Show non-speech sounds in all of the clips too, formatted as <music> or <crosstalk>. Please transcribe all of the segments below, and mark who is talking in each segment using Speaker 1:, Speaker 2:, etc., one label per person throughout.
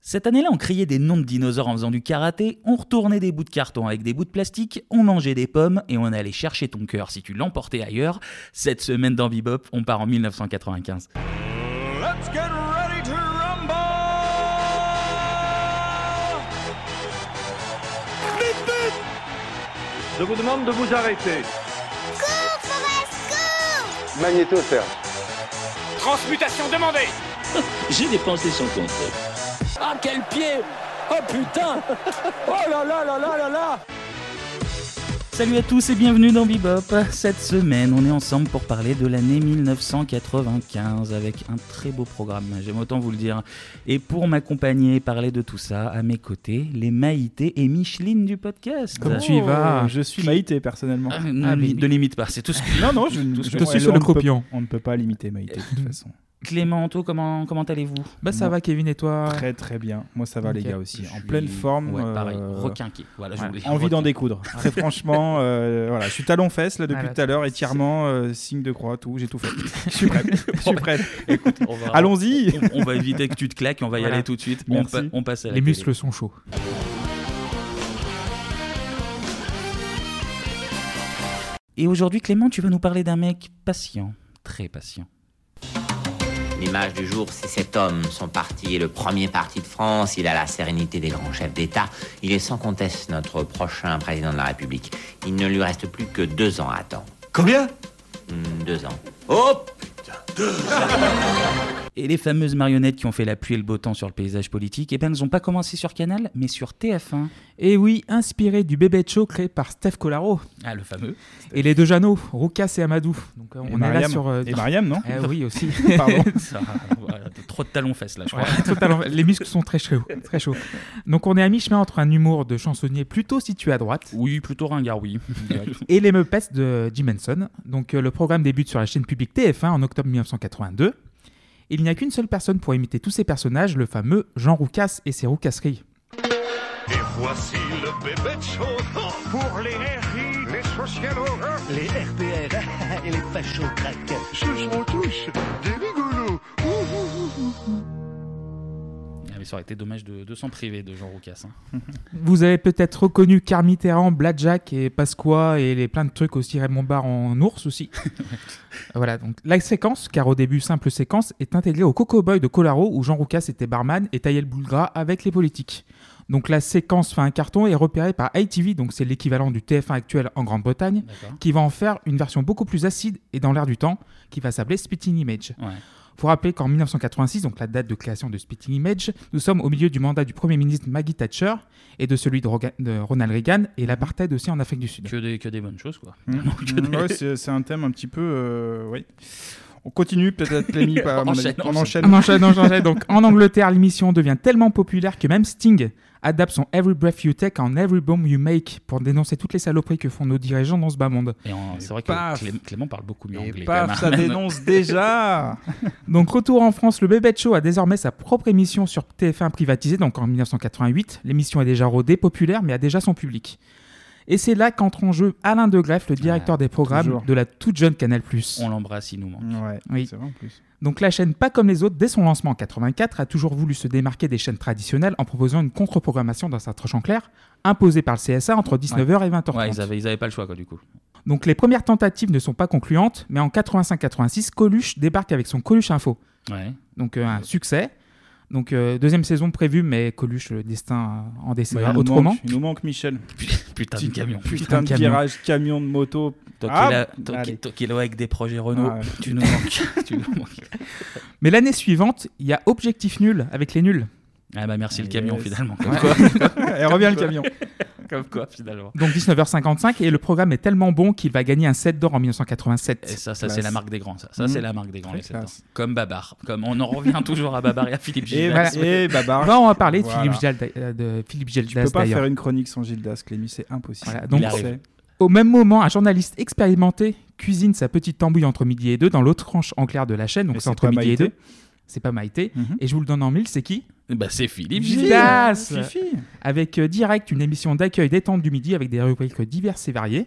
Speaker 1: Cette année-là, on criait des noms de dinosaures en faisant du karaté, on retournait des bouts de carton avec des bouts de plastique, on mangeait des pommes et on allait chercher ton cœur si tu l'emportais ailleurs. Cette semaine dans Bebop, on part en 1995.
Speaker 2: Let's get ready to rumble!
Speaker 3: Je vous demande de vous arrêter.
Speaker 4: Magnétosphère.
Speaker 2: Transmutation demandée!
Speaker 5: J'ai dépensé son compte.
Speaker 6: Ah, quel pied Oh putain <laughs> Oh là là là là là là
Speaker 1: Salut à tous et bienvenue dans Bebop. Cette semaine, on est ensemble pour parler de l'année 1995 avec un très beau programme, j'aime autant vous le dire. Et pour m'accompagner et parler de tout ça, à mes côtés, les Maïté et Micheline du podcast.
Speaker 7: Comment tu y vas Euh, Je suis Maïté personnellement.
Speaker 1: Ah, ne, ne limite pas, c'est tout ce
Speaker 7: <laughs>
Speaker 1: que...
Speaker 7: Non, non, je,
Speaker 8: je te suis sur le croupion.
Speaker 7: On ne peut pas limiter Maïté de toute façon.
Speaker 1: Clément, Anto, comment, comment allez-vous
Speaker 8: Bah ça
Speaker 7: Non.
Speaker 8: va Kevin et toi
Speaker 7: Très très bien. Moi ça va
Speaker 8: Ok.
Speaker 7: les gars aussi.
Speaker 1: Je
Speaker 7: En
Speaker 1: suis-
Speaker 7: pleine forme.
Speaker 1: Ouais, pareil,
Speaker 7: euh,
Speaker 1: requinqué. Voilà, je
Speaker 8: ouais.
Speaker 1: voulais-
Speaker 7: Envie d'en
Speaker 1: requinqué.
Speaker 7: découdre. Très franchement, euh, voilà, je suis talon fesse là depuis
Speaker 8: Ah, là,
Speaker 7: tout à l'heure, étirement, euh, signe de croix, tout, j'ai tout fait. Je suis prêt. Je suis prêt.
Speaker 1: On va-
Speaker 7: Allons-y.
Speaker 1: On, on va éviter que tu te claques, on va y
Speaker 8: Voilà.
Speaker 1: aller tout de suite. On,
Speaker 7: Merci.
Speaker 1: pa- on passe à la
Speaker 8: Les
Speaker 1: télé.
Speaker 8: muscles sont chauds.
Speaker 1: Et aujourd'hui, Clément, tu vas nous parler d'un mec patient, très patient.
Speaker 9: L'image du jour, c'est cet homme. Son parti est le premier parti de France. Il a la sérénité des grands chefs d'État. Il est sans conteste notre prochain président de la République. Il ne lui reste plus que deux ans à attendre.
Speaker 2: Combien?
Speaker 9: Hmm, deux ans. Oh
Speaker 1: Et les fameuses marionnettes qui ont fait la pluie et le beau temps sur le paysage politique, eh ben, elles n'ont pas commencé sur Canal, mais sur TF1.
Speaker 8: Et Eh oui, inspiré du bébé de show créé par Steph Collaro
Speaker 1: Ah, le fameux. <laughs>
Speaker 8: et les deux Jeannots, Roukas et Amadou. Donc euh,
Speaker 7: Et
Speaker 8: on est là
Speaker 7: Mariam.
Speaker 8: sur. euh,
Speaker 7: Et
Speaker 8: <laughs>
Speaker 7: Mariam, non
Speaker 8: Eh oui aussi.
Speaker 7: <laughs> Pardon.
Speaker 1: Ça, voilà, t'as trop de talons fesses, là, je crois.
Speaker 8: Ouais, totalement. Les muscles sont très chauds, très chauds. Donc on est à mi-chemin entre un humour de chansonnier plutôt situé à droite
Speaker 1: Oui, plutôt ringard, oui.
Speaker 8: et les Muppets de Jim Henson. Donc euh, le programme débute sur la chaîne publique TF1 en octobre 1982. Il n'y a qu'une seule personne pour imiter tous ces personnages, le fameux Jean Roucas et ses roucasseries.
Speaker 2: Et voici le bébé de chaud pour les RI, les social les RPR et les fachos craques. Ce sont tous des rigolos.
Speaker 1: Ah, mais ça aurait été dommage de, de s'en priver de Jean Roucas. hein.
Speaker 8: Vous avez peut-être reconnu Carmitterrand, Blackjack et Pasqua et les plein de trucs aussi Raymond Barre en ours aussi. voilà, donc la séquence, car au début simple séquence, est intégrée au Coco Boy de Colaro où Jean Roucas était barman et taillait le boule gras avec les politiques. Donc la séquence fait un carton et est repérée par ITV, donc c'est l'équivalent du TF1 actuel en Grande-Bretagne,
Speaker 1: D'accord.
Speaker 8: qui va en faire une version beaucoup plus acide et dans l'air du temps, qui va s'appeler Spitting Image.
Speaker 1: Ouais.
Speaker 8: Faut rappeler qu'en 1986, donc la date de création de Spitting Image, nous sommes au milieu du mandat du Premier ministre Maggie Thatcher et de celui de, Roga- de Ronald Reagan et l'apartheid aussi en Afrique du Sud.
Speaker 1: Que des, que des bonnes choses, quoi.
Speaker 7: Mm. Mm. Ouais, c'est c'est un thème un petit peu. euh, oui. On continue peut-être Clémy, par- à mon avis.
Speaker 1: Enchaîne,
Speaker 7: on enchaîne.
Speaker 8: Ah, non, j'en- non, j'en- Donc en Angleterre, l'émission devient tellement populaire que même Sting adapte son Every Breath You Take en Every Bomb You Make pour dénoncer toutes les saloperies que font nos dirigeants dans ce bas monde.
Speaker 1: Et en- c'est vrai que
Speaker 7: paf.
Speaker 1: Clé- Clément parle beaucoup mieux anglais.
Speaker 7: Et
Speaker 1: quand
Speaker 7: paf,
Speaker 1: même, <laughs>
Speaker 7: ça
Speaker 1: hein.
Speaker 7: dénonce déjà.
Speaker 8: Donc retour en France, le Bébé de Show a désormais sa propre émission sur TF1 privatisée, donc en 1988. L'émission est déjà rodée, populaire, mais a déjà son public. Et c'est là qu'entre en jeu Alain De Greff, le
Speaker 1: Ah,
Speaker 8: directeur des programmes
Speaker 7: toujours.
Speaker 8: de la toute jeune Canal+.
Speaker 1: On l'embrasse, il nous manque.
Speaker 7: Ouais,
Speaker 8: Oui.
Speaker 7: c'est vrai en plus.
Speaker 8: Donc la chaîne, pas comme les autres, dès son lancement en 84, a toujours voulu se démarquer des chaînes traditionnelles en proposant une contre-programmation dans sa tranche en clair, imposée par le CSA entre 19h et 20h30.
Speaker 1: Ouais, ils avaient, ils avaient pas le choix, quoi, du coup.
Speaker 8: Donc les premières tentatives ne sont pas concluantes, mais en 85-86, Coluche débarque avec son Coluche Info.
Speaker 1: Ouais.
Speaker 8: Donc euh, un succès. Donc euh, deuxième saison prévue, mais Coluche, le destin euh, en
Speaker 7: Bah,
Speaker 8: décevra
Speaker 7: il nous
Speaker 8: autrement.
Speaker 7: manque- Il nous manque Michel.
Speaker 1: <laughs> Putain de camion.
Speaker 7: Putain
Speaker 8: de
Speaker 7: de
Speaker 8: camion.
Speaker 7: virage, camion de moto.
Speaker 1: Toi qui
Speaker 7: Ah,
Speaker 1: es là- toi qui-
Speaker 7: allez.
Speaker 1: toi qui es là avec des projets Renault,
Speaker 7: Ah, ouais.
Speaker 1: tu nous manques. <laughs> tu nous manques.
Speaker 8: Mais l'année suivante, il y a Objectif Nul avec les nuls.
Speaker 1: Ah bah merci le
Speaker 7: Yes.
Speaker 1: camion finalement. Comme
Speaker 8: Ouais.
Speaker 1: quoi,
Speaker 7: Et revient le <laughs> camion.
Speaker 1: comme quoi, finalement.
Speaker 8: Donc 19h55 et le programme est tellement bon qu'il va gagner un set d'or en
Speaker 1: Et
Speaker 8: 1987.
Speaker 1: ça, ça c'est
Speaker 7: Classe.
Speaker 1: la marque des grands. Ça, ça
Speaker 7: Mhm.
Speaker 1: c'est la marque des grands.
Speaker 7: Très
Speaker 1: les sept ans.
Speaker 7: classe.
Speaker 1: Comme Babar. Comme on en revient toujours à Babar et à Philippe
Speaker 7: Et,
Speaker 1: Gilbert.
Speaker 8: voilà.
Speaker 7: et Babar.
Speaker 8: Là, on va parler de
Speaker 7: Voilà.
Speaker 8: Philippe Gildas- euh, de Philippe
Speaker 7: Tu
Speaker 8: Gildas
Speaker 7: peux pas
Speaker 8: d'ailleurs.
Speaker 7: faire une chronique sans Gildas, Clémy, c'est impossible.
Speaker 8: Voilà, donc-
Speaker 7: donc,
Speaker 1: Il arrive.
Speaker 8: Au même moment, un journaliste expérimenté cuisine sa petite tambouille entre midi et deux dans l'autre tranche en clair de la chaîne, donc
Speaker 7: Et
Speaker 8: c'est
Speaker 7: c'est
Speaker 8: entre
Speaker 7: pas
Speaker 8: midi et
Speaker 7: Maïté
Speaker 8: deux. C'est pas Maïté.
Speaker 7: Mhm.
Speaker 8: Et je vous le donne en mille, c'est qui
Speaker 1: Bah c'est Philippe
Speaker 8: Gildas.
Speaker 1: Gilbert.
Speaker 7: Fifi.
Speaker 8: Avec euh, direct une émission d'accueil détente du midi avec des rubriques diverses et variées.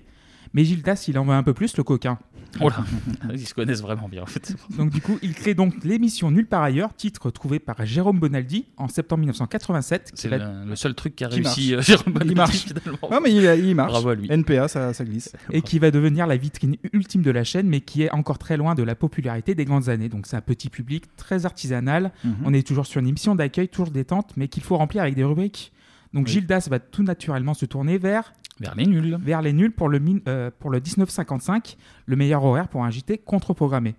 Speaker 8: Mais Gildas, il en veut un peu plus, le coquin.
Speaker 1: <laughs> Voilà. Ah Ils se connaissent vraiment bien en fait.
Speaker 8: Donc du coup, il crée donc l'émission Nulle part ailleurs, titre trouvé par Jérôme Bonaldi en septembre 1987. qui
Speaker 1: C'est
Speaker 8: va-
Speaker 1: le, le seul truc qui a
Speaker 7: Qui marche.
Speaker 1: réussi euh, Jérôme Bonaldi,
Speaker 7: marche.
Speaker 1: finalement.
Speaker 7: Non, mais il, il marche.
Speaker 1: Bravo à lui.
Speaker 7: NPA, ça, ça glisse.
Speaker 8: et qui va devenir la vitrine ultime de la chaîne, mais qui est encore très loin de la popularité des grandes années. Donc c'est un petit public très artisanal.
Speaker 7: Mhm.
Speaker 8: On est toujours sur une émission d'accueil, toujours détente, mais qu'il faut remplir avec des rubriques. Donc
Speaker 1: Oui.
Speaker 8: Gildas va tout naturellement se tourner vers,
Speaker 1: Vers les nuls.
Speaker 8: vers les nuls pour le, min- euh, pour le 1955, le meilleur horaire pour un JT contre-programmé.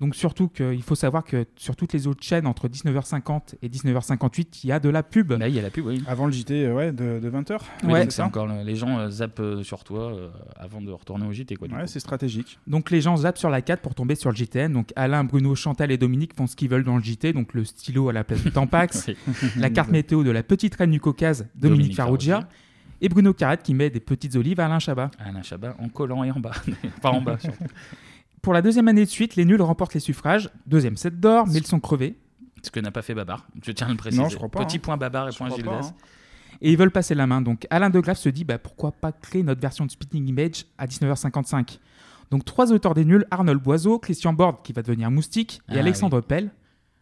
Speaker 8: Donc surtout qu'il faut savoir que sur toutes les autres chaînes, entre 19h50 et 19h58, il y a de la pub.
Speaker 1: Là, il y a la pub, oui.
Speaker 7: Avant le JT, euh, ouais, de, 20h.
Speaker 1: Oui,
Speaker 8: Ouais.
Speaker 1: donc c'est encore le- les gens euh, zappent euh, sur toi euh, avant de retourner au JT quoi. du
Speaker 7: Ouais,
Speaker 1: coup.
Speaker 7: c'est stratégique.
Speaker 8: Donc les gens zappent sur la 4 pour tomber sur le JTN. Donc Alain, Bruno, Chantal et Dominique font ce qu'ils veulent dans le JT. Donc le stylo à la place du
Speaker 1: <laughs>
Speaker 8: Tampax,
Speaker 1: Oui.
Speaker 8: la carte météo de la petite reine du Caucase, Dominique,
Speaker 1: Dominique
Speaker 8: Farrugia,
Speaker 1: Farrugia.
Speaker 8: et Bruno Carrette qui met des petites olives à Alain Chabat.
Speaker 1: Alain Chabat en collant et en bas, <laughs> pas en bas. surtout.
Speaker 8: Pour la deuxième année de suite, les nuls remportent les suffrages. Deuxième set d'or, mais ils sont crevés.
Speaker 1: Ce que n'a pas fait Babar. Je tiens à le préciser.
Speaker 7: Non, je crois pas,
Speaker 1: Petit
Speaker 7: hein.
Speaker 1: point Babar et
Speaker 7: Je
Speaker 1: point
Speaker 7: crois
Speaker 1: Gildas.
Speaker 7: pas, hein.
Speaker 8: Et ils veulent passer la main. Donc Alain de Graaf se dit bah, pourquoi pas créer notre version de Spitting Image à 19h55. Donc trois auteurs des nuls, Arnold Boiseau, Christian Borde qui va devenir moustique, et
Speaker 1: Ah,
Speaker 8: Alexandre Pell,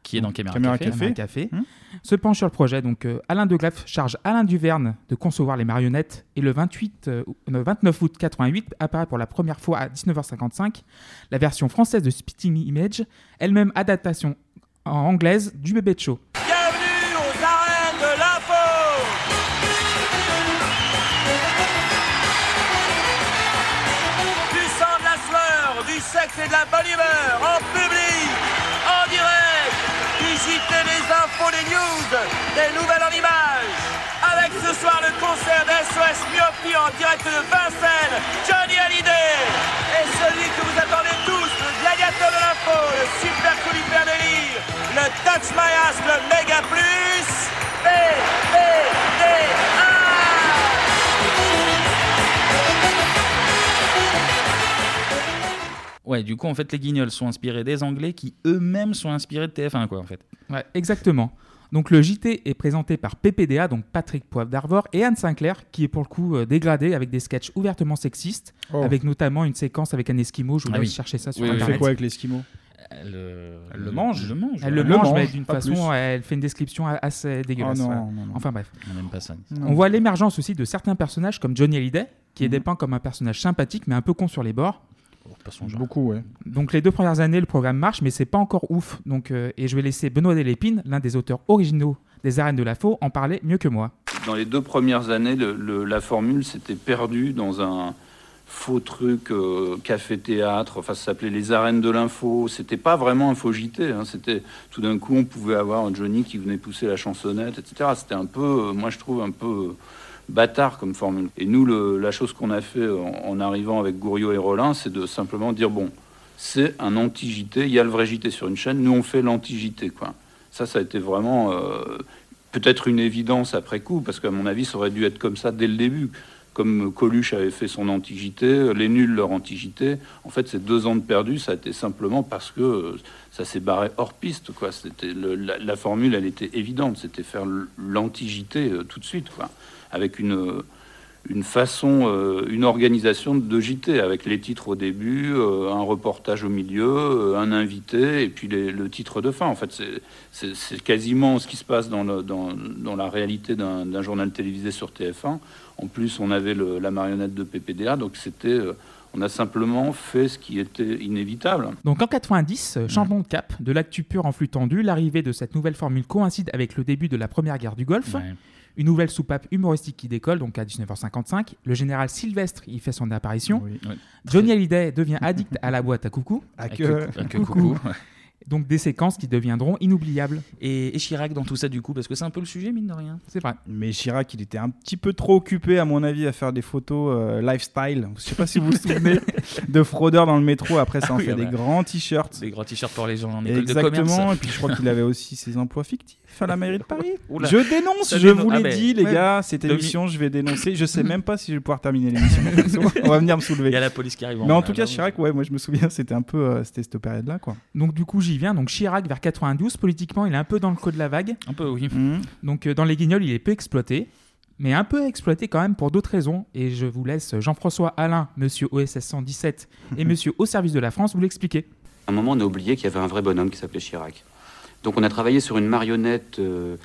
Speaker 1: Qui est dans Caméra,
Speaker 7: Caméra
Speaker 1: Café.
Speaker 7: Café.
Speaker 8: Alain Café,
Speaker 7: Hmm.
Speaker 8: se penche sur le projet. Donc, euh, Alain Deglaff charge Alain Duverne de concevoir les marionnettes et le 28, euh, euh, 29 août 88 apparaît pour la première fois à 19h55 la version française de Spitting Image, elle-même adaptation en anglaise du bébé de show.
Speaker 6: Bienvenue aux arènes de l'info Du sang, de la sueur, du sexe et de la bonne humeur, en public, en direct, visitez les infos, les news, des nouvelles en images. Avec ce soir le concert d'SOS Myopie en direct de Vincennes, Johnny Hallyday. Et celui que vous attendez tous, le gladiateur de l'info, le super colibert délire, le Touch My Ass, le Mega Plus, B, B, D, A.
Speaker 1: Ouais, du coup, en fait, les guignols sont inspirés des Anglais qui eux-mêmes sont inspirés de TF1, quoi, en fait.
Speaker 8: Ouais, exactement. Donc le JT est présenté par PPDA, donc Patrick Poivre d'Arvor, et Anne Sinclair, qui est pour le coup euh, dégradée avec des sketchs ouvertement sexistes,
Speaker 7: Oh.
Speaker 8: avec notamment une séquence avec un Esquimau, je vous
Speaker 1: Ah
Speaker 8: laisse
Speaker 1: oui.
Speaker 8: chercher ça sur
Speaker 1: Oui, oui,
Speaker 7: Il
Speaker 8: Internet.
Speaker 7: fait quoi avec l'esquimau
Speaker 1: Elle, euh,
Speaker 7: Elle le mange.
Speaker 1: Le mange.
Speaker 8: Elle le
Speaker 1: ouais.
Speaker 7: Le
Speaker 8: mange,
Speaker 7: mange,
Speaker 8: mais d'une
Speaker 7: pas
Speaker 8: façon,
Speaker 7: plus.
Speaker 8: elle fait une description a- assez
Speaker 7: Oh
Speaker 8: dégueulasse.
Speaker 7: non,
Speaker 8: voilà.
Speaker 7: non, non.
Speaker 8: Enfin bref.
Speaker 1: On n'aime pas ça.
Speaker 7: Non.
Speaker 8: On voit l'émergence aussi de certains personnages comme Johnny Hallyday, qui est
Speaker 7: Mhm.
Speaker 8: dépeint comme un personnage sympathique mais un peu con sur les bords.
Speaker 1: Oh, pas son genre.
Speaker 7: Beaucoup, ouais.
Speaker 8: Donc les deux premières années, le programme marche, mais c'est pas encore ouf. Donc, euh, et je vais laisser Benoît Delépine, l'un des auteurs originaux des arènes de la faux, en parler mieux que moi.
Speaker 10: Dans les deux premières années, le- le- la formule s'était perdue dans un faux truc euh, café-théâtre. Enfin, ça s'appelait les arènes de l'info. C'était pas vraiment un faux JT. hein. C'était tout d'un coup, on pouvait avoir un Johnny qui venait pousser la chansonnette, etc. C'était un peu, euh, moi je trouve, un peu euh, bâtard comme formule. Et nous, le- la chose qu'on a fait en, en arrivant avec Gouriot et Rollin, c'est de simplement dire bon, c'est un anti-JT. Il y a le vrai JT sur une chaîne. Nous, on fait l'anti-JT, quoi. Ça, ça a été vraiment euh, peut-être une évidence après coup, parce qu'à mon avis, ça aurait dû être comme ça dès le début. Comme Coluche avait fait son anti-JT, les nuls leur anti-JT. En fait, ces deux ans de perdu, ça a été simplement parce que euh, ça s'est barré hors piste. Quoi. C'était le- la, la formule, elle était évidente. C'était faire l- l'anti-JT euh, tout de suite, quoi. avec une, euh, une façon, euh, une organisation de JT, avec les titres au début, euh, un reportage au milieu, euh, un invité, et puis les- le titre de fin. En fait, c'est, c'est c'est quasiment ce qui se passe dans, le- dans- dans la réalité d'un d'un journal télévisé sur TF1. En plus, on avait le- la marionnette de PPDA, donc c'était, euh, on a simplement fait ce qui était inévitable.
Speaker 8: Donc en 90, euh, changement de cap, de l'actu pure en flux tendu, l'arrivée de cette nouvelle formule coïncide avec le début de la première guerre du Golfe.
Speaker 1: Ouais.
Speaker 8: Une nouvelle soupape humoristique qui décolle, donc à 19h55. Le général Sylvestre y fait son apparition.
Speaker 7: Oui.
Speaker 8: Johnny Hallyday devient addict à la boîte à coucou.
Speaker 7: Ah,
Speaker 1: Ah,
Speaker 7: que-
Speaker 1: que- ah, que
Speaker 8: Coucou.
Speaker 1: coucou.
Speaker 7: <laughs>
Speaker 8: Donc des séquences qui deviendront inoubliables.
Speaker 1: Et, et Chirac dans tout ça, du coup, parce que c'est un peu le sujet, mine de rien.
Speaker 8: C'est vrai.
Speaker 7: Mais Chirac, il était un petit peu trop occupé, à mon avis, à faire des photos euh, lifestyle. Je sais pas si vous vous souvenez de Fraudeur dans le métro. Après, ça en
Speaker 1: Ah oui,
Speaker 7: fait
Speaker 1: ah
Speaker 7: des
Speaker 1: bah.
Speaker 7: grands t-shirts.
Speaker 1: Des grands t-shirts pour les gens en école de commerce.
Speaker 7: Exactement. Et puis, je crois qu'il avait aussi ses emplois fictifs à la mairie
Speaker 1: <laughs>
Speaker 7: de Paris.
Speaker 1: Oula.
Speaker 7: Je dénonce,
Speaker 1: Ça
Speaker 7: je
Speaker 1: dénonce.
Speaker 7: vous
Speaker 1: Ah,
Speaker 7: l'ai
Speaker 1: mais-
Speaker 7: dit, les
Speaker 1: ouais.
Speaker 7: gars, cette
Speaker 1: Demi-
Speaker 7: émission, je vais dénoncer. Je sais même pas si je vais pouvoir terminer l'émission. <laughs> On va venir me soulever.
Speaker 1: Il y a Ah, la police qui arrive.
Speaker 7: Mais en
Speaker 1: bas,
Speaker 7: tout cas,
Speaker 1: là-haut.
Speaker 7: Chirac, ouais, moi je me souviens, c'était un peu, euh, c'était cette période-là, quoi.
Speaker 8: Donc du coup j'y viens. Donc Chirac vers 92, politiquement il est un peu dans le creux de la vague.
Speaker 1: Un peu, oui.
Speaker 8: Donc euh, dans les guignols il est peu exploité. mais un peu exploité quand même pour d'autres raisons. Et je vous laisse Jean-François Alain, monsieur OSS 117 et monsieur au service de la France, vous l'expliquer.
Speaker 11: À un moment, on a oublié qu'il y avait un vrai bonhomme qui s'appelait Chirac. Donc on a travaillé sur une marionnette. euh,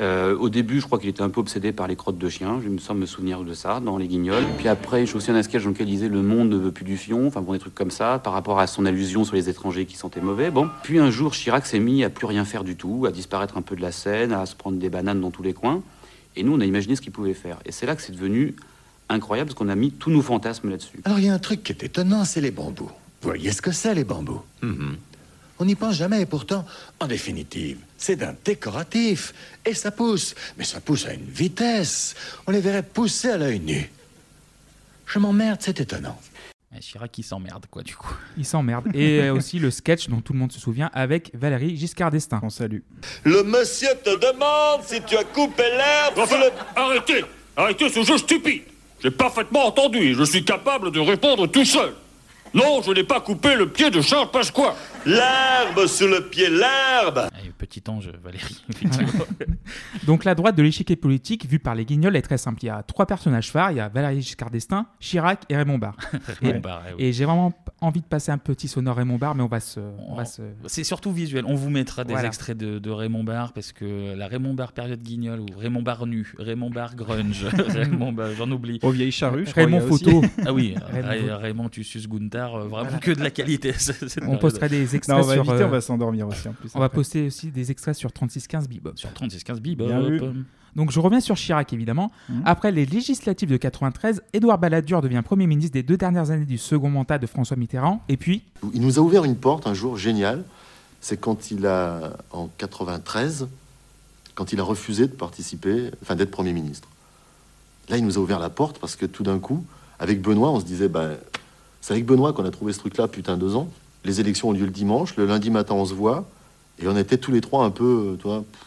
Speaker 11: euh, au début, je crois qu'il était un peu obsédé par les crottes de chiens, je me semble me souvenir de ça, dans Les Guignols. Puis après, il chaussait un sketch dans lequel il disait Le monde ne veut plus du fion, enfin bon, des trucs comme ça, par rapport à son allusion sur les étrangers qui sentaient mauvais. Bon. Puis un jour, Chirac s'est mis à plus rien faire du tout, à disparaître un peu de la scène, à se prendre des bananes dans tous les coins. Et nous, on a imaginé ce qu'il pouvait faire. Et c'est là que c'est devenu incroyable, parce qu'on a mis tous nos fantasmes là-dessus.
Speaker 12: Alors il y a un truc qui est étonnant, c'est les bambous. Vous voyez ce que c'est les bambous On n'y pense jamais et pourtant, en définitive, c'est d'un décoratif. Et ça pousse, mais ça pousse à une vitesse. On les verrait pousser à l'œil nu. Je m'emmerde, c'est étonnant.
Speaker 1: Ah, Chirac qui s'emmerde, quoi, du coup. <laughs>
Speaker 8: Il s'emmerde. Et
Speaker 7: <laughs>
Speaker 8: euh, aussi le sketch dont tout le monde se souvient avec Valérie Giscard d'Estaing.
Speaker 7: On salue.
Speaker 13: Le monsieur te demande si tu as coupé l'herbe.
Speaker 14: Enfin, arrêtez Arrêtez ce jeu stupide J'ai parfaitement entendu et je suis capable de répondre tout seul. Non, je n'ai pas coupé le pied de Charles Pasqua.
Speaker 13: L'herbe sous le pied, l'herbe
Speaker 1: Et Petit ange, Valérie,
Speaker 7: <laughs>
Speaker 1: effectivement.
Speaker 8: Donc la droite de l'échiquier politique, vue par les guignols, est très simple. Il y a trois personnages phares, il y a Valérie Giscard d'Estaing, Chirac et Raymond Barre.
Speaker 1: Raymond
Speaker 8: Et-
Speaker 1: Barre, eh oui.
Speaker 8: Et j'ai vraiment p- envie de passer un petit sonore Raymond Barre, mais on va se... On va se...
Speaker 1: C'est surtout visuel. On vous mettra des
Speaker 8: Voilà.
Speaker 1: extraits de, de Raymond Barre parce que la Raymond Barre période guignol ou Raymond Barre nu, Raymond Barre grunge, Raymond Barre, j'en oublie.
Speaker 7: Aux vieilles charrues, je crois,
Speaker 8: Raymond
Speaker 7: il y a aussi.
Speaker 8: Photo.
Speaker 7: <laughs>
Speaker 1: Ah oui,
Speaker 7: Raymond
Speaker 1: Ray-
Speaker 7: Photo.
Speaker 1: Raymond tu suces Gunther, euh, vraiment que de la qualité. <laughs> cette- cette
Speaker 8: On
Speaker 1: période.
Speaker 8: postera des extraits
Speaker 7: Non, on va
Speaker 8: sur...
Speaker 7: éviter,
Speaker 8: euh,
Speaker 7: on va s'endormir aussi, en plus,
Speaker 8: On va
Speaker 7: après.
Speaker 8: poster aussi des extraits sur 3615 Bebop.
Speaker 1: Sur 3615 Bebop.
Speaker 8: Bien vu. Donc je reviens sur Chirac évidemment.
Speaker 7: Mmh.
Speaker 8: Après les législatives de 93, Édouard Balladur devient Premier ministre des deux dernières années du second mandat de François Mitterrand. Et puis,
Speaker 15: Il nous a ouvert une porte un jour géniale. C'est quand il a, en 93, quand il a refusé de participer, enfin d'être Premier ministre. Là, il nous a ouvert la porte parce que tout d'un coup, avec Benoît, on se disait, ben, c'est avec Benoît qu'on a trouvé ce truc-là, putain, deux ans. Les élections ont lieu le dimanche, le lundi matin, on se voit, et on était tous les trois un peu, euh, tu vois, pff.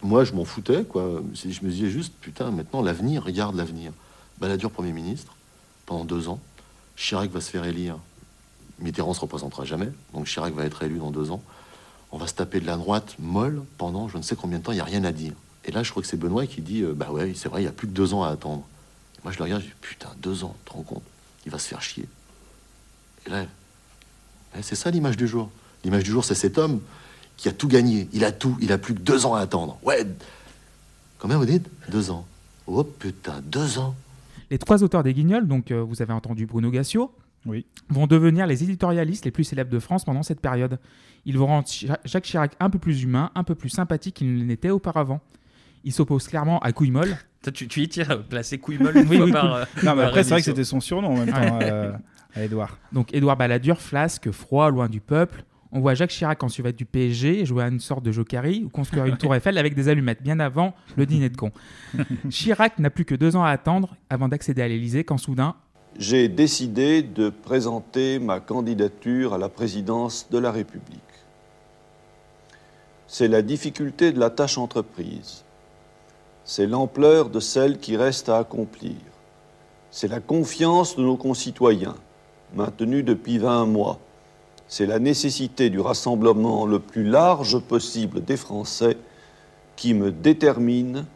Speaker 15: moi, je m'en foutais, quoi. C'est- Je me disais juste, putain, maintenant, l'avenir, regarde l'avenir. Balladur Premier ministre, pendant deux ans, Chirac va se faire élire Mitterrand se représentera jamais, donc Chirac va être élu dans deux ans. On va se taper de la droite molle pendant je ne sais combien de temps, il n'y a rien à dire. Et là, je crois que c'est Benoît qui dit euh, Bah ouais, c'est vrai, il y a plus que deux ans à attendre. Et moi, je le regarde, je dis Putain, deux ans, tu te rends compte Il va se faire chier. Et là, ouais, c'est ça l'image du jour. L'image du jour, c'est cet homme qui a tout gagné, il a tout, il a plus que deux ans à attendre. Ouais Combien vous dites Deux ans. Oh putain, deux ans
Speaker 8: les trois auteurs des Guignols, donc euh, vous avez entendu Bruno Gassio,
Speaker 7: Oui.
Speaker 8: vont devenir les éditorialistes les plus célèbres de France pendant cette période. Ils vont rendre Chira- Jacques Chirac un peu plus humain, un peu plus sympathique qu'il ne l'était auparavant. Il s'oppose clairement à Couillemolle.
Speaker 1: Toi, tu, tu y tiens, placer couille molle une fois par. euh,
Speaker 7: Non, mais
Speaker 1: par
Speaker 7: après, c'est vrai que
Speaker 1: émission.
Speaker 7: c'était son surnom en même temps euh, à Edouard.
Speaker 8: Donc Édouard Balladur, flasque, froid, loin du peuple. On voit Jacques Chirac en suivette du PSG jouer à une sorte de jokari ou construire une tour Eiffel avec des allumettes, bien avant le dîner de con. Chirac n'a plus que deux ans à attendre avant d'accéder à l'Élysée quand soudain,
Speaker 16: J'ai décidé de présenter ma candidature à la présidence de la République. C'est la difficulté de la tâche entreprise. C'est l'ampleur de celle qui reste à accomplir. C'est la confiance de nos concitoyens, maintenue depuis 20 mois. C'est la nécessité du rassemblement le plus large possible des Français qui me détermine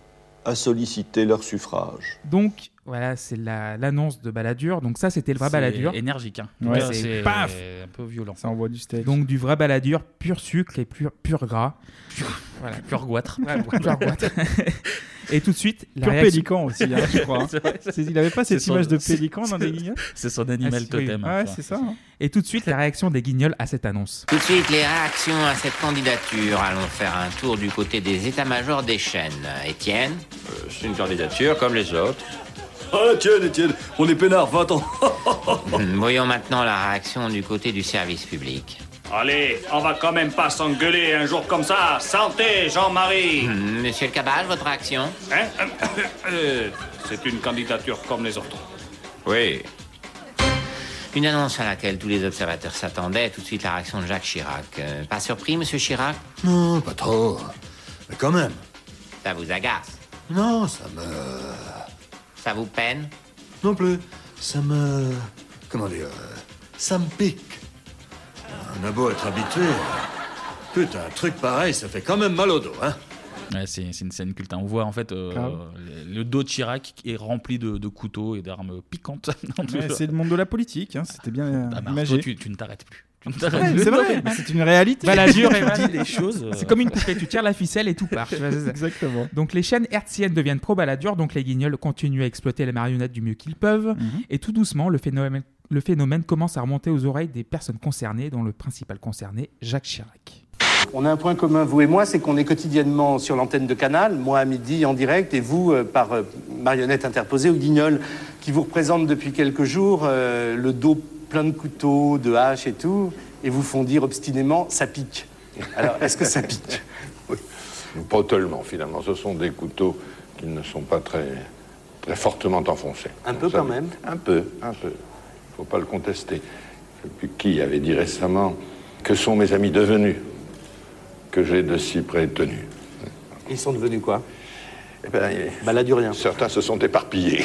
Speaker 16: à solliciter leur suffrage.
Speaker 8: donc voilà, c'est la- l'annonce de Balladur. Donc ça, c'était le vrai
Speaker 1: C'est
Speaker 8: Balladur.
Speaker 1: énergique, hein.
Speaker 7: Ouais,
Speaker 1: C'est-
Speaker 7: c'est-
Speaker 1: paf un peu
Speaker 7: <laughs>
Speaker 1: violent.
Speaker 7: Ça envoie du steak.
Speaker 8: Donc du vrai Balladur, pur sucre et pur, pur gras. Voilà.
Speaker 1: Pur goitre.
Speaker 8: Voilà, pur goitre. et tout de suite, la
Speaker 7: Pur
Speaker 8: réaction-
Speaker 7: pélican aussi, hein, je crois. hein.
Speaker 1: <laughs> C'est vrai,
Speaker 7: C'est- il avait pas
Speaker 1: c'est
Speaker 7: cette
Speaker 1: son-
Speaker 7: image de
Speaker 1: c'est-
Speaker 7: pélican dans les <laughs> guignols
Speaker 1: C'est son animal
Speaker 8: Ah, si, oui.
Speaker 1: totem. hein, tu vois.
Speaker 8: Et tout de suite, la réaction des guignols à cette <laughs> annonce.
Speaker 9: Tout de suite, les réactions à cette candidature. Allons faire un tour du côté des états-majors des chaînes. Étienne
Speaker 17: C'est une candidature comme les autres. Ah, tiens, Étienne, on est peinards, 20 ans.
Speaker 9: <laughs> Voyons maintenant la réaction du côté du service public.
Speaker 17: Allez, on va quand même pas s'engueuler un jour comme ça. Santé, Jean-Marie.
Speaker 13: Hmm.
Speaker 9: Monsieur le Cabage, votre réaction
Speaker 17: Hein <coughs> Euh, C'est une candidature comme les autres.
Speaker 9: Oui. Une annonce à laquelle tous les observateurs s'attendaient, tout de suite la réaction de Jacques Chirac. Euh, pas surpris, monsieur Chirac
Speaker 12: Non, pas trop. Mais quand même.
Speaker 9: Ça vous agace
Speaker 12: Non, ça me.
Speaker 9: Ça vous peine
Speaker 12: Non plus. Ça me. Comment dire euh, Ça me pique. On a beau être habitué. Putain, un truc pareil, ça fait quand même mal au dos, hein
Speaker 1: Ouais, c'est c'est une scène culte. hein. On voit en fait euh,
Speaker 7: Grave.
Speaker 1: le, le dos de Chirac qui est rempli de, de couteaux et d'armes piquantes. <laughs>
Speaker 7: Ouais, c'est le monde de la politique, hein, c'était bien
Speaker 1: Ah, Marc,
Speaker 7: imagé.
Speaker 1: toi, tu, tu ne t'arrêtes plus. Tu ne
Speaker 7: Ouais,
Speaker 1: t'arrêtes plus.
Speaker 7: c'est vrai, mais c'est une réalité.
Speaker 8: Bah, la dure
Speaker 1: Tu
Speaker 8: est-
Speaker 1: dis <laughs> des choses. euh,
Speaker 8: C'est comme une poupée, tu tires la ficelle et tout part. tu vois, c'est ça.
Speaker 7: Exactement.
Speaker 8: Donc les chaînes hertziennes deviennent probes à la dure, donc les guignols continuent à exploiter les marionnettes du mieux qu'ils peuvent. Et tout doucement, le phénomène, le phénomène commence à remonter aux oreilles des personnes concernées, dont le principal concerné, Jacques Chirac.
Speaker 18: On a un point commun, vous et moi, c'est qu'on est quotidiennement sur l'antenne de Canal, moi à midi en direct et vous euh, par euh, marionnette interposée au guignol, qui vous représente depuis quelques jours euh, le dos plein de couteaux, de haches et tout, et vous font dire obstinément ça pique. Alors, est-ce que
Speaker 19: <laughs>
Speaker 18: ça pique
Speaker 19: Pas tellement, finalement. Ce sont des couteaux qui ne sont pas très, très fortement enfoncés.
Speaker 18: Un peu
Speaker 19: Ça-
Speaker 18: quand même.
Speaker 19: Un peu, un peu. Il ne faut pas le contester. Je sais plus Qui avait dit récemment Que sont mes amis devenus Que j'ai de si près tenus
Speaker 18: Ils sont devenus quoi Bah,
Speaker 19: Eh ben,
Speaker 18: rien.
Speaker 19: Certains se sont éparpillés.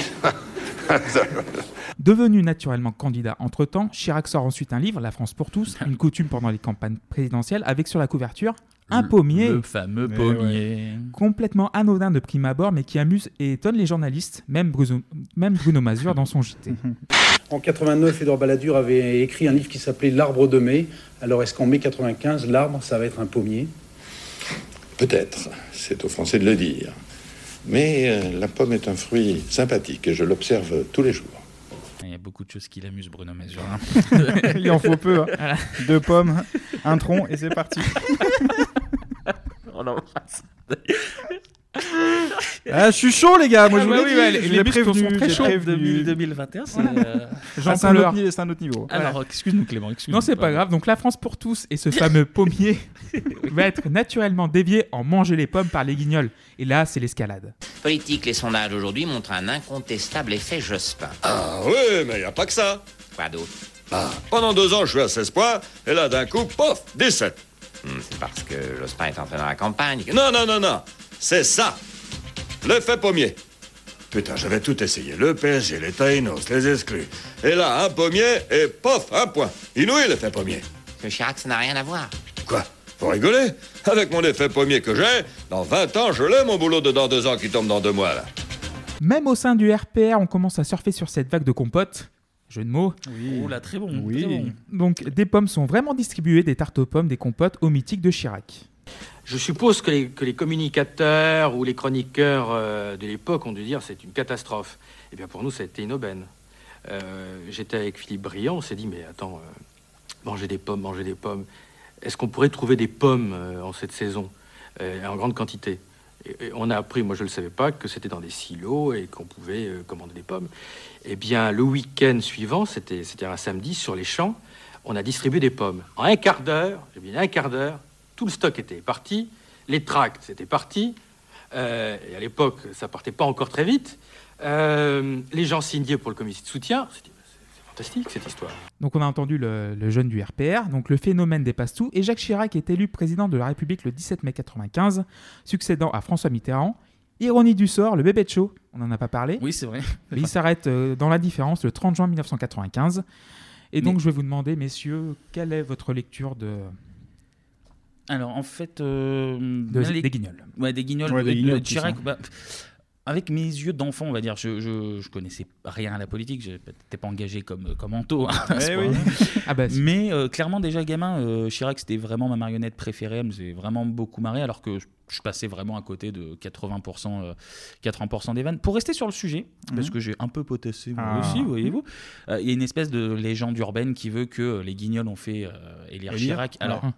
Speaker 8: Devenu naturellement candidat entre-temps, Chirac sort ensuite un livre, La France pour tous,
Speaker 1: <laughs>
Speaker 8: une coutume pendant les campagnes présidentielles, avec sur la couverture un pommier.
Speaker 1: Le fameux
Speaker 8: Mais
Speaker 1: pommier.
Speaker 8: Complètement anodin de prime abord, mais qui amuse et étonne les journalistes, même Bruno, même Bruno Mazur dans son
Speaker 1: <laughs>
Speaker 8: JT.
Speaker 20: En 89, Édouard Balladur avait écrit un livre qui s'appelait L'arbre de mai. Alors est-ce qu'en mai 95, l'arbre, ça va être un pommier
Speaker 19: Peut-être, c'est aux Français de le dire. Mais euh, la pomme est un fruit sympathique et je l'observe tous les jours.
Speaker 1: Il y a beaucoup de choses qui l'amusent, Bruno Mazur. hein.
Speaker 7: <laughs> Il en faut peu. hein.
Speaker 1: Voilà.
Speaker 7: Deux pommes, un tronc et c'est parti.
Speaker 1: On l'embrasse.
Speaker 7: Ah, je suis chaud, les gars. Moi,
Speaker 1: Ah
Speaker 7: je vous
Speaker 1: bah
Speaker 7: l'ai
Speaker 1: oui,
Speaker 7: dit,
Speaker 1: bah, les-
Speaker 7: je
Speaker 1: les
Speaker 7: l'ai
Speaker 1: bus
Speaker 7: prévenu,
Speaker 1: sont très
Speaker 7: j'ai
Speaker 1: chauds.
Speaker 7: prévenu.
Speaker 1: 2000- 2021, c'est, euh,
Speaker 7: J'en
Speaker 8: J'en
Speaker 7: c'est un autre
Speaker 8: pleure.
Speaker 7: niveau- c'est un autre niveau.
Speaker 1: Alors,
Speaker 7: Voilà.
Speaker 1: excuse-nous, Clément. excuse-nous.
Speaker 8: Non, c'est pas grave. Donc, la France pour tous et ce
Speaker 1: <laughs>
Speaker 8: fameux pommier va être naturellement dévié en manger les pommes par les guignols. Et là, c'est l'escalade.
Speaker 9: Politique, les sondages aujourd'hui montrent un incontestable effet Jospin.
Speaker 13: Ah oui, mais il a pas que ça.
Speaker 9: Quoi d'autre
Speaker 13: Ah, pendant deux ans, je suis à 16 points, et là, d'un coup, pof, 17.
Speaker 9: Hmm, C'est parce que Jospin est entré dans la campagne. que-
Speaker 13: Non, non, non, non, c'est ça. L'effet pommier. Putain, j'avais tout essayé. Le PSG, les Taïnos, les exclus. Et là, un pommier, et pof, un point. Inouï, l'effet pommier.
Speaker 9: Le Chirac, ça n'a rien à voir.
Speaker 13: Quoi Vous rigolez Avec mon effet pommier que j'ai, dans 20 ans, je l'ai, mon boulot de dans deux ans qui tombe dans deux mois, là.
Speaker 8: Même au sein du RPR, on commence à surfer sur cette vague de compote. Jeu de mots.
Speaker 1: Oui. Oh là, très bon. Oui.
Speaker 8: Donc, des pommes sont vraiment distribuées, des tartes aux pommes, des compotes au mythique de Chirac.
Speaker 21: Je suppose que les, que les communicateurs ou les chroniqueurs euh, de l'époque ont dû dire c'est une catastrophe. Eh bien, pour nous, ça a été une aubaine. Euh, J'étais avec Philippe Briand, on s'est dit mais attends, euh, manger des pommes, manger des pommes. Est-ce qu'on pourrait trouver des pommes euh, en cette saison, euh, en grande quantité Et- et On a appris, moi je ne le savais pas, que c'était dans des silos et qu'on pouvait euh, commander des pommes. Eh bien, le week-end suivant, c'était c'était un samedi, sur les champs, on a distribué des pommes. En un quart d'heure, j'ai bien dit un quart d'heure, tout le stock était parti, les tracts étaient partis, euh, et à l'époque, ça partait pas encore très vite. Euh, les gens signaient pour le comité de soutien. On s'est dit, C'est c'est fantastique cette histoire.
Speaker 8: Donc on a entendu le, le jeune du RPR, donc le phénomène dépasse tout, et Jacques Chirac est élu président de la République le 17 mai 95, succédant à François Mitterrand. Ironie du sort, le bébé de chaud, on n'en a pas parlé.
Speaker 1: Oui, c'est vrai.
Speaker 8: Mais il s'arrête euh, dans la différence le 30 juin 1995. Et donc
Speaker 1: Mais-
Speaker 8: je vais vous demander, messieurs, quelle est votre lecture de...
Speaker 1: Alors, en fait. euh,
Speaker 8: De-
Speaker 1: bah, les-
Speaker 8: des guignols.
Speaker 1: Ouais, des guignols.
Speaker 8: Ouais, des
Speaker 1: euh,
Speaker 8: guignols,
Speaker 1: de
Speaker 8: plus,
Speaker 1: Chirac,
Speaker 8: hein.
Speaker 1: bah, avec mes yeux d'enfant, on va dire, je, je, je connaissais rien à la politique, je n'étais pas engagé comme, comme Anto. hein, <laughs> à ce
Speaker 8: Eh
Speaker 1: point-là.
Speaker 8: oui. Ah bah, si.
Speaker 1: Mais euh, clairement, déjà gamin, euh, Chirac, c'était vraiment ma marionnette préférée, elle me faisait vraiment beaucoup marrer, alors que je- je passais vraiment à côté de 80%, euh, 80 des vannes. Pour rester sur le sujet, parce
Speaker 7: Mhm.
Speaker 1: que j'ai un peu potassé moi
Speaker 7: Ah.
Speaker 1: aussi, voyez-vous, euh, il y a une espèce de légende urbaine qui veut que les guignols ont fait euh, élire
Speaker 7: Élire
Speaker 1: Chirac. Alors,
Speaker 7: Ouais.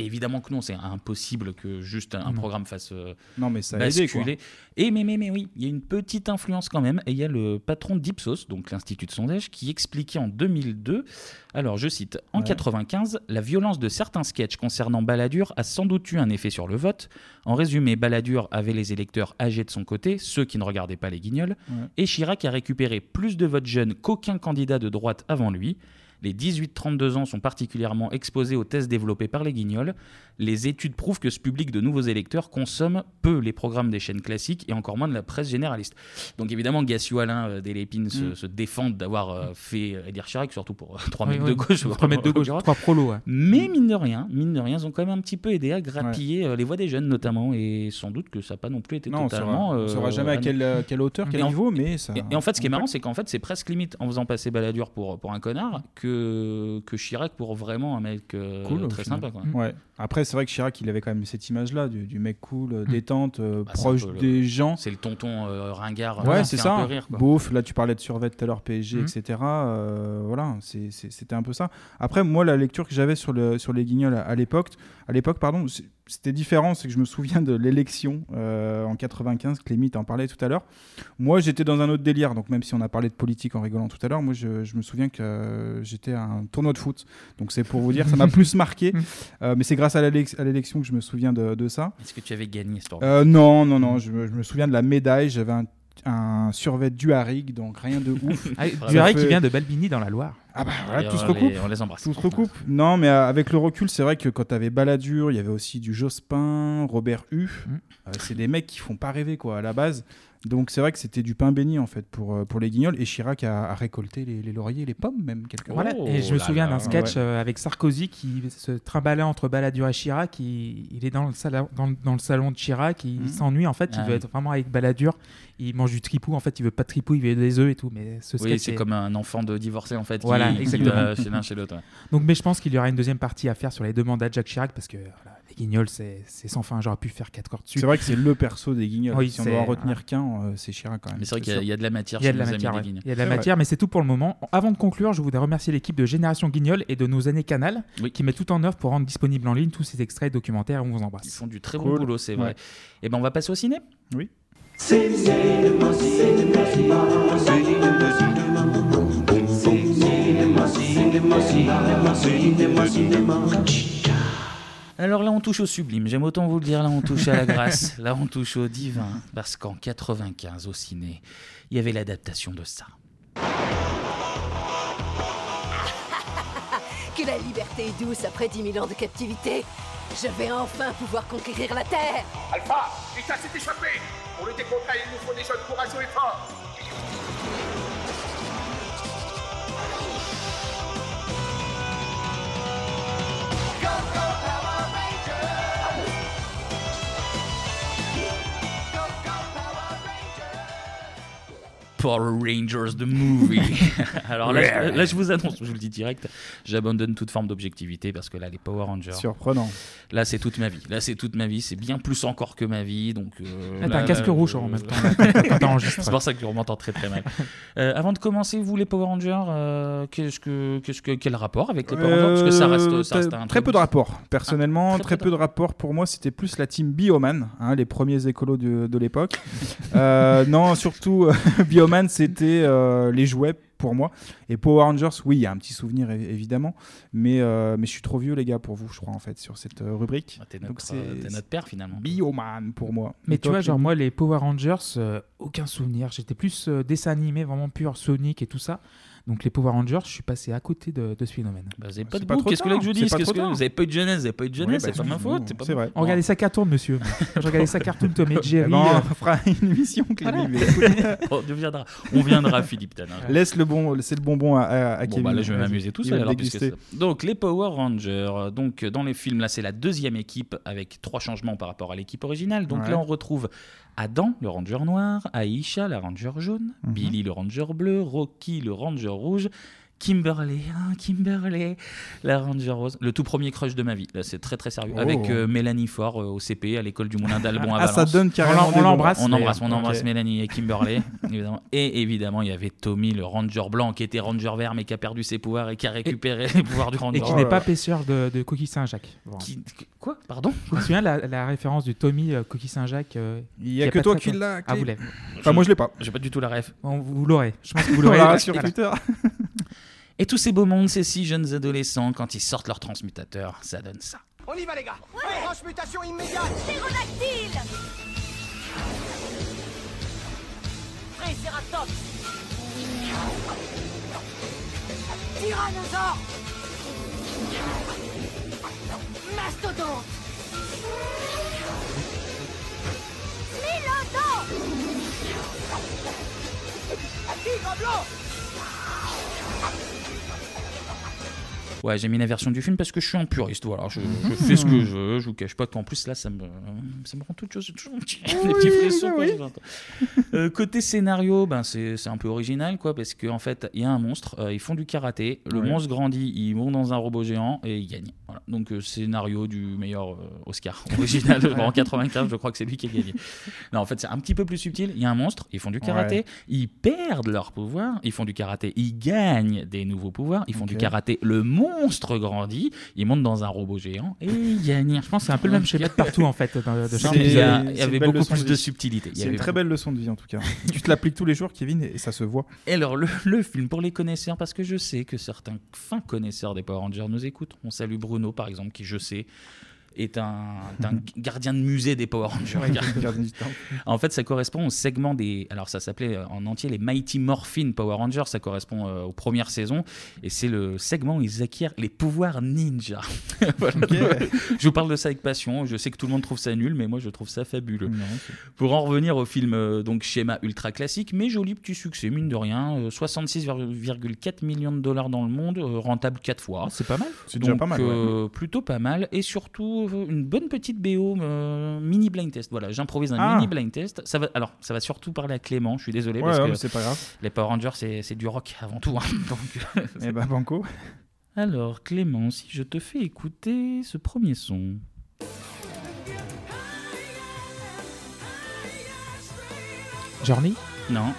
Speaker 1: Évidemment que non, c'est impossible que juste un, un
Speaker 7: Mm.
Speaker 1: programme fasse euh,
Speaker 7: Non, mais ça a aidé,
Speaker 1: basculer.
Speaker 7: quoi.
Speaker 1: Et mais, mais, mais oui, il y a une petite influence quand même. Et il y a le patron d'Ipsos, donc l'Institut de sondage, qui expliquait en 2002, alors je cite, En
Speaker 7: Ouais.
Speaker 1: 95, la violence de certains sketchs concernant Balladur a sans doute eu un effet sur le vote. En résumé, Balladur avait les électeurs âgés de son côté, ceux qui ne regardaient pas les guignols,
Speaker 7: Ouais.
Speaker 1: et Chirac a récupéré plus de votes jeunes qu'aucun candidat de droite avant lui. Les 18-32 ans sont particulièrement exposés aux tests développés par les guignols. Les études prouvent que ce public de nouveaux électeurs consomme peu les programmes des chaînes classiques et encore moins de la presse généraliste. Donc évidemment, Gassiou Alain euh, Delépine se,
Speaker 8: Mm.
Speaker 1: se défendent d'avoir euh, fait Edir Chirac, surtout pour euh, trois
Speaker 8: Oui,
Speaker 1: mecs
Speaker 8: oui.
Speaker 1: de gauche.
Speaker 8: Trois mecs de gauche, trois hein. prolos,
Speaker 1: <laughs>
Speaker 8: ouais.
Speaker 1: Mais mine de rien, mine de rien, ils ont quand même un petit peu aidé à grappiller euh, les voix des jeunes notamment, et sans doute que ça n'a pas non plus été
Speaker 7: Non, on saura-
Speaker 1: totalement.
Speaker 7: on saura jamais à quelle, euh, quelle hauteur, quel
Speaker 1: Et en-
Speaker 7: niveau, mais ça-
Speaker 1: Et, et en fait, ce qui est marrant, c'est qu'en fait, c'est presque limite en faisant passer Balladur pour pour un connard que que Chirac pour vraiment un mec euh,
Speaker 7: Cool, au
Speaker 1: très
Speaker 7: final. Mm.
Speaker 1: sympa. Quoi.
Speaker 7: Ouais. Après, c'est vrai que Chirac, il avait quand même cette image-là du, du mec cool, euh,
Speaker 1: Mm.
Speaker 7: détente, euh,
Speaker 1: Bah, c'est un
Speaker 7: proche
Speaker 1: peu le-
Speaker 7: des gens.
Speaker 1: C'est le tonton euh, ringard. euh,
Speaker 7: Ouais,
Speaker 1: qui
Speaker 7: c'est
Speaker 1: fait
Speaker 7: ça.
Speaker 1: Un peu rire, quoi.
Speaker 7: Beauf, là tu parlais de Survet tout à l'heure, PSG,
Speaker 1: Mhm.
Speaker 7: etc. Euh, voilà, c'est- c'est- c'était un peu ça. Après, moi, la lecture que j'avais sur, le, sur les guignols à, à l'époque, à l'époque, pardon, c'est- c'était différent, c'est que je me souviens de l'élection euh, en 95, Clémy t'en parlais tout à l'heure. Moi, j'étais dans un autre délire, donc même si on a parlé de politique en rigolant tout à l'heure, moi, je, je me souviens que euh, j'étais à un tournoi de foot. Donc c'est pour vous dire, ça
Speaker 1: <laughs>
Speaker 7: m'a plus marqué,
Speaker 1: Mm.
Speaker 7: Euh, mais c'est grâce à l'élec- à l'élection que je me souviens de, de ça.
Speaker 1: Est-ce que tu avais gagné ce tournoi
Speaker 7: Euh, Non, non, non. Je me, je me souviens de la médaille. J'avais un, un survêt du Harig, donc rien de
Speaker 8: <laughs>
Speaker 7: ouf.
Speaker 8: Ah,
Speaker 7: Ça
Speaker 8: Duharry
Speaker 7: fait-
Speaker 8: qui vient de Balbini dans la Loire.
Speaker 7: Ah bah voilà,
Speaker 8: Et
Speaker 7: tout se
Speaker 8: on
Speaker 7: recoupe.
Speaker 8: les- on les embrasse.
Speaker 7: Tout se
Speaker 1: <laughs>
Speaker 7: recoupe. Non, mais euh, avec le recul, c'est vrai que quand t'avais Balladur, il y avait aussi du Jospin, Robert Hu.
Speaker 8: Mm.
Speaker 7: Euh, c'est des mecs qui font pas rêver, quoi, à la base. Donc c'est vrai que c'était du pain béni, en fait, pour, euh, pour les guignols. Et Chirac a, a récolté les, les lauriers, les pommes, même, quelque
Speaker 8: Voilà,
Speaker 7: part.
Speaker 1: Oh
Speaker 8: et je me souviens d'un sketch
Speaker 7: Ouais.
Speaker 8: euh, avec Sarkozy qui se trimballait entre Balladur et Chirac. Il, il est dans le, salon, dans, le- dans le salon de Chirac, il
Speaker 7: Mhm.
Speaker 8: s'ennuie en fait, il
Speaker 1: Ah
Speaker 8: veut
Speaker 1: oui.
Speaker 8: être vraiment avec Balladur. Il mange du tripou, en fait, il veut pas de tripou, il veut des œufs et tout. Mais ce sketch
Speaker 1: Oui, c'est
Speaker 8: est-
Speaker 1: comme un enfant de divorcé en fait. qui-
Speaker 8: Voilà,
Speaker 1: qui,
Speaker 8: exactement.
Speaker 1: va chez l'un chez l'autre. ouais.
Speaker 8: Donc, mais je pense qu'il y aura une deuxième partie à faire sur les deux mandats de Jacques Chirac parce que voilà, les Guignols, c'est c'est sans fin. J'aurais pu faire quatre cordes dessus.
Speaker 7: C'est vrai que c'est le perso des guignols.
Speaker 8: Oui,
Speaker 7: si on
Speaker 8: c'est-
Speaker 7: doit en retenir qu'un, euh, c'est Chirac quand même.
Speaker 1: Mais c'est vrai qu'il y a-
Speaker 7: sûr.
Speaker 1: il y a de la matière
Speaker 8: Il y a
Speaker 1: chez
Speaker 8: de la
Speaker 1: nos amis
Speaker 8: matière,
Speaker 1: des
Speaker 8: ouais.
Speaker 1: Guignols.
Speaker 8: Il y a de la
Speaker 1: C'est vrai.
Speaker 8: matière, mais c'est tout pour le moment. Avant de conclure, je voudrais remercier l'équipe de Génération Guignol et de nos années Canal qui met tout en œuvre pour rendre disponibles en ligne tous ces extraits et documentaires. On vous embrasse. Ils
Speaker 1: font du très bon boulot, c'est vrai. Et ben on va passer au ciné.
Speaker 7: Oui.
Speaker 1: Alors là, on touche au sublime. J'aime autant vous le dire. Là, on touche à la grâce. là, on touche au divin. Parce qu'en 95, au ciné, il y avait l'adaptation de ça.
Speaker 3: Que la liberté est douce après 10 000 ans de captivité. Je vais enfin pouvoir conquérir la Terre.
Speaker 22: Alpha, l'État s'est échappé Pour le décontraire, il nous faut des jeunes courageux et forts
Speaker 1: Power Rangers the Movie. <laughs> Alors là, je- là, je vous annonce, je vous le dis direct, j'abandonne toute forme d'objectivité parce que là, les Power Rangers.
Speaker 7: Surprenant.
Speaker 1: Là, c'est toute ma vie. Là, c'est toute ma vie. C'est bien plus encore que ma vie. Donc. euh,
Speaker 8: Ah, t'as
Speaker 1: là,
Speaker 8: un casque
Speaker 1: là,
Speaker 8: rouge,
Speaker 1: je-
Speaker 8: hein, en même temps, quand t'enregistres.
Speaker 1: <laughs> c'est pour ça que on m'entend très très mal. Euh, avant de commencer, vous les Power Rangers, euh, qu'est-ce que, qu'est-ce que, quel rapport avec les Power Rangers Parce que ça reste, ça
Speaker 7: Euh,
Speaker 1: reste
Speaker 7: t'as-
Speaker 1: un
Speaker 7: très peu de rapport. Personnellement,
Speaker 1: Ah,
Speaker 7: très, peu de rapport. Pour moi, c'était plus la team Bioman, hein, les premiers écolos de, de
Speaker 1: <laughs>
Speaker 7: l'époque. Euh, non, surtout euh, <laughs> Bioman, c'était euh, les jouets pour moi. Et Power Rangers, oui, il y a un petit souvenir é- évidemment, mais euh, mais je suis trop vieux les gars pour vous, je crois en fait sur cette euh, rubrique.
Speaker 1: T'es notre,
Speaker 7: Donc, c'est-
Speaker 1: euh, t'es notre père finalement.
Speaker 7: Bioman pour moi.
Speaker 8: Mais
Speaker 7: Et
Speaker 8: tu
Speaker 7: toi,
Speaker 8: vois, genre
Speaker 7: Clément
Speaker 8: moi, les Power Rangers, euh, aucun souvenir. J'étais plus euh, dessin animé, vraiment pur, Sonic et tout ça. Donc les Power Rangers, je suis passé à côté de, de ce phénomène.
Speaker 1: Bah, vous avez pas de goût. Qu'est-ce que là que je vous dis Qu'est-ce que- Vous n'avez pas eu de jeunesse, vous n'avez pas eu de jeunesse,
Speaker 7: bah,
Speaker 1: c'est pas ma faute. pas ma faute.
Speaker 8: On regardait sa cartoon, monsieur. <laughs> Je regardais sa cartoon, Tom et Jerry.
Speaker 7: <laughs> Eh ben,
Speaker 8: euh,
Speaker 7: on fera une émission, Clémy,
Speaker 8: Voilà.
Speaker 7: mais écoute.
Speaker 1: on viendra, on viendra, Philippe Tanin.
Speaker 7: Laisse le bon, laissez le bonbon à, à, à
Speaker 1: Bon,
Speaker 7: Kevin.
Speaker 1: bah là, je vais
Speaker 7: Vas-y.
Speaker 1: m'amuser tout
Speaker 7: Il
Speaker 1: seul.
Speaker 7: va
Speaker 1: alors,
Speaker 7: déguster.
Speaker 1: puisque c'est- donc, les Power Rangers. Donc, dans les films, là, c'est la deuxième équipe avec trois changements par rapport à l'équipe originale. Donc,
Speaker 7: Ouais.
Speaker 1: là, on retrouve Adam, le Ranger noir, Aisha, la Ranger jaune,
Speaker 7: Mhm.
Speaker 1: Billy, le Ranger bleu, Rocky, le Ranger rouge. Kimberly, hein, Kimberly, la Ranger Rose, le tout premier crush de ma vie. Là, c'est très très sérieux.
Speaker 7: Oh.
Speaker 1: Avec euh, Mélanie Faure euh, au CP à l'école du Moulin d'Albon
Speaker 7: <laughs>
Speaker 1: à
Speaker 7: Ah, ça
Speaker 1: Valence.
Speaker 7: donne carrément des
Speaker 1: On
Speaker 7: noms.
Speaker 1: l'embrasse, on
Speaker 7: d'ailleurs.
Speaker 1: embrasse, on embrasse
Speaker 7: Ok.
Speaker 1: Mélanie
Speaker 8: <laughs>
Speaker 1: et Kimberley, évidemment. Et évidemment, il y avait Tommy, le ranger blanc, qui était ranger vert, mais qui a perdu ses pouvoirs et qui a récupéré
Speaker 8: <laughs>
Speaker 1: les pouvoirs du ranger.
Speaker 8: Et qui n'est pas pêcheur de, de Coquille Saint-Jacques.
Speaker 1: Quoi Pardon
Speaker 8: Je me souviens la, la référence du Tommy euh, Coquille Saint-Jacques. euh,
Speaker 7: Il y a
Speaker 8: qui
Speaker 7: que
Speaker 8: pas
Speaker 7: toi
Speaker 8: très-
Speaker 7: qui l'as,
Speaker 8: Ah,
Speaker 7: Clé.
Speaker 8: vous l'avez.
Speaker 7: Enfin, moi, je l'ai pas.
Speaker 1: J'ai pas du tout la ref.
Speaker 8: Bon, vous vous l'aurez. Je pense que vous
Speaker 1: On
Speaker 8: l'aurez.
Speaker 1: l'aura
Speaker 8: Voilà.
Speaker 1: sur Twitter. Et tous ces beaux mondes, ces six jeunes adolescents, quand ils sortent leur transmutateur, ça donne ça.
Speaker 22: On y va les gars ouais. Transmutation immédiate
Speaker 23: Ptérodactyle
Speaker 22: Triceratops Tyrannosaure
Speaker 3: Tyrannosaure Mastodonte Mélodon Tigre blanc
Speaker 1: Ouais, j'ai mis la version du film parce que je suis un puriste. Voilà, je,
Speaker 2: Mhm.
Speaker 1: je fais ce que je veux, je vous cache pas qu'en plus là, ça me, ça me rend toute chose. Toujours un petit- des petits frissons. quand
Speaker 2: Ah oui.
Speaker 1: je l'entends. Euh, côté scénario, ben c'est c'est un peu original quoi, parce qu'en fait, il y a un monstre, euh, ils font du karaté, le
Speaker 2: Ouais.
Speaker 1: monstre grandit, ils vont dans un robot géant et ils gagnent. Voilà. Donc euh, scénario du meilleur euh,
Speaker 2: <laughs>
Speaker 1: Oscar original
Speaker 2: Ouais.
Speaker 1: en 95, je crois que c'est lui qui a gagné. Non, en fait, c'est un petit peu plus subtil. Il y a un monstre, ils font du karaté,
Speaker 2: Ouais.
Speaker 1: ils perdent leur pouvoir, ils font du karaté, ils gagnent des nouveaux pouvoirs, ils font du
Speaker 2: Ok.
Speaker 1: karaté, le monstre grandit, ils montent dans un robot géant et ils gagnent. Je pense que
Speaker 8: c'est un peu le même schéma de partout, en fait, dans- de chaque
Speaker 1: Il
Speaker 8: épisode.
Speaker 1: y a- il y
Speaker 8: C'est une
Speaker 1: avait
Speaker 8: belle
Speaker 1: beaucoup
Speaker 8: leçon de
Speaker 1: plus de
Speaker 8: vie.
Speaker 1: subtilité. Il y
Speaker 7: C'est une
Speaker 1: avait
Speaker 7: très belle leçon de vie en tout
Speaker 1: <laughs>
Speaker 7: cas. tu te l'appliques tous les jours, Kevin, et et ça se voit.
Speaker 1: Et alors, le, le film, pour les connaisseurs, parce que je sais que certains fins connaisseurs des Power Rangers nous écoutent. On salue Bruno, par exemple, qui, je sais, est un, est un gardien de musée des Power Rangers.
Speaker 7: Ouais, <laughs> gardien du
Speaker 1: <laughs>
Speaker 7: temple.
Speaker 1: en fait, ça correspond au segment des. Alors, ça s'appelait euh, en entier les Mighty Morphin Power Rangers. Ça correspond euh, aux premières saisons. Et c'est le segment où ils acquièrent les pouvoirs ninja. <laughs> Voilà. je vous parle de ça avec passion. Je sais que tout le monde trouve ça nul, mais moi, je trouve ça fabuleux. Pour en revenir au film, euh, donc schéma ultra classique, mais joli petit succès, mine de rien. Euh, 66,4 millions de dollars dans le monde, euh, rentable 4 fois.
Speaker 8: C'est pas mal.
Speaker 7: C'est déjà
Speaker 1: Donc,
Speaker 7: pas mal, ouais.
Speaker 1: euh, plutôt pas mal. Et surtout, euh, une bonne petite BO, euh, mini blind test. Voilà, j'improvise un
Speaker 7: Ah.
Speaker 1: mini blind test. Ça va, alors, ça va surtout parler à Clément, je suis désolé.
Speaker 7: Ouais,
Speaker 1: parce
Speaker 7: ouais,
Speaker 1: que
Speaker 7: mais c'est pas grave.
Speaker 1: Les Power Rangers, c'est c'est du rock avant tout. hein. <laughs> Donc,
Speaker 7: Eh ben,
Speaker 1: <laughs>
Speaker 7: Banco.
Speaker 1: Alors, Clément, si je te fais écouter ce premier son.
Speaker 8: Journey
Speaker 1: Non.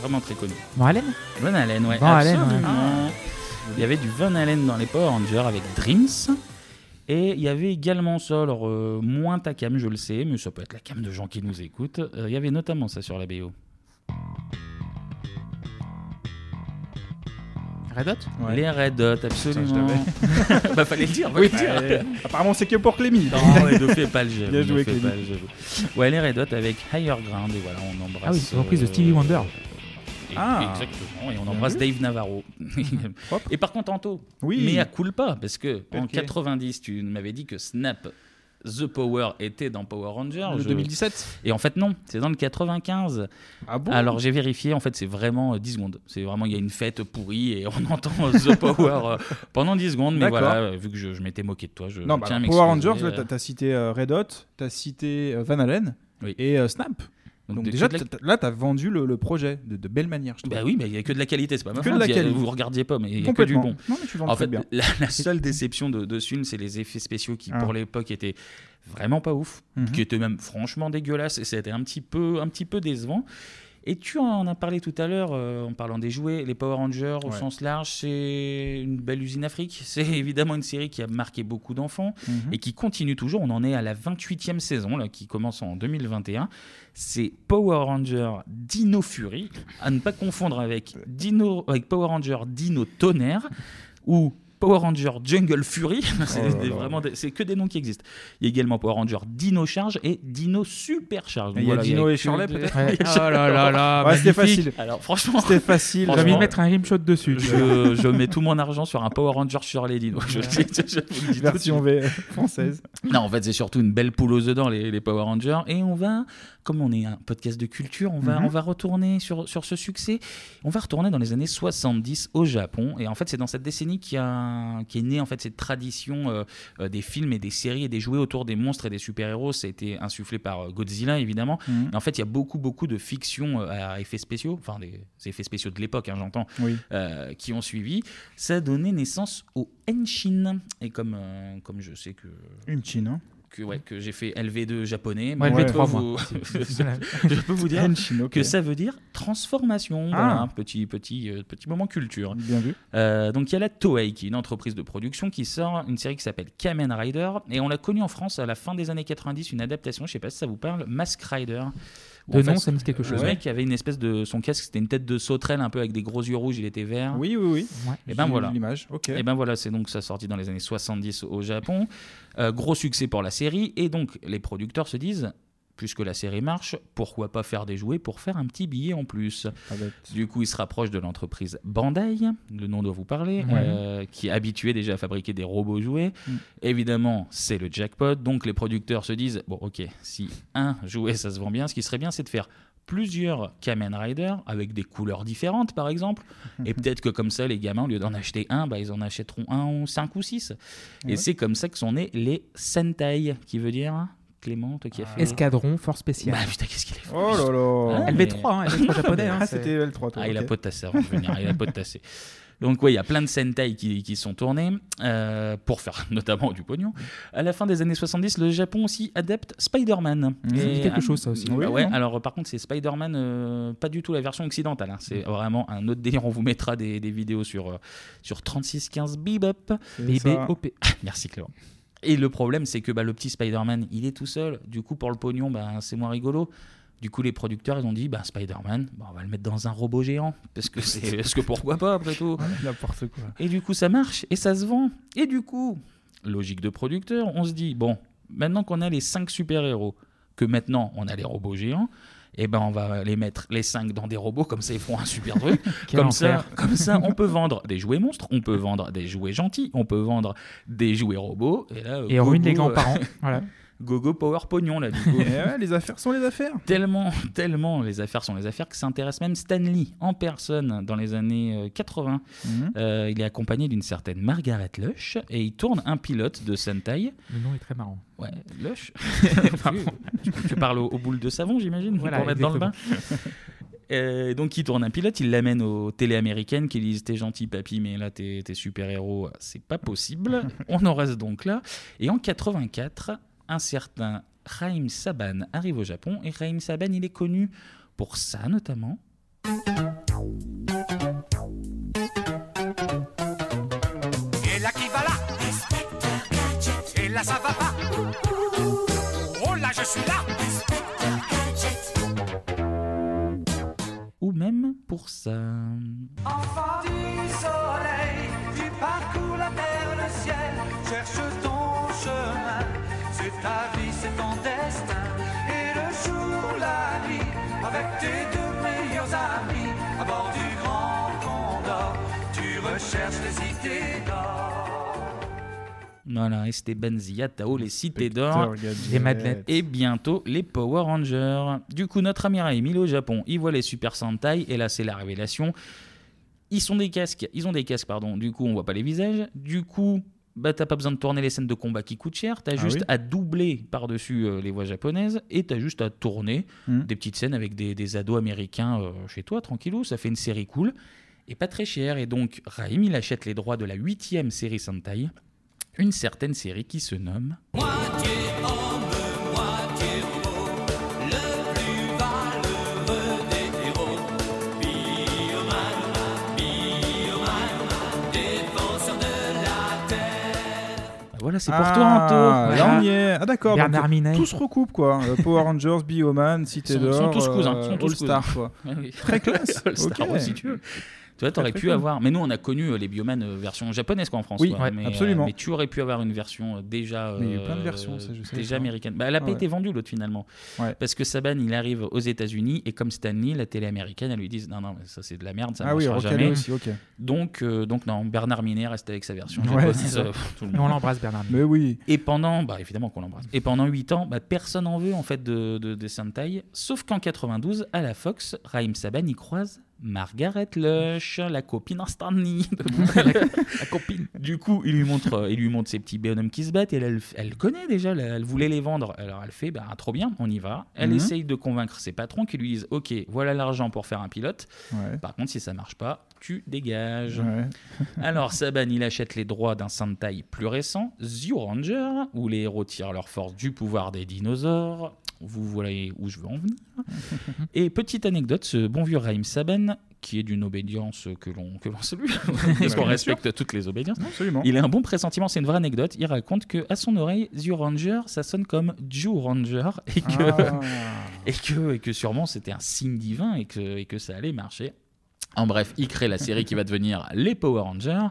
Speaker 1: Vraiment très connu.
Speaker 8: Van Halen
Speaker 1: Van Halen, ouais.
Speaker 8: Van Halen, ouais.
Speaker 1: absolument. Il y avait du Van Halen dans les Power Rangers avec Dreams. Et il y avait également ça, alors euh, moins ta cam, je le sais, mais ça peut être la cam de gens qui nous écoutent. Euh, Il y avait notamment ça sur la BO.
Speaker 8: Red Hot
Speaker 1: Les Red Hot, absolument.
Speaker 7: Putain, je l'avais.
Speaker 1: <laughs> bah fallait le dire, fallait le dire.
Speaker 7: Ouais. <laughs> Apparemment, c'est que pour Clémy. <laughs>
Speaker 1: Non, ouais, ne fais pas le jeu.
Speaker 7: Bien
Speaker 1: ne
Speaker 7: joué,
Speaker 1: fais
Speaker 7: Clémy.
Speaker 1: pas le jeu. Ouais, les Red Hot avec Higher Ground, et voilà, on embrasse.
Speaker 8: Ah oui, c'est une reprise de Stevie Wonder.
Speaker 1: Et-
Speaker 8: Ah.
Speaker 1: Exactement, et on
Speaker 8: Bien
Speaker 1: embrasse
Speaker 8: vu. <laughs>
Speaker 1: Dave Navarro. et par contre, Anto,
Speaker 8: Oui.
Speaker 1: mais à pas, parce que en
Speaker 8: Ok.
Speaker 1: 90, tu m'avais dit que Snap. The Power était dans Power Rangers.
Speaker 8: Le 2017.
Speaker 1: Et en fait, non, c'est dans le 95.
Speaker 7: Ah bon
Speaker 1: Alors j'ai vérifié, en fait, c'est vraiment euh, 10 secondes. C'est vraiment, il y a une fête pourrie et on <laughs> entend euh, The Power euh, pendant 10 secondes. Mais
Speaker 7: D'accord.
Speaker 1: voilà, euh, vu que je, je m'étais moqué de toi, je
Speaker 7: Non, bah,
Speaker 1: tiens à
Speaker 7: alors, Power
Speaker 1: m'excuser,
Speaker 7: Rangers, là,
Speaker 1: euh,
Speaker 7: t'as- t'as cité euh, Red Hot, t'as cité euh, Van Halen et euh, Snap.
Speaker 1: Donc,
Speaker 7: Donc,
Speaker 1: des-
Speaker 7: déjà,
Speaker 1: que de la-
Speaker 7: t'as- là, t'as vendu le, le projet de, de belle manière, je trouve.
Speaker 1: Bah oui, mais il n'y a que de la qualité, c'est pas ma
Speaker 7: Que de
Speaker 1: faute,
Speaker 7: la
Speaker 1: il y a-
Speaker 7: qualité.
Speaker 1: Vous regardiez pas, mais il y a que du
Speaker 7: Complètement.
Speaker 1: bon.
Speaker 7: Non, mais tu vends
Speaker 1: en
Speaker 7: très
Speaker 1: fait,
Speaker 7: bien.
Speaker 1: La, la seule déception de, de ce film, c'est les effets spéciaux qui,
Speaker 7: Ah.
Speaker 1: pour l'époque, étaient vraiment pas ouf,
Speaker 7: Mhm.
Speaker 1: qui étaient même franchement dégueulasses, et c'était un petit peu, un petit peu décevant. Et tu en as parlé tout à l'heure euh, en parlant des jouets, les Power Rangers au
Speaker 7: Ouais.
Speaker 1: sens large, c'est une belle usine Afrique. <laughs> C'est évidemment une série qui a marqué beaucoup d'enfants
Speaker 7: Mhm.
Speaker 1: et qui continue toujours. On en est à la 28e saison là, qui commence en 2021. C'est Power Ranger Dino Fury, à ne pas confondre avec, Dino, avec Power Ranger Dino Tonnerre ou Power Ranger Jungle Fury. <laughs> c'est
Speaker 2: Oh là
Speaker 1: des-
Speaker 2: là.
Speaker 1: vraiment des- c'est que des noms qui existent. Il y a également Power Ranger Dino Charge et Dino Super Charge.
Speaker 7: Et il y a Dino et Charlet, peut-être
Speaker 1: Ouais.
Speaker 7: Oh
Speaker 8: Ah
Speaker 7: là là, Ouais, c'était magnifique. facile.
Speaker 1: Alors franchement,
Speaker 7: C'était facile.
Speaker 1: Franchement,
Speaker 7: J'ai envie de
Speaker 8: mettre un rimshot dessus. <laughs>
Speaker 1: Je, je mets tout mon argent sur un Power Ranger sur les dinos. Je, le dis- je vous le dis tout de
Speaker 7: Version
Speaker 1: suite.
Speaker 7: V française.
Speaker 1: Non, en fait, c'est surtout une belle poule aux œufs d'or, les, les Power Rangers. Et on va, comme on est un podcast de culture, on va,
Speaker 7: Mhm.
Speaker 1: on va retourner sur, sur ce succès. On va retourner dans les années 70 au Japon. Et en fait, c'est dans cette décennie qui a, qui est née en fait, cette tradition euh, euh, des films et des séries et des jouets autour des monstres et des super-héros. Ça a été insufflé par euh, Godzilla, évidemment.
Speaker 7: Mhm.
Speaker 1: Mais en fait, il y a beaucoup, beaucoup de fiction euh, à effets spéciaux, enfin des effets spéciaux de l'époque, hein, j'entends,
Speaker 7: <laughs> Oui.
Speaker 1: euh, qui ont suivi. Ça a donné naissance au Henshin. Et comme, euh, comme je sais que
Speaker 7: Une chine, hein.
Speaker 1: que, ouais, que j'ai fait LV2 japonais.
Speaker 7: Ouais,
Speaker 1: mais je
Speaker 7: LV3,
Speaker 1: peux
Speaker 7: moi.
Speaker 1: vous- <laughs>
Speaker 7: C'est- c'est la-
Speaker 1: je peux vous dire
Speaker 7: Henshin, ok.
Speaker 1: que ça veut dire transformation.
Speaker 7: Ah.
Speaker 1: Voilà, un petit, petit, euh, petit moment culture.
Speaker 7: Bien vu.
Speaker 1: Euh, donc il y a la Toei, qui est une entreprise de production qui sort une série qui s'appelle Kamen Rider. Et on l'a connue en France à la fin des années 90, une adaptation, je sais pas si ça vous parle, Mask Rider. Où,
Speaker 8: De
Speaker 1: en
Speaker 8: nom, ça me dit quelque chose,
Speaker 1: Le
Speaker 8: ouais.
Speaker 1: mec avait une espèce de. Son casque, c'était une tête de sauterelle un peu avec des gros yeux rouges, il était vert.
Speaker 7: Oui, oui, oui. Ouais.
Speaker 1: Et ben
Speaker 7: J'ai
Speaker 1: voilà.
Speaker 7: l'image, ok.
Speaker 1: Et ben voilà, c'est donc ça sorti dans les années 70 au Japon. Euh, gros succès pour la série. Et donc, les producteurs se disent Puisque la série marche, pourquoi pas faire des jouets pour faire un petit billet en plus
Speaker 7: Ah, bah,
Speaker 1: Du coup, il se rapproche de l'entreprise Bandai, le nom doit vous parler,
Speaker 8: Ouais.
Speaker 1: euh, qui est habitué déjà à fabriquer des robots jouets.
Speaker 8: Mm.
Speaker 1: Évidemment, c'est le jackpot, donc les producteurs se disent bon, ok, si un jouet ça se vend bien, ce qui serait bien, c'est de faire plusieurs Kamen Rider avec des couleurs différentes, par exemple.
Speaker 8: <laughs>
Speaker 1: Et peut-être que comme ça, les gamins, au lieu d'en acheter un, bah, ils en achèteront un ou cinq ou six. Et
Speaker 8: Ouais.
Speaker 1: c'est comme ça que sont nés les Sentai, qui veut dire. Clément, toi
Speaker 8: Ah.
Speaker 1: qui as fait.
Speaker 8: Escadron, force spéciale.
Speaker 1: Bah putain, qu'est-ce qu'il est
Speaker 7: Oh là là.
Speaker 8: LV3, hein, LV3 japonais,
Speaker 7: <laughs>
Speaker 8: hein,
Speaker 1: Ah,
Speaker 8: c'est-
Speaker 1: c'était
Speaker 7: LV3, toi,
Speaker 1: Ah, il a
Speaker 7: ok.
Speaker 1: pas de tasser, je veux dire, il a pas de tasser. Donc oui, il y a plein de Sentai qui, qui sont tournés euh, pour faire <laughs> notamment du pognon. À la fin des années 70, le Japon aussi adapte Spider-Man.
Speaker 8: Mmh. Ça me dit
Speaker 1: Et-
Speaker 8: quelque chose, ça aussi.
Speaker 1: Ah
Speaker 8: Oui,
Speaker 1: ouais,
Speaker 8: non
Speaker 1: alors euh, par contre, c'est Spider-Man, euh, pas du tout la version occidentale. hein. C'est vraiment un autre délire. On vous mettra des, des vidéos sur, euh, sur 3615 Bebop.
Speaker 8: C'est ça.
Speaker 1: BBOP. Ah, Merci Clément. Et le problème, c'est que bah, le petit Spider-Man, il est tout seul. Du coup, pour le pognon, bah, c'est moins rigolo. Du coup, les producteurs, ils ont dit bah, Spider-Man, bah, on va le mettre dans un robot géant. Parce
Speaker 8: <laughs>
Speaker 1: que, c'est, parce que pourquoi pas, après tout
Speaker 7: Ah, N'importe quoi.
Speaker 1: Et du coup, ça marche et ça se vend. Et du coup, logique de producteur, on se dit bon, maintenant qu'on a les 5 super-héros, que maintenant on a les robots géants, et ben on va les mettre les 5 dans des robots, comme ça ils font un super truc.
Speaker 8: Quel
Speaker 1: comme, ça,
Speaker 8: enfer.
Speaker 1: comme ça,
Speaker 8: <laughs>
Speaker 1: on peut vendre des jouets monstres, on peut vendre des jouets gentils, on peut vendre des jouets robots. Et là, euh,
Speaker 8: Et on ruine
Speaker 1: gogo,
Speaker 8: les
Speaker 1: euh,
Speaker 8: grands-parents, voilà.
Speaker 1: Gogo Power Pognon,
Speaker 8: <laughs>
Speaker 1: là, du coup.
Speaker 7: Eh ouais, les affaires sont les affaires.
Speaker 1: Tellement, tellement les affaires sont les affaires que s'intéresse même Stanley en personne dans les années euh, 80. Euh, il est accompagné d'une certaine Margaret Lush et il tourne un pilote de Sentai.
Speaker 8: Le nom est très marrant.
Speaker 1: Ouais, Lush. Pardon. tu parles aux, aux boules de savon, j'imagine,
Speaker 8: Voilà,
Speaker 1: pour mettre dans le bain.
Speaker 8: exactement.
Speaker 1: <laughs> Euh, donc, il tourne un pilote, il l'amène aux télé américaines qui disent T'es gentil, papy, mais là, t'es t'es super-héros, c'est pas possible. On en reste donc là. Et en 84, un certain Raim Saban arrive au Japon. Et Raim Saban, il est connu pour ça notamment.
Speaker 2: Et là qui va là Et là ça va pas Oh là je suis là
Speaker 1: Ou même pour ça.
Speaker 2: Enfant du soleil, tu parcours la terre, le ciel, cherche ton chemin. C'est ta vie, c'est ton destin. Et le jour, la nuit, avec tes deux meilleurs amis, à bord du grand condor, tu recherches les idées d'or.
Speaker 1: Voilà, Esteban Zia, Tao, les Cités d'Or,
Speaker 8: Gadget. Les Madeleines.
Speaker 1: et bientôt les Power Rangers. Du coup, notre ami Raimi, il est au Japon, il voit les Super Sentai, et là, c'est la révélation. Ils sont des casques, ils ont des casques, pardon. Du coup, on voit pas les visages. Du coup, bah, t'as pas besoin de tourner les scènes de combat qui coûtent cher, t'as
Speaker 8: Ah
Speaker 1: juste
Speaker 8: oui.
Speaker 1: à doubler par-dessus euh, les voix japonaises, et t'as juste à tourner
Speaker 8: Mhm.
Speaker 1: des petites scènes avec des, des ados américains euh, chez toi, tranquillou. Ça fait une série cool, et pas très chère. Et donc, Raimi, il achète les droits de la huitième série Sentai une certaine série qui se nomme. Voilà, c'est
Speaker 7: Ah,
Speaker 1: pour toi, Anto.
Speaker 7: Là, on
Speaker 1: Voilà.
Speaker 7: y est. Ah, d'accord. donc,
Speaker 1: Bernard Minet.
Speaker 7: Tout se recoupe, quoi. Euh, Power Rangers, Bioman, Cité
Speaker 1: Ils sont-
Speaker 7: d'Or.
Speaker 1: sont tous cousins,
Speaker 7: euh,
Speaker 1: sont tous
Speaker 7: All Star,
Speaker 1: cousins.
Speaker 7: quoi.
Speaker 1: Ouais, Ah oui. <laughs>
Speaker 7: Très classe.
Speaker 1: All Star,
Speaker 7: Ok.
Speaker 1: ouais, si tu veux. Tu vois, t'aurais
Speaker 7: Très, très
Speaker 1: pu
Speaker 7: cool.
Speaker 1: avoir. Mais nous, on a connu euh, les Bioman euh, version japonaise quoi, en France.
Speaker 7: Oui,
Speaker 1: quoi.
Speaker 7: ouais,
Speaker 1: mais, euh,
Speaker 7: absolument.
Speaker 1: mais tu aurais pu avoir une version euh, déjà.
Speaker 7: Mais il y a eu
Speaker 1: euh,
Speaker 7: plein de versions, ça, je sais
Speaker 1: Déjà
Speaker 7: pas.
Speaker 1: américaine. Bah, elle a pas
Speaker 7: Ouais.
Speaker 1: été vendue, l'autre, finalement. Parce que Saban, il arrive aux États-Unis et comme Stanley, la télé américaine, elle lui dit Non, non, mais ça, c'est de la merde, ça
Speaker 7: Ah oui,
Speaker 1: marchera
Speaker 7: recalé
Speaker 1: jamais.
Speaker 7: aussi, ok.
Speaker 1: donc, euh, donc, non, Bernard Minet reste avec sa version
Speaker 7: Ouais,
Speaker 1: japonaise,
Speaker 7: c'est ça.
Speaker 1: euh, <laughs> pff, tout le
Speaker 7: Mais on
Speaker 1: monde.
Speaker 7: l'embrasse, Bernard Minet. Mais oui.
Speaker 1: Et pendant, bah, évidemment qu'on l'embrasse. Et pendant 8 ans, bah, personne en veut en fait de, de, de Sentai. Sauf qu'en 92, à la Fox, Raim Saban y croise Margaret Lush, la copine instantanée. la, copine. Du coup, il lui montre, euh, il lui montre ses petits bonhommes qui se battent. Et elle, elle, elle connaît déjà, elle, elle voulait les vendre. Alors elle fait, bah, trop bien, on y va. Elle
Speaker 7: Mhm.
Speaker 1: essaye de convaincre ses patrons qui lui disent, ok, voilà l'argent pour faire un pilote.
Speaker 7: Ouais.
Speaker 1: Par contre, si ça marche pas, tu dégages.
Speaker 7: Ouais.
Speaker 1: Alors Saban, il achète les droits d'un Sentai plus récent, Zio Ranger, où les héros tirent leur force du pouvoir des dinosaures. Vous voyez où je veux
Speaker 7: <laughs>
Speaker 1: en venir. Et petite anecdote, ce bon vieux Raim Saban, qui est d'une obédience que l'on que l'on
Speaker 7: <laughs>
Speaker 1: salue, parce qu'on
Speaker 7: bien sûr.
Speaker 1: respecte toutes les obédiences.
Speaker 7: Absolument.
Speaker 1: Il a un bon pressentiment, c'est une vraie anecdote. Il raconte que à son oreille, Zio Ranger, ça sonne comme Jew Ranger, <laughs> et que
Speaker 7: Ah.
Speaker 1: et que et que sûrement c'était un signe divin et que et que ça allait marcher. En bref, il crée la série qui va devenir les Power Rangers.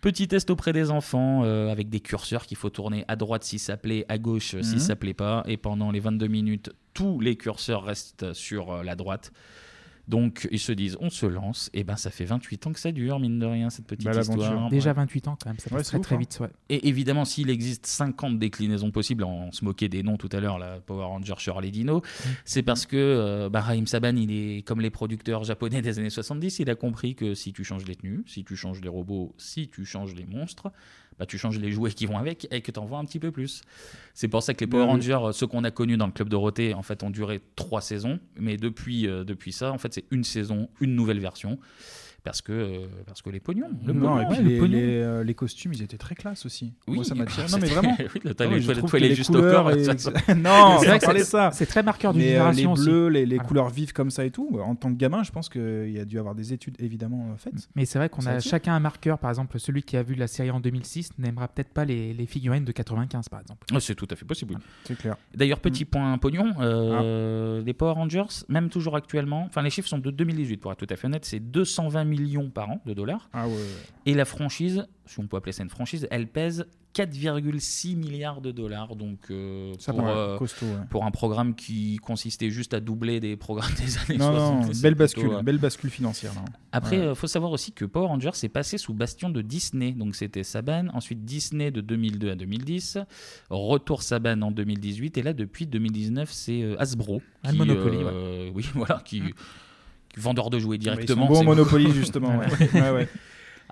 Speaker 1: Petit test auprès des enfants euh, avec des curseurs qu'il faut tourner à droite si ça plaît, à gauche euh, si
Speaker 7: Mhm.
Speaker 1: ça plaît pas. Et pendant les 22 minutes, tous les curseurs restent sur euh, la droite. Donc ils se disent on se lance. Et ben ça fait 28 ans que ça dure, mine de rien, cette petite
Speaker 8: Belle aventure.
Speaker 1: histoire.
Speaker 8: Déjà
Speaker 1: Ouais.
Speaker 8: 28 ans, quand même, ça passe Ouais, c'est très, ouf, très hein. vite, ouais.
Speaker 1: Et évidemment, s'il existe 50 déclinaisons possibles, on se moquait des noms tout à l'heure, la Power Ranger Shirley Dino, c'est parce que euh, bah, Raim Saban, il est comme les producteurs japonais des années 70, il a compris que si tu changes les tenues, si tu changes les robots, si tu changes les monstres, bah, tu changes les jouets qui vont avec et que tu en vois un petit peu plus. C'est pour ça que les Power
Speaker 7: Mhm.
Speaker 1: Rangers, euh, ceux qu'on a connus dans le Club Dorothée, en fait, ont duré trois saisons, mais depuis, euh, depuis ça, en fait, c'est une saison, une nouvelle version. Parce que, euh, parce que les pognons. Le
Speaker 7: non,
Speaker 1: pognon,
Speaker 7: et puis
Speaker 1: ouais, le
Speaker 7: les,
Speaker 1: pognon.
Speaker 7: les, euh, les costumes, ils étaient très classe aussi.
Speaker 1: Oui, bah,
Speaker 7: Moi, ça m'attire.
Speaker 1: c'était-
Speaker 7: Non, mais vraiment.
Speaker 1: Oui, là, <laughs> t'as
Speaker 7: Non,
Speaker 1: les
Speaker 7: mais je
Speaker 1: toilettes
Speaker 7: trouve que
Speaker 1: toilées
Speaker 7: les
Speaker 1: juste au
Speaker 7: couleurs
Speaker 1: corps,
Speaker 7: et-
Speaker 1: ça, ça-
Speaker 7: <laughs> non,
Speaker 1: C'est
Speaker 7: c'est
Speaker 1: vrai que
Speaker 7: parler
Speaker 1: c'est-
Speaker 7: ça.
Speaker 1: c'est très marqueur d'une
Speaker 7: Mais, euh,
Speaker 1: génération
Speaker 7: Les
Speaker 1: aussi.
Speaker 7: bleus, les, les
Speaker 1: Voilà.
Speaker 7: couleurs vives comme ça et tout. En tant que gamin, je pense qu'il y a dû avoir des études évidemment euh, faites.
Speaker 8: Mais c'est vrai qu'on
Speaker 7: Ça
Speaker 8: a
Speaker 7: attire.
Speaker 8: chacun un marqueur. Par exemple, celui qui a vu la série en 2006 n'aimera peut-être pas les, les figurines de 95, par exemple.
Speaker 1: Ouais, c'est tout à fait possible.
Speaker 7: C'est clair.
Speaker 1: D'ailleurs, petit point pognon, euh,
Speaker 7: Ah.
Speaker 1: les Power Rangers, même toujours actuellement, enfin les chiffres sont de 2018 pour être tout à fait honnête, c'est 220 millions par an de dollars.
Speaker 7: Ah
Speaker 1: Et la franchise, si on peut appeler ça une franchise, elle pèse 4,6 milliards de dollars. Donc euh,
Speaker 7: Ça
Speaker 1: pour,
Speaker 7: paraît costaud, ouais.
Speaker 1: pour un programme qui consistait juste à doubler des programmes <laughs> des années
Speaker 7: Non,
Speaker 1: 60.
Speaker 7: non,
Speaker 1: c'est
Speaker 7: belle
Speaker 1: plutôt,
Speaker 7: bascule,
Speaker 1: euh,
Speaker 7: belle bascule financière. là.
Speaker 1: après,
Speaker 7: Ouais.
Speaker 1: il faut savoir aussi que Power Rangers est passé sous bastion de Disney. Donc c'était Saban, ensuite Disney de 2002 à 2010, retour Saban en 2018, et là depuis 2019, c'est euh, Hasbro.
Speaker 8: Ah, le Monopoly,
Speaker 1: euh, <laughs> Oui, voilà, qui, qui- vendeur de jouets directement.
Speaker 7: sont bons au
Speaker 1: c'est-
Speaker 7: Monopoly,
Speaker 1: <laughs>
Speaker 7: justement, ouais. Ouais, ouais.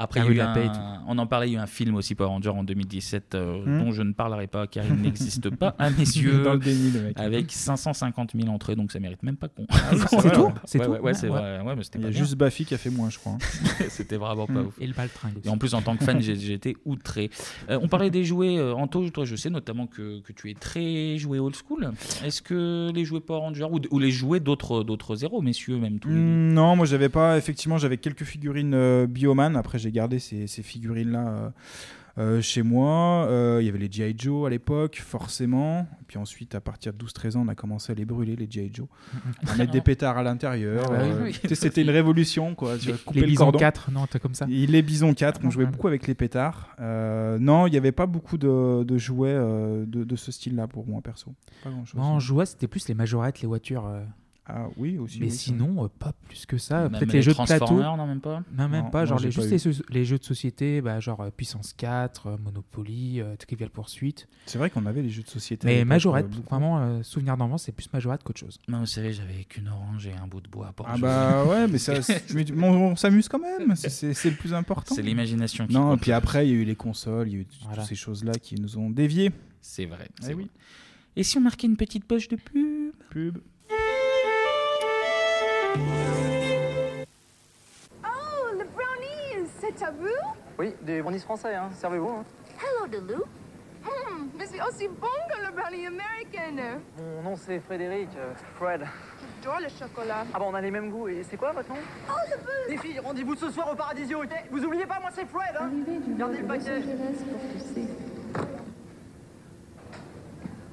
Speaker 1: Après,
Speaker 7: Ah
Speaker 1: il y a
Speaker 7: oui,
Speaker 1: eu
Speaker 7: la paix et
Speaker 1: un- on en parlait, il y a eu un film aussi Power Rangers en 2017 euh,
Speaker 7: Hmm.
Speaker 1: dont je ne parlerai pas car il n'existe pas
Speaker 7: <laughs>
Speaker 1: à mes yeux.
Speaker 7: Dans le déni, le mec. <laughs>
Speaker 1: Avec 550 000 entrées, donc ça mérite même pas qu'on. <laughs>
Speaker 7: oui, Ah, c'est vrai, ouais.
Speaker 1: Ouais, ouais, ouais, c'est vrai. Ouais, mais c'était
Speaker 7: Il y
Speaker 1: pas
Speaker 7: a
Speaker 1: Hmm. bien.
Speaker 7: juste Bafi qui a fait moins, je crois. <laughs> hein.
Speaker 1: C'était vraiment pas
Speaker 7: Mm.
Speaker 1: ouf.
Speaker 7: Et le baltringue
Speaker 1: Et en plus, en tant que fan, j'ai- j'étais outré. Euh, on parlait des jouets. euh, Anto, toi, je sais notamment que, que tu es très joué old school. Est-ce que les jouets Power Rangers ou, d- ou les jouets d'autres d'autres héros, messieurs, même tout
Speaker 7: Mm, Non, moi j'avais pas. Effectivement, j'avais quelques figurines euh, Bioman. Après, j'ai gardé ces, ces figurines-là euh, euh, chez moi. Euh, Il y avait les G.I. Joe à l'époque, forcément. Puis ensuite, à partir de 12-13 ans, on a commencé à les brûler, les G.I. Joe. à mettre des pétards à l'intérieur.
Speaker 8: Mm, Ah bah oui,
Speaker 7: euh,
Speaker 8: oui.
Speaker 7: tu sais, C'était une révolution, quoi. Tu
Speaker 8: Les-
Speaker 7: vois, couper
Speaker 8: les
Speaker 7: le
Speaker 8: Bisons Ah,
Speaker 7: cordon.
Speaker 8: 4, non, un truc comme ça.
Speaker 7: Et les Bisons 4, on jouait beaucoup avec les pétards. Euh, non, il n'y avait pas beaucoup de, de jouets euh, de, de ce style-là pour moi, perso. Pas grand-chose.
Speaker 8: Moi, en jouais, c'était plus les majorettes, les voitures. euh.
Speaker 7: Ah oui, aussi.
Speaker 8: Mais
Speaker 7: oui, ça.
Speaker 8: sinon, euh, pas plus que
Speaker 7: ah,
Speaker 8: ça.
Speaker 1: Même
Speaker 8: Peut-être les,
Speaker 1: les
Speaker 8: jeux de plateau.
Speaker 1: Transformers, non, même pas
Speaker 8: Non, même
Speaker 1: Non,
Speaker 8: pas.
Speaker 1: non,
Speaker 8: Genre
Speaker 1: j'ai
Speaker 8: les,
Speaker 1: pas
Speaker 8: juste
Speaker 1: eu.
Speaker 8: les, so- les jeux de société, bah, genre euh, Puissance 4, euh, Monopoly, euh, Trivial Poursuite.
Speaker 7: C'est vrai qu'on avait les jeux de société. à
Speaker 8: Mais
Speaker 7: l'époque,
Speaker 8: majorette,
Speaker 7: euh, beaucoup.
Speaker 8: vraiment, euh, souvenir d'enfance, c'est plus majorette qu'autre chose.
Speaker 1: Non, vous savez, j'avais qu'une orange et un bout de bois pour
Speaker 7: Ah
Speaker 1: jouer.
Speaker 7: bah ouais, mais ça, c'est- mais on, on s'amuse quand même, c'est- c'est c'est le plus important.
Speaker 1: <laughs> C'est l'imagination qui
Speaker 7: Non,
Speaker 1: compte.
Speaker 7: puis après, il y a eu les consoles, il y a eu t-
Speaker 1: Voilà.
Speaker 7: toutes ces choses-là qui nous ont déviés.
Speaker 1: C'est vrai.
Speaker 7: Eh
Speaker 1: c'est
Speaker 7: oui.
Speaker 1: vrai. Et si on marquait une petite poche de pub
Speaker 7: Pub.
Speaker 4: Oh, le brownies, c'est à vous
Speaker 5: Oui, des brownies français, hein. servez-vous. hein.
Speaker 4: Hello, Delou. Hmm, mais c'est aussi bon que le brownie américain. hein.
Speaker 5: Mon nom c'est Frédéric, euh, Fred.
Speaker 4: J'adore le chocolat.
Speaker 5: Ah bon, on a les mêmes goûts. Et c'est quoi votre nom
Speaker 4: Oh, le buzz
Speaker 5: Les filles, rendez-vous ce soir au Paradisio. Et Vous oubliez pas, moi c'est Fred. Hein. Gardez le paquet.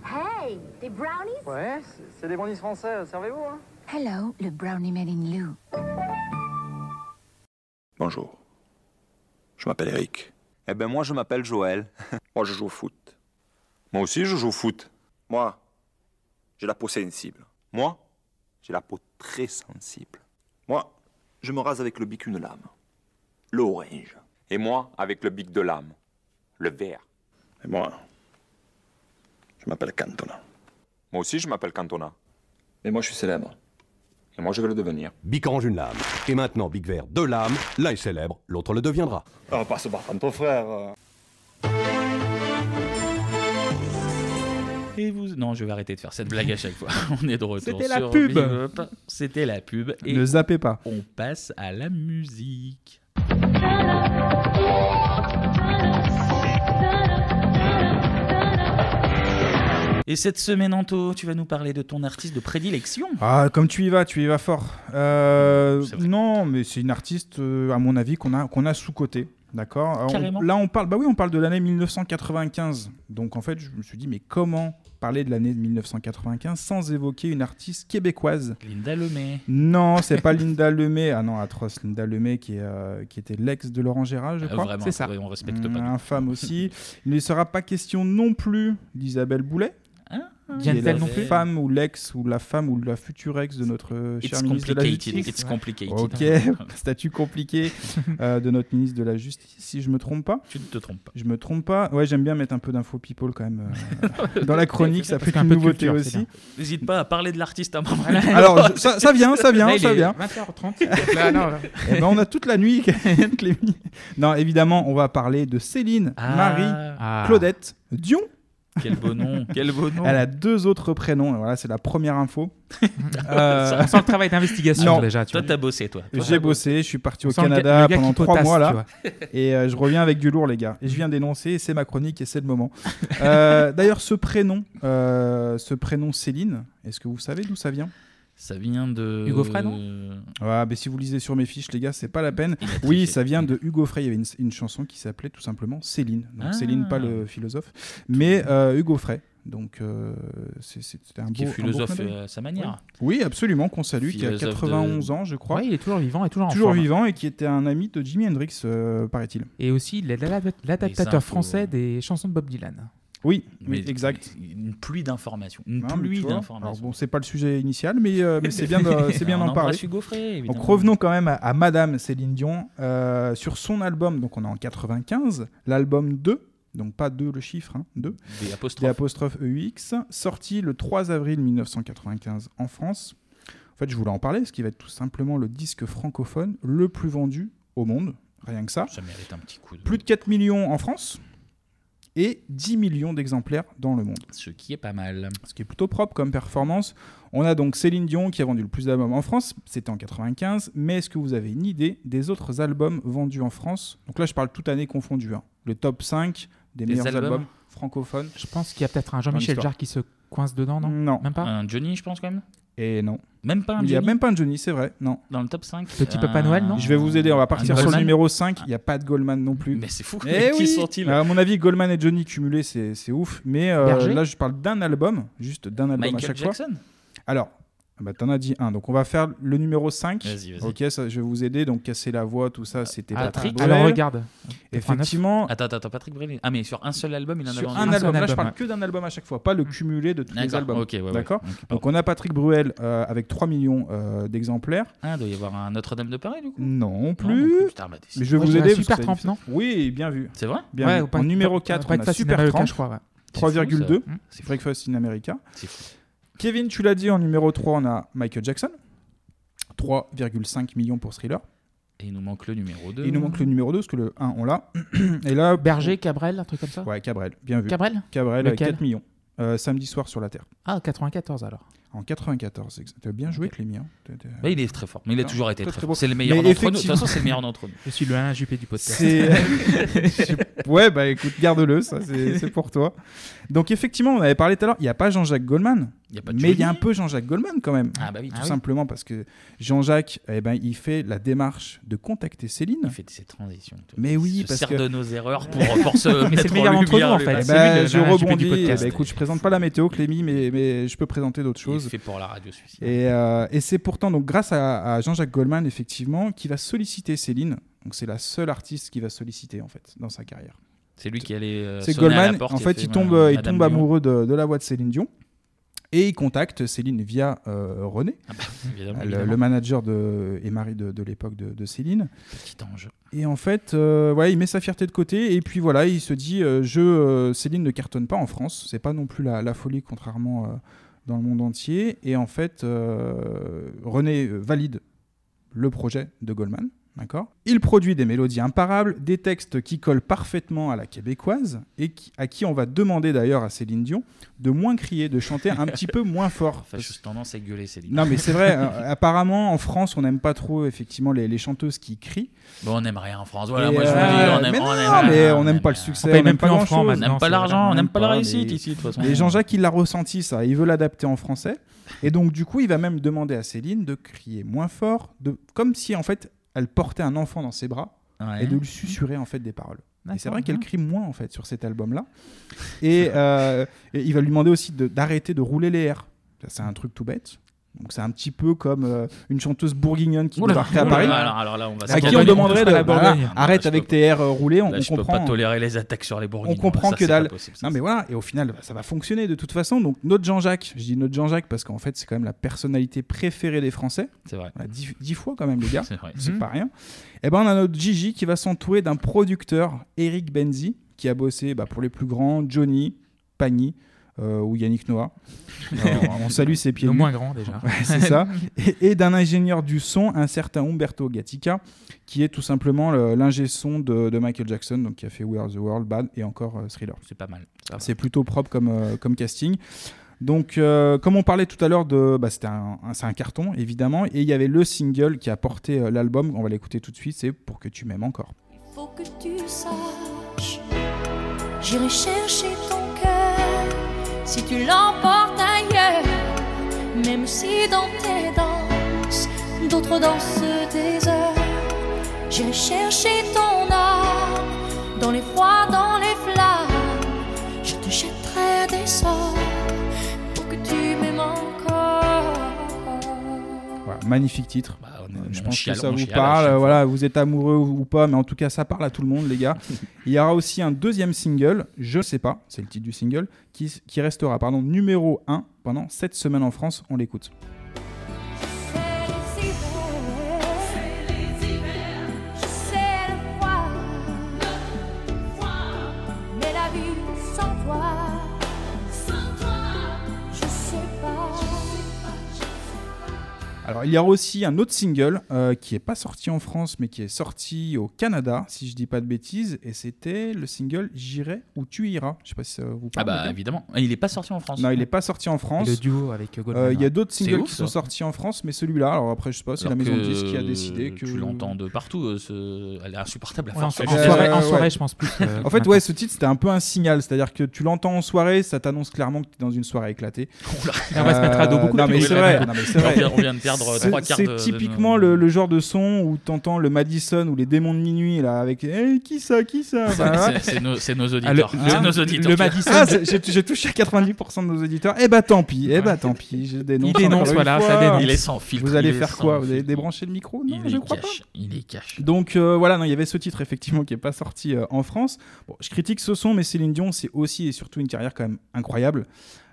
Speaker 4: Hey, des brownies
Speaker 5: Ouais, c'est- c'est des brownies français, euh, servez-vous. hein.
Speaker 4: Hello, le brownie made in Lou.
Speaker 23: Bonjour. Je m'appelle Eric. Eh ben moi je m'appelle Joël. <laughs> moi je joue au foot. Moi aussi je joue au foot. Moi, j'ai la peau sensible. Moi, j'ai la peau très sensible. Moi, je me rase avec le bic une lame. L'orange.
Speaker 9: Et moi, avec le bic de l'âme, le vert.
Speaker 23: Et moi, je m'appelle Cantona.
Speaker 9: Moi aussi, je m'appelle Cantona.
Speaker 23: Et moi je suis célèbre.
Speaker 9: Et moi, je vais le devenir.
Speaker 24: Bic orange, une lame. Et maintenant, Bic vert, deux lames. L'un est célèbre, l'autre le deviendra.
Speaker 23: On va pas se battre ton frère.
Speaker 1: Et vous Non, je vais arrêter de faire cette blague à chaque fois. <laughs> On est de retour.
Speaker 7: C'était la
Speaker 1: sur
Speaker 7: pub.
Speaker 1: Bebop. C'était la pub. Et
Speaker 7: Ne zappez pas.
Speaker 1: On passe à la musique. Et cette semaine, Anto, tu vas nous parler de ton artiste de prédilection.
Speaker 7: Ah, comme tu y vas, tu y vas fort. Euh, non, mais c'est une artiste, euh, à mon avis, qu'on a, qu'on a sous-côté. D'accord Alors, on-
Speaker 1: Carrément.
Speaker 7: Là, on parle, bah oui, on parle de l'année 1995. Donc, en fait, je me suis dit, mais comment parler de l'année 1995 sans évoquer une artiste québécoise.
Speaker 1: Linda Lemay.
Speaker 7: Non, c'est pas Linda Lemay. Ah non, atroce Linda Lemay qui, est, euh, qui était l'ex de Laurent Gérard, je
Speaker 1: Ah,
Speaker 7: crois. Mmh,
Speaker 1: vraiment, C'est ça. ouais, on respecte pas. <laughs>
Speaker 7: Infâme aussi. Il ne sera pas question non plus d'Isabelle Boulet. qui est
Speaker 1: Vient-elle
Speaker 7: la
Speaker 1: non plus
Speaker 7: femme ou l'ex ou la femme ou la future ex de notre euh,
Speaker 1: It's
Speaker 7: chère ministre de la
Speaker 1: complicated,
Speaker 7: Justice.
Speaker 1: it's complicated.
Speaker 7: Ok, <laughs> statut compliqué euh, de notre ministre de la Justice, si je me trompe pas.
Speaker 1: Tu ne te trompes pas.
Speaker 7: Je me trompe pas. Ouais, j'aime bien mettre un peu d'info people quand même
Speaker 1: <laughs>
Speaker 7: euh, dans la chronique, ça
Speaker 1: Parce
Speaker 7: fait
Speaker 1: qu'un
Speaker 7: une
Speaker 1: peu de
Speaker 7: nouveauté
Speaker 1: culture, c'est
Speaker 7: aussi.
Speaker 1: bien. N'hésite pas à parler de l'artiste à un moment.
Speaker 7: Alors,
Speaker 1: <laughs>
Speaker 7: je- ça, ça vient, ça vient,
Speaker 1: Là, il
Speaker 7: ça
Speaker 1: est
Speaker 7: vient.
Speaker 8: <laughs>
Speaker 1: 20h30. Là, non,
Speaker 7: <laughs>
Speaker 1: là.
Speaker 7: Eh ben, on a toute la nuit, <laughs> Clémy. Non, évidemment, on va parler de Céline,
Speaker 1: Ah.
Speaker 7: Marie,
Speaker 1: Ah.
Speaker 7: Claudette, Dion.
Speaker 1: Quel beau nom, quel beau nom.
Speaker 7: <laughs> Elle a deux autres prénoms. et Voilà, c'est la première info.
Speaker 8: Euh,
Speaker 1: Ça- on sent le travail d'investigation,
Speaker 7: Non.
Speaker 1: déjà, tu Toi, vois. t'as bossé, toi. Toi,
Speaker 7: J'ai
Speaker 1: t'as
Speaker 7: bossé.
Speaker 1: bossé.
Speaker 7: Je suis parti
Speaker 1: On
Speaker 7: au
Speaker 1: sent le gars-
Speaker 7: Canada
Speaker 1: le gars
Speaker 7: pendant
Speaker 1: qui
Speaker 7: trois
Speaker 1: potasse,
Speaker 7: mois
Speaker 1: tu
Speaker 7: là,
Speaker 1: vois.
Speaker 7: et euh, je reviens avec du lourd, les gars. Et je viens d'énoncer. et C'est ma chronique et c'est le
Speaker 1: <laughs>
Speaker 7: moment. Euh, D'ailleurs, ce prénom, euh, ce prénom Céline. Est-ce que vous savez d'où ça vient
Speaker 1: Ça vient de.
Speaker 7: Hugo Frey, Ouais, mais si vous lisez sur mes fiches, les gars, c'est pas la peine. Oui, ça vient de Hugo Frey. Il y avait une, une chanson qui s'appelait tout simplement Céline. Donc
Speaker 1: Ah.
Speaker 7: Céline, pas le philosophe, mais euh, Hugo Frey. Donc euh, c'est- c'était un beau.
Speaker 1: Qui est
Speaker 7: un beau
Speaker 1: philosophe,
Speaker 7: clin d'œil.
Speaker 1: euh, à sa manière.
Speaker 7: Oui, absolument, qu'on salue, qui a
Speaker 1: Philosophe de-
Speaker 7: 91 ans, je crois.
Speaker 8: il est toujours vivant et toujours en
Speaker 7: Toujours
Speaker 8: forme.
Speaker 7: vivant et qui était un ami de Jimi Hendrix, euh, paraît-il.
Speaker 8: Et aussi il est l'ada-
Speaker 1: Des infos. euh.
Speaker 8: l'adaptateur français des chansons de Bob Dylan.
Speaker 7: Oui,
Speaker 1: Mais-
Speaker 7: oui, exact.
Speaker 1: Une pluie d'informations. Une
Speaker 7: Hein, mais tu
Speaker 1: pluie
Speaker 7: vois.
Speaker 1: d'informations.
Speaker 7: Alors bon, c'est pas le sujet initial, mais, euh, mais c'est bien
Speaker 1: <laughs>
Speaker 7: d'en c'est bien
Speaker 1: On
Speaker 7: d'en
Speaker 1: embrasse
Speaker 7: parler.
Speaker 1: Hugo Frey, évidemment.
Speaker 7: donc revenons quand même à, à Madame Céline Dion euh, sur son album. Donc on est en 95, l'album 2, donc pas 2 le chiffre, hein, 2.
Speaker 1: Des apostrophes.
Speaker 7: Des EX, sorti le 3 avril 1995 en France. En fait, je voulais en parler parce qu'il va être tout simplement le disque francophone le plus vendu au monde, rien que ça.
Speaker 1: Ça mérite un petit coup de-
Speaker 7: Plus de 4 millions en France et 10 millions d'exemplaires dans le monde.
Speaker 1: Ce qui est pas mal.
Speaker 7: Ce qui est plutôt propre comme performance. On a donc Céline Dion qui a vendu le plus d'albums en France, c'était en 95, mais est-ce que vous avez une idée des autres albums vendus en France Donc là, je parle toute année confondue. hein. Le top 5 des,
Speaker 8: Des
Speaker 7: meilleurs albums,
Speaker 8: albums
Speaker 7: francophones.
Speaker 8: Je pense qu'il y a peut-être un
Speaker 7: Dans
Speaker 8: Jean-Michel
Speaker 7: l'histoire. Ah,
Speaker 8: Jarre qui se coince dedans,
Speaker 1: Mm.
Speaker 8: non
Speaker 7: Non.
Speaker 8: Même pas
Speaker 1: Un Johnny, je pense, quand même.
Speaker 7: Et non.
Speaker 1: Même pas un
Speaker 7: Il n'y a
Speaker 1: Johnny
Speaker 7: même pas un Johnny, c'est vrai, non.
Speaker 1: Dans le top 5.
Speaker 8: Petit Papa Noël, non
Speaker 7: Je vais vous aider, on va
Speaker 1: Un
Speaker 7: partir sur le
Speaker 1: Goldman
Speaker 7: numéro 5. Il n'y a pas de Goldman non plus. Mais
Speaker 1: c'est fou,
Speaker 7: Eh
Speaker 1: qui
Speaker 7: oui
Speaker 1: sont-ils
Speaker 7: À mon avis, Goldman et Johnny cumulés, c'est c'est ouf. Mais euh,
Speaker 1: Berger
Speaker 7: là, je parle d'un album, juste d'un album à
Speaker 1: Michael
Speaker 7: chaque
Speaker 1: Jackson
Speaker 7: fois. Alors, ah bah, t'en as dit un. Donc, on va faire le numéro 5.
Speaker 1: Vas-y, vas-y.
Speaker 7: Ok, ça, je vais vous aider. Donc, casser la voix, tout ça, c'était
Speaker 1: Ah,
Speaker 7: Patrick.
Speaker 1: Patrick.
Speaker 7: Bruel.
Speaker 1: Alors, regarde.
Speaker 7: Effectivement,
Speaker 1: Attends, attends, attends, Patrick Bruel. Ah, mais sur Ah, un seul album, il en a
Speaker 7: sur
Speaker 1: vendu
Speaker 7: un album. Là, je parle que d'un album à chaque fois, pas le cumulé de tous les
Speaker 1: D'accord,
Speaker 7: albums.
Speaker 1: ok, ouais, ouais.
Speaker 7: D'accord
Speaker 1: Ok,
Speaker 7: Donc, on a Patrick Bruel euh, avec 3 millions euh, d'exemplaires.
Speaker 1: Ah, il doit y avoir un Notre-Dame de Paris, du coup
Speaker 7: Non
Speaker 1: non
Speaker 7: plus.
Speaker 1: plus. Putain, bah, décidément.
Speaker 7: mais je vais
Speaker 1: Moi,
Speaker 7: vous
Speaker 1: je dirais
Speaker 7: aider.
Speaker 1: Super
Speaker 7: parce que
Speaker 1: Trump,
Speaker 7: ça- Oui, bien vu.
Speaker 1: C'est vrai
Speaker 7: Bien
Speaker 1: Ouais,
Speaker 7: vu.
Speaker 1: au Pac-
Speaker 7: en numéro
Speaker 1: Pac-
Speaker 7: 4, on a
Speaker 1: Breakfast in
Speaker 7: Super
Speaker 1: America,
Speaker 7: Trump,
Speaker 1: je crois, ouais. C'est fou, ça.
Speaker 7: 3,2.
Speaker 1: Mm.
Speaker 7: C'est Breakfast in America.
Speaker 1: C'est fou.
Speaker 7: Kevin, tu l'as dit, en numéro 3, on a Michael Jackson. 3,5 millions pour Thriller.
Speaker 1: Et il nous manque le numéro 2.
Speaker 7: Et il nous manque le numéro 2, parce que le 1, on
Speaker 1: <coughs>
Speaker 7: l'a. Et là...
Speaker 8: Berger, Cabrel, un truc comme ça
Speaker 7: Ouais, Cabrel, bien vu.
Speaker 8: Cabrel
Speaker 7: Cabrel, avec
Speaker 8: Lequel
Speaker 7: 4 millions. Euh, samedi soir sur la Terre.
Speaker 8: Ah, 94 alors.
Speaker 7: En 94, exact. T'as bien joué, Clémy. hein. T'as- t'as- <laughs>
Speaker 1: Bah, il est très fort, mais il a
Speaker 7: Non,
Speaker 1: toujours été très,
Speaker 7: beau.
Speaker 1: fort. C'est le meilleur
Speaker 7: Mais
Speaker 1: d'entre nous. De toute façon,
Speaker 7: effectivement-
Speaker 1: c'est le
Speaker 7: <laughs>
Speaker 1: meilleur d'entre nous.
Speaker 8: Je suis le 1 Juppé du podcast.
Speaker 7: C'est- Je- <laughs> ouais, bah écoute, garde-le, ça,
Speaker 1: <laughs>
Speaker 7: c'est c'est pour toi. Donc, effectivement, on avait parlé tout à l'heure, il n'y a pas Jean-Jacques Goldman,
Speaker 1: Y a pas de
Speaker 7: mais il y a un
Speaker 1: Johnny.
Speaker 7: peu Jean-Jacques Goldman quand même.
Speaker 1: Ah bah oui.
Speaker 7: tout
Speaker 1: Ah oui.
Speaker 7: simplement parce que Jean-Jacques, eh ben, il fait la démarche de contacter Céline. Il
Speaker 1: fait ses transitions.
Speaker 7: Mais oui,
Speaker 1: se
Speaker 7: parce
Speaker 1: sert
Speaker 7: que.
Speaker 1: de nos erreurs
Speaker 7: <laughs>
Speaker 1: pour- pour se Mais c'est mettre le meilleur
Speaker 7: meilleur
Speaker 1: en d'entre nous, lumière, en lui. fait. C'est lui, le-
Speaker 7: Eh ben, je
Speaker 1: le RGP du
Speaker 7: rebondis. eh
Speaker 1: podcast.
Speaker 7: ben, écoute, je présente pas la météo, Clémy, mais, mais je peux présenter d'autres
Speaker 1: Il est
Speaker 7: choses.
Speaker 1: fait pour la radio suicide.
Speaker 7: Et, euh, et c'est pourtant donc grâce à, à Jean-Jacques Goldman effectivement qui va solliciter Céline. Donc c'est la seule artiste qui va solliciter en fait dans sa carrière.
Speaker 1: C'est lui qui allait. euh,
Speaker 7: C'est
Speaker 1: sonner à la
Speaker 7: Goldman.
Speaker 1: porte
Speaker 7: En
Speaker 1: et
Speaker 7: fait, il tombe,
Speaker 1: Madame
Speaker 7: il tombe
Speaker 1: Dion.
Speaker 7: amoureux de, de la voix de Céline Dion et il contacte Céline via euh, René,
Speaker 1: évidemment,
Speaker 7: Ah, le,
Speaker 1: évidemment.
Speaker 7: le manager de, et mari de, de l'époque de, de Céline.
Speaker 1: Petit ange.
Speaker 7: Et en fait, euh, ouais, il met sa fierté de côté et puis voilà, il se dit euh, je euh, Céline ne cartonne pas en France, c'est pas non plus la, la folie contrairement euh, dans le monde entier. Et en fait, euh, René euh, valide le projet de Goldman. D'accord Il produit des mélodies imparables, des textes qui collent parfaitement à la québécoise et qui- à qui on va demander d'ailleurs à Céline Dion de moins crier, de chanter un petit peu moins fort.
Speaker 1: Enfin, juste tendance à gueuler, Céline.
Speaker 7: Non, mais c'est vrai. euh, apparemment, en France, on n'aime pas trop effectivement les, les chanteuses qui crient.
Speaker 1: Bon, on n'aime rien en France. Voilà,
Speaker 7: Et,
Speaker 1: moi je vous le
Speaker 7: euh,
Speaker 1: dis, on aime
Speaker 7: mais
Speaker 1: on
Speaker 7: non,
Speaker 1: aime
Speaker 7: mais
Speaker 1: rien.
Speaker 7: on n'aime pas le succès,
Speaker 1: On paye
Speaker 7: on
Speaker 1: même
Speaker 7: n'aime pas
Speaker 1: plus en
Speaker 7: grand
Speaker 1: francs
Speaker 7: chose.
Speaker 1: maintenant, On n'aime pas c'est l'argent, vraiment on n'aime pas la pas, réussite mais- ici, de toute façon.
Speaker 7: Et Jean-Jacques, il l'a ressenti ça, il veut l'adapter en français. Et donc, du coup, il va même demander à Céline de crier moins fort, de... comme si en fait elle portait un enfant dans ses bras
Speaker 1: Ouais.
Speaker 7: et de lui susurrer en fait des paroles. Et c'est
Speaker 8: D'accord,
Speaker 7: vrai qu'elle
Speaker 8: bien.
Speaker 7: crie moins en fait sur cet album-là. Et, euh, et il va lui demander aussi de- d'arrêter de, rouler les airs. Ça, C'est un truc tout bête. Donc c'est un petit peu comme euh, une chanteuse bourguignonne qui
Speaker 1: Ouh là là,
Speaker 7: débarquerait à
Speaker 1: ouh là
Speaker 7: Paris.
Speaker 1: là, alors- alors là, on va
Speaker 7: Ah à
Speaker 1: se
Speaker 7: qui on
Speaker 1: calmer,
Speaker 7: demanderait
Speaker 1: on
Speaker 7: de Ah,
Speaker 1: touche pas la Bourgogne.
Speaker 7: arrête
Speaker 1: Là, je
Speaker 7: avec
Speaker 1: peux-
Speaker 7: tes airs euh, roulés. On,
Speaker 1: Là,
Speaker 7: on
Speaker 1: je peux
Speaker 7: comprend.
Speaker 1: pas tolérer les attaques sur les
Speaker 7: On
Speaker 1: Bourguignons.
Speaker 7: comprend
Speaker 1: Ça,
Speaker 7: que
Speaker 1: c'est pas
Speaker 7: dalle.
Speaker 1: possible, ça.
Speaker 7: Non mais voilà, et au final, bah, ça va fonctionner de toute façon. Donc notre Jean-Jacques, je dis notre Jean-Jacques parce qu'en fait c'est quand même la personnalité préférée des Français.
Speaker 1: C'est vrai.
Speaker 7: Dix, dix fois quand même les gars,
Speaker 1: C'est vrai.
Speaker 7: c'est
Speaker 1: Mhm.
Speaker 7: pas rien. Et ben on a notre Gigi qui va s'entourer d'un producteur, Eric Benzi, qui a bossé bah, pour les plus grands, Johnny, Pagny. euh, ou Yannick Noah. Alors, on salue ses pieds.
Speaker 8: Le
Speaker 7: nus.
Speaker 8: moins grand, déjà.
Speaker 7: Ouais, <laughs> c'est ça. Et, et d'un ingénieur du son, un certain Umberto Gattica, qui est tout simplement le- l'ingé son de, de Michael Jackson, donc qui a fait We Are the World, Bad et encore euh, Thriller.
Speaker 1: C'est pas mal.
Speaker 7: C'est plutôt propre comme, euh, comme casting. Donc, euh, comme on parlait tout à l'heure de, bah, c'était un, un- c'est un carton évidemment, et il y avait le single qui a porté euh, l'album. On va l'écouter tout de suite. C'est pour que tu m'aimes encore.
Speaker 6: faut que tu saches, j'irai chercher ton cœur si tu l'emportes ailleurs, même si dans tes danses, d'autres dansent des heures. J'irai chercher ton âme dans les froids, dans les flammes, je te jetterai des sorts pour que tu m'aimes encore.
Speaker 7: Voilà, magnifique titre. Euh, je
Speaker 1: Bah, on
Speaker 7: pense
Speaker 1: chiale,
Speaker 7: que ça
Speaker 1: on
Speaker 7: vous
Speaker 1: chiale à
Speaker 7: parle.
Speaker 1: chaque fois.
Speaker 7: Voilà, vous êtes amoureux ou ou pas, mais en tout cas, ça parle à tout le monde,
Speaker 1: <laughs>
Speaker 7: les gars. Il y aura aussi un deuxième single, Je ne sais pas, c'est le titre du single, qui, qui restera pardon, numéro 1 pendant 7 semaines en France. On l'écoute.
Speaker 6: C'est les hivers, c'est le froid, le froid. Mais la vie sans toi, sans toi, je sais pas.
Speaker 7: Alors, il y aura aussi un autre single euh, qui n'est pas sorti en France, mais qui est sorti au Canada, si je dis pas de bêtises, et c'était le single J'irai où tu iras. Je sais pas si ça vous
Speaker 1: Ah
Speaker 7: parle. les
Speaker 1: bah
Speaker 7: gars.
Speaker 1: évidemment. Et Il est pas sorti en France.
Speaker 7: Non, il n'est pas sorti en France.
Speaker 1: Et le duo avec, euh, Goldman,
Speaker 7: Euh, Il y a
Speaker 1: ouais.
Speaker 7: d'autres
Speaker 1: C'est
Speaker 7: singles
Speaker 1: ouf,
Speaker 7: qui
Speaker 1: ça.
Speaker 7: sont sortis en France, mais celui-là, alors après, je sais pas, c'est
Speaker 1: Alors
Speaker 7: la maison
Speaker 1: que
Speaker 7: de disques qui a décidé que.
Speaker 1: Tu l'entends de partout. euh, ce- Elle est insupportable à
Speaker 8: Ouais, en
Speaker 1: force.
Speaker 8: so-
Speaker 1: Elle
Speaker 8: en
Speaker 1: est-
Speaker 8: soirée- en
Speaker 7: Euh,
Speaker 8: soirée,
Speaker 7: ouais.
Speaker 8: je pense plus, euh,
Speaker 7: en fait, ouais, ce titre, c'était un peu un signal. C'est-à-dire que tu l'entends en soirée, ça t'annonce clairement que tu es dans une soirée
Speaker 1: <laughs>
Speaker 7: éclatée. Euh,
Speaker 8: Et on va se mettre à dos beaucoup
Speaker 7: non,
Speaker 8: de
Speaker 7: mais
Speaker 8: public.
Speaker 7: c'est vrai.
Speaker 8: Oui,
Speaker 7: non, mais c'est
Speaker 8: on
Speaker 7: vrai.
Speaker 8: vient- on vient de perdre, euh,
Speaker 7: C'est-
Speaker 8: trois quarts de- de
Speaker 7: C'est
Speaker 8: nos-
Speaker 7: typiquement le, le genre de son où t'entends le Madison ou les démons de minuit, là, avec Eh, qui ça, qui ça
Speaker 1: <laughs> <laughs> C'est-
Speaker 7: Bah,
Speaker 1: c'est-
Speaker 7: ouais.
Speaker 1: c'est nos- c'est nos auditeurs.
Speaker 7: le-
Speaker 1: C'est
Speaker 7: hein,
Speaker 1: nos auditeurs.
Speaker 7: Le
Speaker 1: <laughs>
Speaker 7: Madison.
Speaker 1: Ah,
Speaker 7: c'est- j'ai j'ai touché 90% de nos auditeurs. Eh bah tant pis, eh bah tant pis. Je dénonce.
Speaker 1: Il dénonce,
Speaker 7: encore une
Speaker 1: voilà,
Speaker 7: fois.
Speaker 1: ça dénonce. Il est sans filtre,
Speaker 7: Vous allez
Speaker 1: il est
Speaker 7: faire
Speaker 1: sans
Speaker 7: quoi Vous allez débrancher le micro Non, je crois pas.
Speaker 1: Il est cash.
Speaker 7: Donc euh, voilà, non, il y avait ce titre effectivement qui n'est pas sorti euh, en France. Bon, je critique ce son, mais Céline Dion, c'est aussi et surtout une carrière quand même incroyable.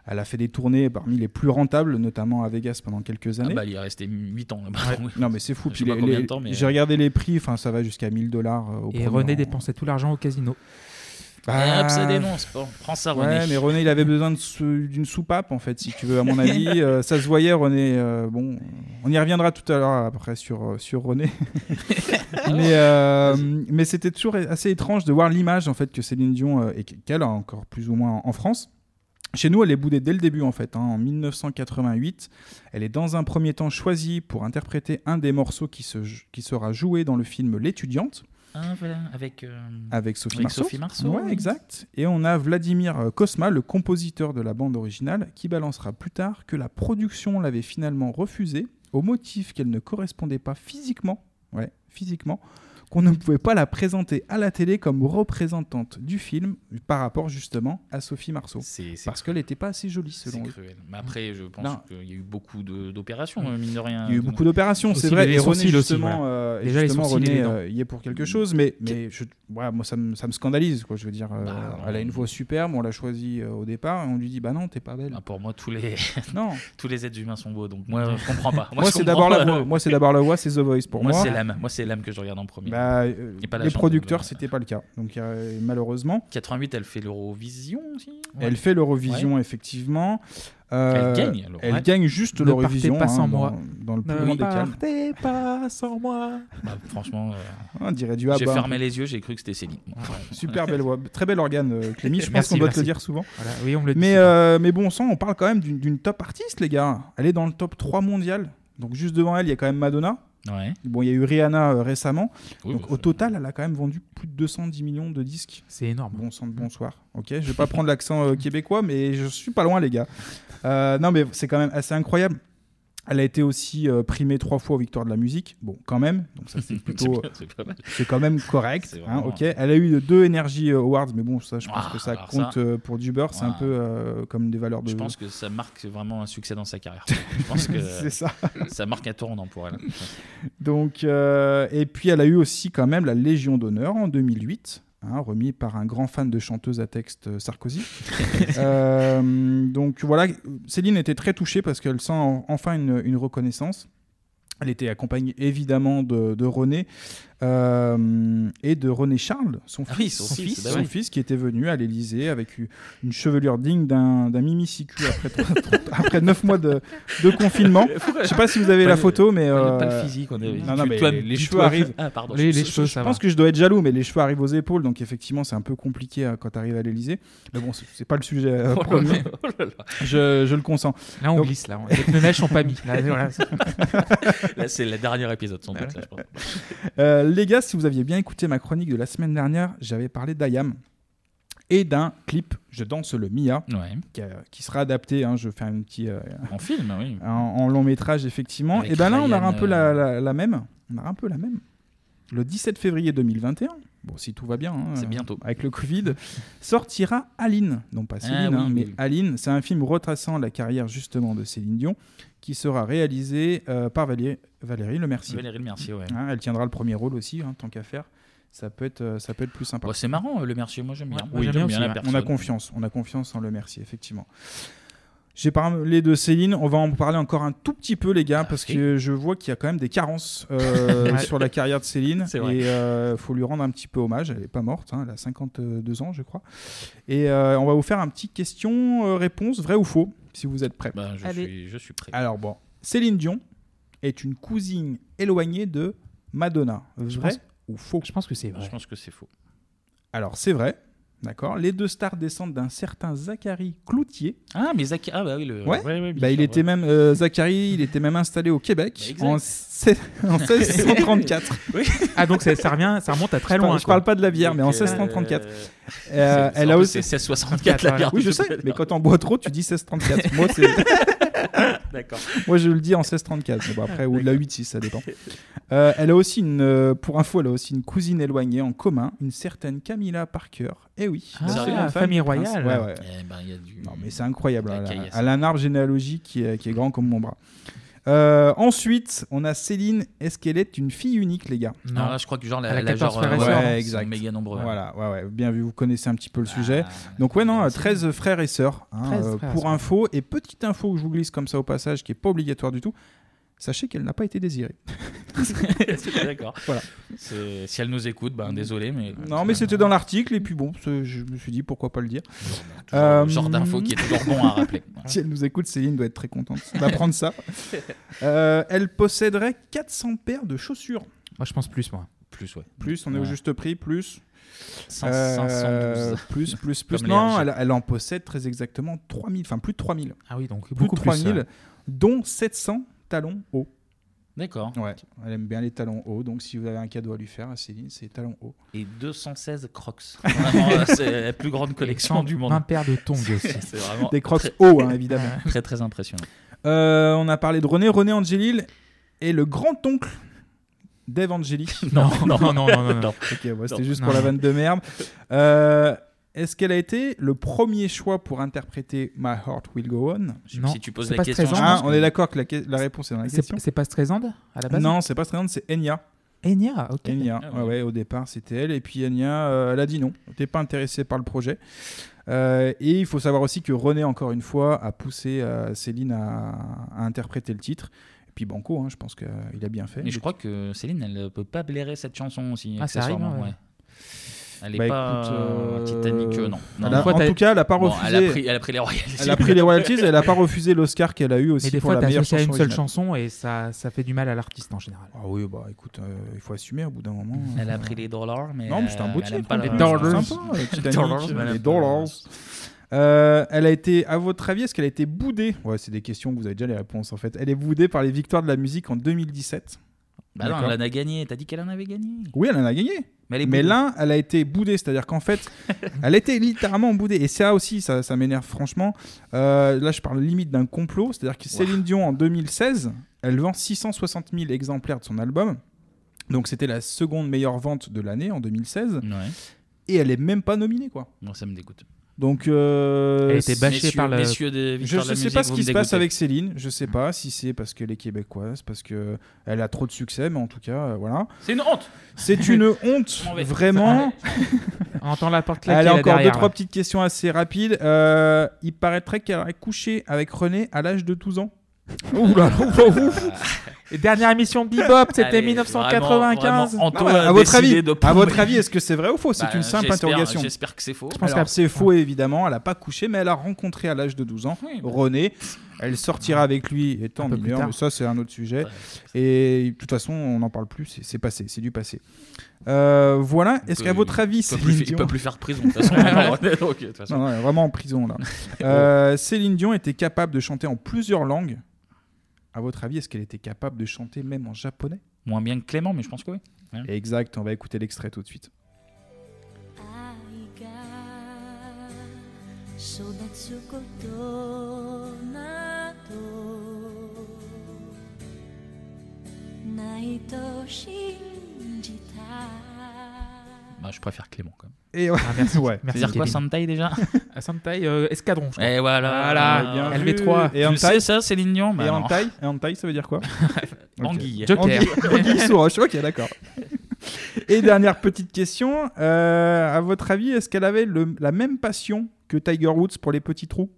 Speaker 7: Elle a fait des tournées parmi les plus rentables, notamment à Vegas pendant quelques
Speaker 1: Ah
Speaker 7: années.
Speaker 1: bah, il est resté 8 ans là-bas. Oui.
Speaker 7: Non mais c'est fou.
Speaker 1: Je
Speaker 7: Puis
Speaker 1: sais pas
Speaker 7: les-
Speaker 1: combien de
Speaker 7: les-
Speaker 1: temps, mais-
Speaker 7: J'ai regardé les prix, enfin ça va jusqu'à 1000 dollars. euh,
Speaker 8: Et René dépensait tout l'argent au casino.
Speaker 7: Ah,
Speaker 1: Et Eh, hop, ça dénonce. Bon, prends ça, René.
Speaker 7: Bah, Ouais, mais René, il avait besoin de sou- d'une soupape, en fait, si tu veux, à mon
Speaker 1: <laughs>
Speaker 7: avis. Euh, ça se voyait, René. euh, bon, on y reviendra tout à l'heure après sur, euh, sur
Speaker 1: <laughs>
Speaker 7: René. mais euh, mais c'était toujours assez étrange de voir l'image, en fait, que Céline Dion, euh, et qu'elle a encore plus ou moins en- en France. Chez nous, elle est boudée dès le début en fait. hein. En 1988, elle est dans un premier temps choisie pour interpréter un des morceaux qui, se- qui sera joué dans le film L'étudiante
Speaker 1: Hein, voilà, avec, euh,
Speaker 7: avec Sophie
Speaker 1: avec
Speaker 7: Marceau.
Speaker 1: Sophie Marceau.
Speaker 7: Ouais,
Speaker 1: oui.
Speaker 7: exact. Et on a Vladimir euh, Kosma, le compositeur de la bande originale, qui balancera plus tard que la production l'avait finalement refusée au motif qu'elle ne correspondait pas physiquement, ouais, physiquement, qu'on ne pouvait pas la présenter à la télé comme représentante du film par rapport justement à Sophie Marceau. Parce qu'elle n'était pas assez jolie
Speaker 1: C'est
Speaker 7: selon eux.
Speaker 1: cruel. Mais après, je pense
Speaker 7: Non. Mm.
Speaker 1: qu'il y a eu beaucoup de- d'opérations, euh, mine de rien.
Speaker 7: Il y a eu
Speaker 1: de-
Speaker 7: beaucoup d'opérations, c'est
Speaker 1: Aussi,
Speaker 7: vrai.
Speaker 1: les
Speaker 7: Et René,
Speaker 1: sourcils aussi,
Speaker 7: justement,
Speaker 1: voilà.
Speaker 7: euh, et
Speaker 1: Déjà, les
Speaker 7: justement,
Speaker 1: sourcils et les
Speaker 7: René
Speaker 1: dents.
Speaker 7: euh, y est pour quelque chose, mais, mais je, voilà, moi, ça me, ça me scandalise. Quoi, je veux dire, euh,
Speaker 1: Bah,
Speaker 7: elle a une voix superbe, on l'a choisie euh, au départ, et on lui dit Bah non, t'es pas belle.
Speaker 1: pour Ah. moi, tous les <laughs>
Speaker 7: non.
Speaker 1: tous les êtres humains sont beaux, donc moi, je
Speaker 7: <laughs>
Speaker 1: comprends pas.
Speaker 7: Moi,
Speaker 1: je
Speaker 7: c'est
Speaker 1: comprends
Speaker 7: d'abord la
Speaker 1: pas.
Speaker 7: voix. Moi, c'est d'abord la voix, c'est The Voice pour moi.
Speaker 1: Moi, c'est l'âme. Moi, c'est l'âme que je regarde en premier.
Speaker 7: Bah, euh,
Speaker 1: Et pas la
Speaker 7: les
Speaker 1: chanteuse.
Speaker 7: producteurs, c'était pas le cas. Donc, euh, malheureusement.
Speaker 1: 88, elle fait l'Eurovision aussi.
Speaker 7: Elle fait l'Eurovision, effectivement. Euh,
Speaker 1: Elle gagne, alors,
Speaker 7: Elle
Speaker 1: ouais.
Speaker 7: gagne juste
Speaker 1: Ne partez
Speaker 7: l'Eurovision. hein,
Speaker 1: pas
Speaker 7: dans-
Speaker 1: sans moi.
Speaker 7: Dans le plus
Speaker 1: Ne
Speaker 7: grand des cas.
Speaker 8: Partez pas sans moi.
Speaker 1: Bah, franchement, euh,
Speaker 7: Hein, On dirait du
Speaker 1: J'ai
Speaker 7: ABBA.
Speaker 1: fermé les yeux, j'ai cru que c'était Céline.
Speaker 7: Super belle voix. Très bel organe, euh,
Speaker 1: <laughs>
Speaker 7: Clémy. Je pense
Speaker 1: Merci,
Speaker 7: qu'on doit te
Speaker 1: merci.
Speaker 7: le dire souvent.
Speaker 1: Voilà, oui, on me le dit
Speaker 7: mais,
Speaker 1: souvent.
Speaker 7: euh, mais bon sang, on parle quand même d'une- d'une top artiste, les gars. Elle est dans le top 3 mondial. Donc juste devant elle, il y a quand même Madonna.
Speaker 1: Ouais.
Speaker 7: Bon, il y a eu Rihanna euh, récemment.
Speaker 1: Oui,
Speaker 7: Donc
Speaker 1: bah,
Speaker 7: au total, elle a quand même vendu plus de 210 millions de disques.
Speaker 8: C'est énorme.
Speaker 7: Bon sang de bonsoir. Ok, je vais pas prendre l'accent euh, québécois, mais je suis pas loin, les gars. Euh, non, mais c'est quand même assez incroyable. Elle a été aussi euh, primée trois fois aux victoires de la musique. Bon, quand même. Donc ça,
Speaker 1: <laughs>
Speaker 7: c'est plutôt. euh,
Speaker 1: bien, <laughs> c'est pas mal.
Speaker 7: c'est quand même correct.
Speaker 1: C'est
Speaker 7: hein,
Speaker 1: vraiment-
Speaker 7: ok. Elle a eu deux Energy Awards, mais bon, ça, je pense
Speaker 1: Ah,
Speaker 7: que ça
Speaker 1: alors ça-
Speaker 7: compte euh, pour du beurre. C'est un peu euh, comme des valeurs de.
Speaker 1: Je pense que ça marque vraiment un succès dans
Speaker 7: <laughs>
Speaker 1: sa carrière. Je <laughs> pense que
Speaker 7: C'est ça.
Speaker 1: ça marque un tournant pour elle.
Speaker 7: Donc, euh, et puis elle a eu aussi quand même la Légion d'honneur en 2008, hein, remis par un grand fan de chanteuse à texte euh,
Speaker 1: <laughs>
Speaker 7: Sarkozy. Euh, donc voilà, Céline était très touchée parce qu'elle sent en- enfin une, une reconnaissance. Elle était accompagnée évidemment de, de René euh, et de René Charles, son
Speaker 1: Ah
Speaker 7: fils,
Speaker 1: oui, son fils, bah
Speaker 7: son
Speaker 1: oui.
Speaker 7: fils qui était venu à l'Élysée avec u- une chevelure digne d'un d'un mimicicu après, trois- <laughs> trois- après neuf mois de, de
Speaker 1: <laughs>
Speaker 7: confinement. Je sais pas si vous avez
Speaker 1: Pas
Speaker 7: la
Speaker 1: le-
Speaker 7: photo, mais
Speaker 1: pas le-
Speaker 7: euh,
Speaker 1: pas le physique, on est-
Speaker 7: non, non,
Speaker 1: tu-
Speaker 7: mais
Speaker 1: toi-
Speaker 7: les, les
Speaker 1: tu-
Speaker 7: cheveux
Speaker 1: toi-
Speaker 7: arrivent.
Speaker 1: Ah, pardon,
Speaker 7: Les-
Speaker 1: je-
Speaker 7: les
Speaker 1: je-
Speaker 7: cheveux,
Speaker 1: je
Speaker 7: je
Speaker 1: pense
Speaker 7: pense que je dois être jaloux, mais les cheveux arrivent aux épaules, donc effectivement, c'est un peu compliqué euh, quand tu arrives à l'Elysée. Mais bon, c'est c'est pas le sujet. euh,
Speaker 1: <laughs>
Speaker 8: Oh là
Speaker 7: premier.
Speaker 8: là, oh là là.
Speaker 7: Je, je le consens.
Speaker 8: Là, on
Speaker 7: Donc-
Speaker 8: glisse, là. Les pneus neige sont pas mis. Là, voilà.
Speaker 1: Là, c'est le dernier épisode, sans doute. là, je pense.
Speaker 7: Euh, les gars, si vous aviez bien écouté ma chronique de la semaine dernière, j'avais parlé d'Ayam et d'un clip Je danse le Mia qui, a- qui sera adapté. hein, je fais un petit euh,
Speaker 1: En film, oui.
Speaker 7: en, en long métrage effectivement.
Speaker 1: Avec
Speaker 7: et ben là, on aura
Speaker 1: Ryan, euh,
Speaker 7: un peu la, la- la même. On aura un peu la même. Le 17 février 2021. Bon, si tout va bien, hein,
Speaker 1: C'est
Speaker 7: euh,
Speaker 1: bientôt.
Speaker 7: Avec le Covid, sortira Aline, non pas
Speaker 1: Ah
Speaker 7: Céline,
Speaker 1: oui,
Speaker 7: hein, mais
Speaker 1: oui.
Speaker 7: Aline. C'est un film retraçant la carrière justement de Céline Dion, qui sera réalisé euh, par Valérie, Valérie Le Mercier.
Speaker 1: Valérie Le Mercier, ouais.
Speaker 7: Hein, elle tiendra le premier rôle aussi, hein, tant qu'à faire. Ça peut être, euh, ça peut être plus sympa.
Speaker 1: Bah, c'est marrant, euh, le Mercier, moi j'aime bien.
Speaker 7: Ouais,
Speaker 1: Moi,
Speaker 7: j'aime
Speaker 1: j'aime
Speaker 7: bien
Speaker 1: bien
Speaker 7: aussi,
Speaker 1: la
Speaker 7: on a
Speaker 1: personne.
Speaker 7: confiance, on a confiance en le Mercier, effectivement. J'ai parlé de Céline, on va en parler encore un tout petit peu, les gars, parce que je vois qu'il y a quand même des carences euh,
Speaker 1: Ah, <laughs> Ouais.
Speaker 7: sur la carrière de Céline.
Speaker 1: C'est vrai.
Speaker 7: Et il faut lui rendre un petit peu hommage. Elle n'est pas morte, hein, elle a 52 ans, je crois. Et euh, on va vous faire un petit question-réponse, vrai ou faux, si vous êtes prêts.
Speaker 1: je Allez. suis- je suis prêt.
Speaker 7: Alors, bon, Céline Dion est une cousine éloignée de Madonna. Vrai
Speaker 1: pense-
Speaker 7: ou faux
Speaker 8: Je pense que c'est
Speaker 1: Je pense que c'est faux.
Speaker 7: alors, c'est vrai. D'accord. Les deux stars descendent d'un certain Zachary Cloutier.
Speaker 1: Ah, mais Zach. Ah, bah oui, le.
Speaker 7: Ouais.
Speaker 1: ouais, bien
Speaker 7: Bah, il
Speaker 1: sûr,
Speaker 7: était
Speaker 1: ouais.
Speaker 7: même euh, Zachary, il était même installé au
Speaker 1: Bah,
Speaker 7: Québec
Speaker 1: exact.
Speaker 7: en, se- <laughs> en 1634.
Speaker 1: Oui.
Speaker 8: Ah, donc ça, ça revient, ça remonte à très
Speaker 7: Je parle-
Speaker 8: loin.
Speaker 7: Je parle pas de la bière, mais en
Speaker 8: Donc, euh,
Speaker 7: 1634.
Speaker 8: c'est-
Speaker 7: Euh,
Speaker 8: c'est-
Speaker 7: elle
Speaker 8: en
Speaker 7: a
Speaker 8: plus,
Speaker 7: aussi.
Speaker 8: c'est 1634, la bière.
Speaker 7: Oui, je sais, mais quand on boit trop, tu dis 1634. Moi, <laughs> c'est.
Speaker 1: D'accord.
Speaker 7: Moi, je le dis en 1634. mais bon, après, ou de la 8-6, ça dépend. Euh, elle a aussi une. euh, pour info, elle a aussi une cousine éloignée en commun, une certaine Camilla Parker. Eh oui,
Speaker 8: Ah,
Speaker 7: seconde
Speaker 8: la
Speaker 7: femme
Speaker 8: famille
Speaker 7: du prince.
Speaker 8: royale.
Speaker 7: Ouais, ouais.
Speaker 1: Eh ben, il y a du.
Speaker 7: Non, mais c'est incroyable.
Speaker 1: La
Speaker 7: Elle a,
Speaker 1: caillasse.
Speaker 7: elle a un arbre généalogique qui est, qui est grand comme mon bras. Euh, ensuite, on a Céline. Est-ce qu'elle est une fille unique, les gars
Speaker 1: Non. Ah, je crois que genre, la-
Speaker 7: Elle a
Speaker 1: la
Speaker 7: 14
Speaker 1: genre,
Speaker 7: frères et
Speaker 1: euh, ouais,
Speaker 7: sœurs.
Speaker 1: ils sont
Speaker 7: exact.
Speaker 1: méga nombreux.
Speaker 7: Voilà, ouais, ouais, bien vu, vous connaissez un petit peu le
Speaker 1: Ah,
Speaker 7: sujet. Donc, ouais, non, 13 frères et sœurs. hein,
Speaker 8: 13
Speaker 7: euh,
Speaker 8: frères et
Speaker 7: pour
Speaker 8: sœurs.
Speaker 7: info, et petite info que je vous glisse comme ça au passage, qui est pas obligatoire du tout, sachez qu'elle n'a pas été désirée.
Speaker 1: D'accord. C'est- Si elle nous écoute, ben désolé, mais.
Speaker 7: Non, mais c'était dans l'article, et puis bon, c'est- je me suis dit pourquoi pas le dire.
Speaker 1: toujours
Speaker 7: Euh,
Speaker 1: le genre d'info qui est toujours bon à rappeler.
Speaker 7: <laughs> si elle nous écoute, Céline doit être très contente d'apprendre ça. Euh, elle posséderait 400 paires de chaussures.
Speaker 8: Moi, je pense plus, moi.
Speaker 1: Plus, ouais.
Speaker 7: Plus, on est au
Speaker 8: Ouais.
Speaker 7: juste prix, plus.
Speaker 8: Cin-
Speaker 7: Euh,
Speaker 8: 512.
Speaker 7: plus, plus, plus.
Speaker 8: <laughs> Comme les
Speaker 7: non,
Speaker 8: RG.
Speaker 7: elle, elle en possède très exactement 3000, enfin plus de 3000.
Speaker 8: Ah oui, donc
Speaker 7: plus
Speaker 8: beaucoup
Speaker 7: de
Speaker 8: plus,
Speaker 7: 3000,
Speaker 8: ouais.
Speaker 7: dont 700 talons hauts.
Speaker 1: D'accord.
Speaker 7: Ouais, elle aime bien les talons hauts, donc si vous avez un cadeau à lui faire, à Céline, c'est les talons hauts.
Speaker 1: Et 216 crocs. <laughs> Vraiment, euh, c'est la plus grande collection du monde.
Speaker 8: Un paire de tongs aussi.
Speaker 1: <laughs> C'est- c'est
Speaker 8: Oh,
Speaker 1: vraiment
Speaker 7: Des crocs
Speaker 1: très-
Speaker 8: <laughs>
Speaker 7: hauts, hein, évidemment.
Speaker 1: Très, très impressionnant.
Speaker 7: Euh, on a parlé de René. René Angelil est le grand-oncle d'Eve Angeli.
Speaker 8: <laughs> Non, non, non, non,
Speaker 7: Euh,
Speaker 8: non, non.
Speaker 7: Ok, ouais,
Speaker 8: Non.
Speaker 7: c'était juste
Speaker 8: Non,
Speaker 7: pour la
Speaker 8: non.
Speaker 7: vanne de merde. Euh, Est-ce qu'elle a été le premier choix pour interpréter My Heart Will Go On
Speaker 1: sais pas Non. si tu poses C'est la pas question,
Speaker 8: Streisand
Speaker 7: Ah,
Speaker 8: je pense
Speaker 7: on
Speaker 8: que-
Speaker 7: est d'accord que la, que- la réponse est dans la
Speaker 8: C'est-
Speaker 7: question.
Speaker 8: c'est pas Streisand, à la base
Speaker 7: Non, c'est pas Streisand, c'est Enya.
Speaker 8: Enya, ok.
Speaker 7: Enya,
Speaker 8: Ah
Speaker 7: ouais, ouais, au départ c'était elle. Et puis Enya, euh, elle a dit non, t'es pas intéressée par le projet. Euh, et il faut savoir aussi que René, encore une fois, a poussé euh, Céline à, à interpréter le titre. Et puis Banco, hein, je pense qu'il a bien fait.
Speaker 1: Mais je crois que Céline, elle ne peut pas blairer cette chanson aussi.
Speaker 8: Ah, ça arrive,
Speaker 1: accessoirement,
Speaker 8: ouais.
Speaker 1: Elle n'est
Speaker 7: Bah,
Speaker 1: pas
Speaker 7: écoute,
Speaker 1: euh,
Speaker 7: euh,
Speaker 1: Titanic, euh, non. non.
Speaker 7: elle a- en tout cas, elle a pas
Speaker 1: Bon,
Speaker 7: refusé.
Speaker 1: Elle a pris, elle a pris les royalties.
Speaker 7: Elle a pris les royalties, elle a pas refusé l'Oscar qu'elle a eu aussi
Speaker 8: Mais des
Speaker 7: pour
Speaker 8: fois,
Speaker 7: la
Speaker 8: t'as
Speaker 7: meilleure
Speaker 8: associé à
Speaker 7: chanson
Speaker 8: une seule
Speaker 7: originale.
Speaker 8: chanson et ça, ça fait du mal à l'artiste en général.
Speaker 7: Ah oui, bah écoute, euh, il faut assumer au bout
Speaker 8: <laughs>
Speaker 7: d'un moment.
Speaker 1: <laughs> Elle a pris les dollars, mais.
Speaker 7: non, mais c'était un beau
Speaker 1: elle
Speaker 7: titre.
Speaker 1: aime pas
Speaker 7: hein,
Speaker 1: la-
Speaker 7: c'était
Speaker 1: Dollars.
Speaker 7: sympa, euh,
Speaker 1: <laughs>
Speaker 7: Titanic,
Speaker 1: euh, Dollars,
Speaker 7: euh,
Speaker 1: madame.
Speaker 7: les dollars. Euh, elle a été, à votre avis, est-ce qu'elle a été boudée Ouais, c'est des questions que vous avez déjà les réponses en fait. Elle est boudée par les victoires de la musique en 2017.
Speaker 1: Bah non,
Speaker 7: D'accord.
Speaker 1: elle en a gagné. T'as dit qu'elle en avait gagné.
Speaker 7: Oui, elle en a gagné.
Speaker 1: Mais, elle est boudée.
Speaker 7: l'un, elle a été boudée, c'est-à-dire qu'en
Speaker 1: <laughs>
Speaker 7: fait, elle a été littéralement boudée. Et ça aussi, ça, ça m'énerve franchement. Euh, là, je parle limite d'un complot, c'est-à-dire que Céline Dion, en 2016, elle vend 660 000 exemplaires de son album. Donc c'était la seconde meilleure vente de l'année en 2016. Et elle est même pas nominée, quoi.
Speaker 1: Non, ça me dégoûte.
Speaker 7: Donc, euh,
Speaker 1: Elle a été
Speaker 7: c'est-
Speaker 1: bâchée Messieurs- par le- messieurs des
Speaker 7: je ne
Speaker 1: victoires de
Speaker 7: sais
Speaker 1: la musique,
Speaker 7: pas ce
Speaker 1: vous
Speaker 7: qui
Speaker 1: me
Speaker 7: se passe
Speaker 1: dégoûtez.
Speaker 7: avec Céline. Je sais pas si c'est parce qu'elle est québécoise, parce que euh, elle a trop de succès, mais en tout cas, euh, voilà.
Speaker 1: C'est une honte.
Speaker 7: C'est
Speaker 1: <laughs>
Speaker 7: une honte,
Speaker 1: Je m'en vais. Ah,
Speaker 7: vraiment. Ah,
Speaker 8: On entend la porte claquer
Speaker 7: Elle a
Speaker 8: là,
Speaker 7: encore deux
Speaker 8: derrière,
Speaker 7: trois
Speaker 8: là.
Speaker 7: petites questions assez rapides. Euh, il paraîtrait qu'elle aurait couché avec René à l'âge de
Speaker 1: <laughs>
Speaker 7: 12 ans. Ouh là, ouf, ouf, ouf.
Speaker 8: Et dernière émission de Bebop, c'était
Speaker 7: Allez,
Speaker 8: 1995.
Speaker 7: vraiment, vraiment, Antoine
Speaker 1: euh,
Speaker 7: a
Speaker 8: à votre
Speaker 7: décidé
Speaker 8: avis,
Speaker 7: de
Speaker 8: à votre
Speaker 7: prouver.
Speaker 8: avis,
Speaker 7: est-ce que c'est vrai ou faux C'est
Speaker 1: Bah,
Speaker 7: une simple
Speaker 1: j'espère-
Speaker 7: interrogation.
Speaker 1: j'espère que c'est faux.
Speaker 7: Je pense
Speaker 1: Alors,
Speaker 7: que c'est faux, évidemment. Elle n'a pas couché, mais elle a rencontré à l'âge de 12 ans René. Elle sortira avec lui étant
Speaker 8: peu plus
Speaker 7: mineure,
Speaker 8: tard.
Speaker 7: mais ça, c'est un autre sujet. Et de toute façon, on n'en parle plus. c'est- C'est passé, c'est du passé. Euh, voilà. Est-ce qu'à
Speaker 1: peut-
Speaker 7: votre avis,
Speaker 1: il peut
Speaker 7: Céline
Speaker 1: plus- il
Speaker 7: Dion-
Speaker 1: peut plus faire de prison, de toute <laughs> façon. Donc, de toute façon.
Speaker 7: Non, non, vraiment en prison
Speaker 1: <laughs>
Speaker 7: là. Euh, Céline Dion était capable de chanter en plusieurs langues. À votre avis, est-ce qu'elle était capable de chanter même en japonais
Speaker 1: Moins bien que Clément, mais je pense que oui. Ouais.
Speaker 7: Exact. On va écouter l'extrait tout de suite.
Speaker 6: 育つことなどないと信じた
Speaker 1: Bah, je préfère Clément quand même.
Speaker 7: Et ouais.
Speaker 8: merci.
Speaker 7: <laughs> Ouais.
Speaker 8: Merci,
Speaker 1: C'est-à-dire quoi,
Speaker 8: Kevin.
Speaker 7: <laughs>
Speaker 1: Santai déjà
Speaker 8: À Santai, euh, escadron. je crois.
Speaker 1: Et voilà.
Speaker 8: Voilà,
Speaker 1: Bien
Speaker 8: LV3.
Speaker 1: vu. Et Tu Hentai sais ça, Céline Dion Bah
Speaker 7: Et
Speaker 1: non.
Speaker 7: en taille Et en taille, ça veut dire quoi Ok.
Speaker 1: Anguille.
Speaker 8: Joker.
Speaker 7: Anguille,
Speaker 1: <laughs>
Speaker 7: anguille sous roche. Ok, d'accord. Et dernière petite question. euh, à votre avis, est-ce qu'elle avait le- la même passion que Tiger Woods pour les petits trous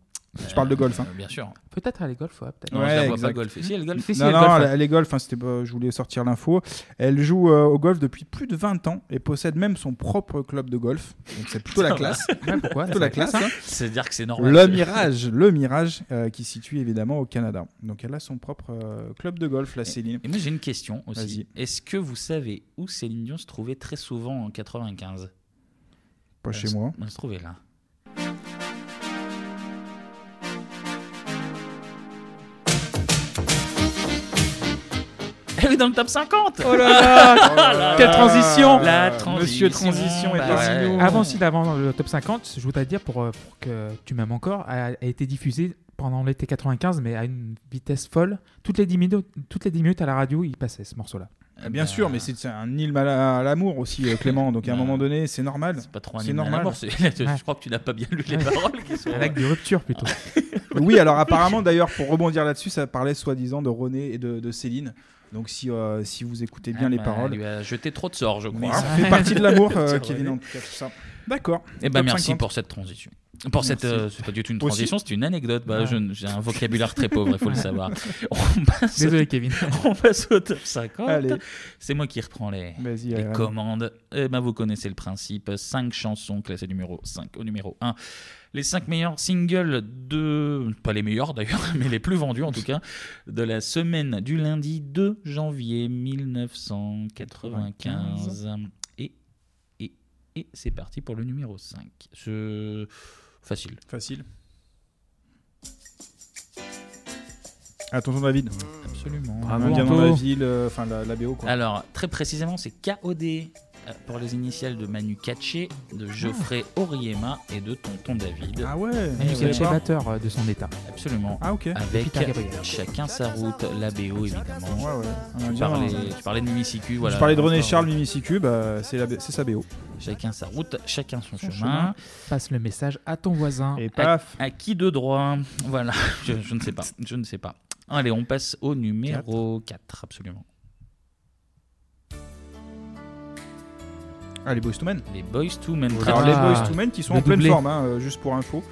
Speaker 7: Je parle de golf. hein.
Speaker 1: Bien sûr.
Speaker 8: Peut-être à les golfs, ouais, peut-être.
Speaker 1: Non, je la vois pas golfer. Si, elle
Speaker 7: <laughs>
Speaker 1: golfe. Euh, Si, si,
Speaker 7: non,
Speaker 1: elle
Speaker 7: non,
Speaker 1: golfe,
Speaker 7: elle,
Speaker 1: ouais.
Speaker 7: elle est golf. hein, c'était pas- je voulais sortir l'info. Elle joue euh, au golf depuis plus de 20 ans et possède même son propre club de golf. Donc c'est plutôt la
Speaker 1: Putain,
Speaker 7: classe.
Speaker 1: ouais. Ouais, pourquoi
Speaker 7: Plutôt
Speaker 1: Ça
Speaker 7: la classe.
Speaker 1: classe,
Speaker 7: hein.
Speaker 1: hein. C'est-à-dire que c'est normal.
Speaker 7: Le
Speaker 1: C'est-
Speaker 7: Mirage, le Mirage, euh, qui se situe évidemment au Canada. Donc elle a son propre euh, club de golf, la Céline.
Speaker 1: Et moi j'ai une question aussi. Est-ce que vous savez où Céline Dion se trouvait très souvent en 95
Speaker 7: Pas
Speaker 1: Elle
Speaker 7: chez
Speaker 1: se-
Speaker 7: moi.
Speaker 1: Elle se trouvait là. Elle est dans le top 50
Speaker 8: Oh là là, Quelle transition
Speaker 1: La transition
Speaker 8: Monsieur Transition
Speaker 1: bah ouais.
Speaker 8: Avant, si, avant le top 50, je voudrais dire, pour, euh, pour que tu m'aimes encore, a, a été diffusé pendant l'été 95, mais à une vitesse folle. Toutes les 10 minutes, toutes les 10 minutes à la radio, il passait ce morceau-là.
Speaker 7: Ah,
Speaker 1: Euh,
Speaker 7: Bien sûr, mais c'est c'est un île mal à à l'amour aussi, euh, Clément. Donc à un
Speaker 1: Bah,
Speaker 7: moment donné, c'est
Speaker 1: <laughs>
Speaker 7: normal.
Speaker 1: C'est pas trop un
Speaker 7: C'est
Speaker 1: hymne à
Speaker 7: normal.
Speaker 1: l'amour, c'est- Je crois que tu n'as pas bien lu les paroles. qui sont-
Speaker 8: Un acte de rupture, plutôt.
Speaker 7: Oui, alors apparemment, d'ailleurs, pour rebondir là-dessus, ça parlait soi-disant de René et de, de Céline. Donc si, euh, si vous écoutez bien
Speaker 1: Ah,
Speaker 7: les
Speaker 1: bah,
Speaker 7: paroles.
Speaker 1: Elle lui a jeté trop de sorts, je crois.
Speaker 7: Mais ça fait partie de
Speaker 1: <laughs>
Speaker 7: l'amour, euh, Kevin, en tout cas, tout ça. D'accord.
Speaker 1: Et ben
Speaker 7: Top
Speaker 1: merci
Speaker 7: 50.
Speaker 1: pour cette transition. Pour cette,
Speaker 7: Merci.
Speaker 1: euh, c'est pas du tout une
Speaker 7: Aussi.
Speaker 1: transition, c'est une anecdote. Bah,
Speaker 7: Ouais.
Speaker 1: je ne- J'ai un vocabulaire très pauvre, il faut le savoir. passe-
Speaker 8: Désolé, Kevin.
Speaker 1: On passe au top 50.
Speaker 8: Allez.
Speaker 1: C'est moi qui reprends les,
Speaker 7: Vas-y,
Speaker 1: les
Speaker 7: Alan.
Speaker 1: commandes. Eh ben, vous connaissez le principe. 5 chansons classées numéro 5 au numéro 1. Les 5 meilleurs singles de. Pas les meilleurs d'ailleurs, <laughs> mais les plus vendus en tout cas, de la semaine du lundi 2 janvier 1995. Et, et, et c'est parti pour le numéro 5. Ce... Facile.
Speaker 7: Facile. Ah, tonton David.
Speaker 1: Absolument.
Speaker 7: Un Indien dans la ville, euh, enfin la, la BO quoi.
Speaker 1: Alors, très précisément, c'est KOD euh, pour les initiales de Manu Katché, de Geoffrey Auriemma et de Tonton David.
Speaker 7: Ah ouais
Speaker 1: Eh
Speaker 8: Manu
Speaker 1: ouais.
Speaker 8: Katché, batteur euh, de son état.
Speaker 1: Absolument.
Speaker 7: Ah, ok.
Speaker 1: Avec
Speaker 8: Peter Gabriel.
Speaker 1: chacun sa route, la BO évidemment.
Speaker 7: Un
Speaker 1: Tu,
Speaker 7: Indien,
Speaker 1: parlais,
Speaker 7: hein.
Speaker 1: tu parlais de Mimicicu, voilà.
Speaker 7: Je parlais de René
Speaker 1: Encore.
Speaker 7: Charles, Mimicicu, bah, c'est la- c'est sa BO.
Speaker 1: Chacun sa route, chacun son,
Speaker 8: Son chemin.
Speaker 1: chemin.
Speaker 8: Passe le message à ton voisin.
Speaker 1: À- À, qui de droit Voilà, <laughs> je, je ne sais pas. Je ne sais pas. Allez, on passe au numéro 4, absolument.
Speaker 7: Ah, les Boys to Men
Speaker 1: Les Boys to Men.
Speaker 7: Alors, les Boys to Men qui sont en pleine forme, hein, euh, juste pour info.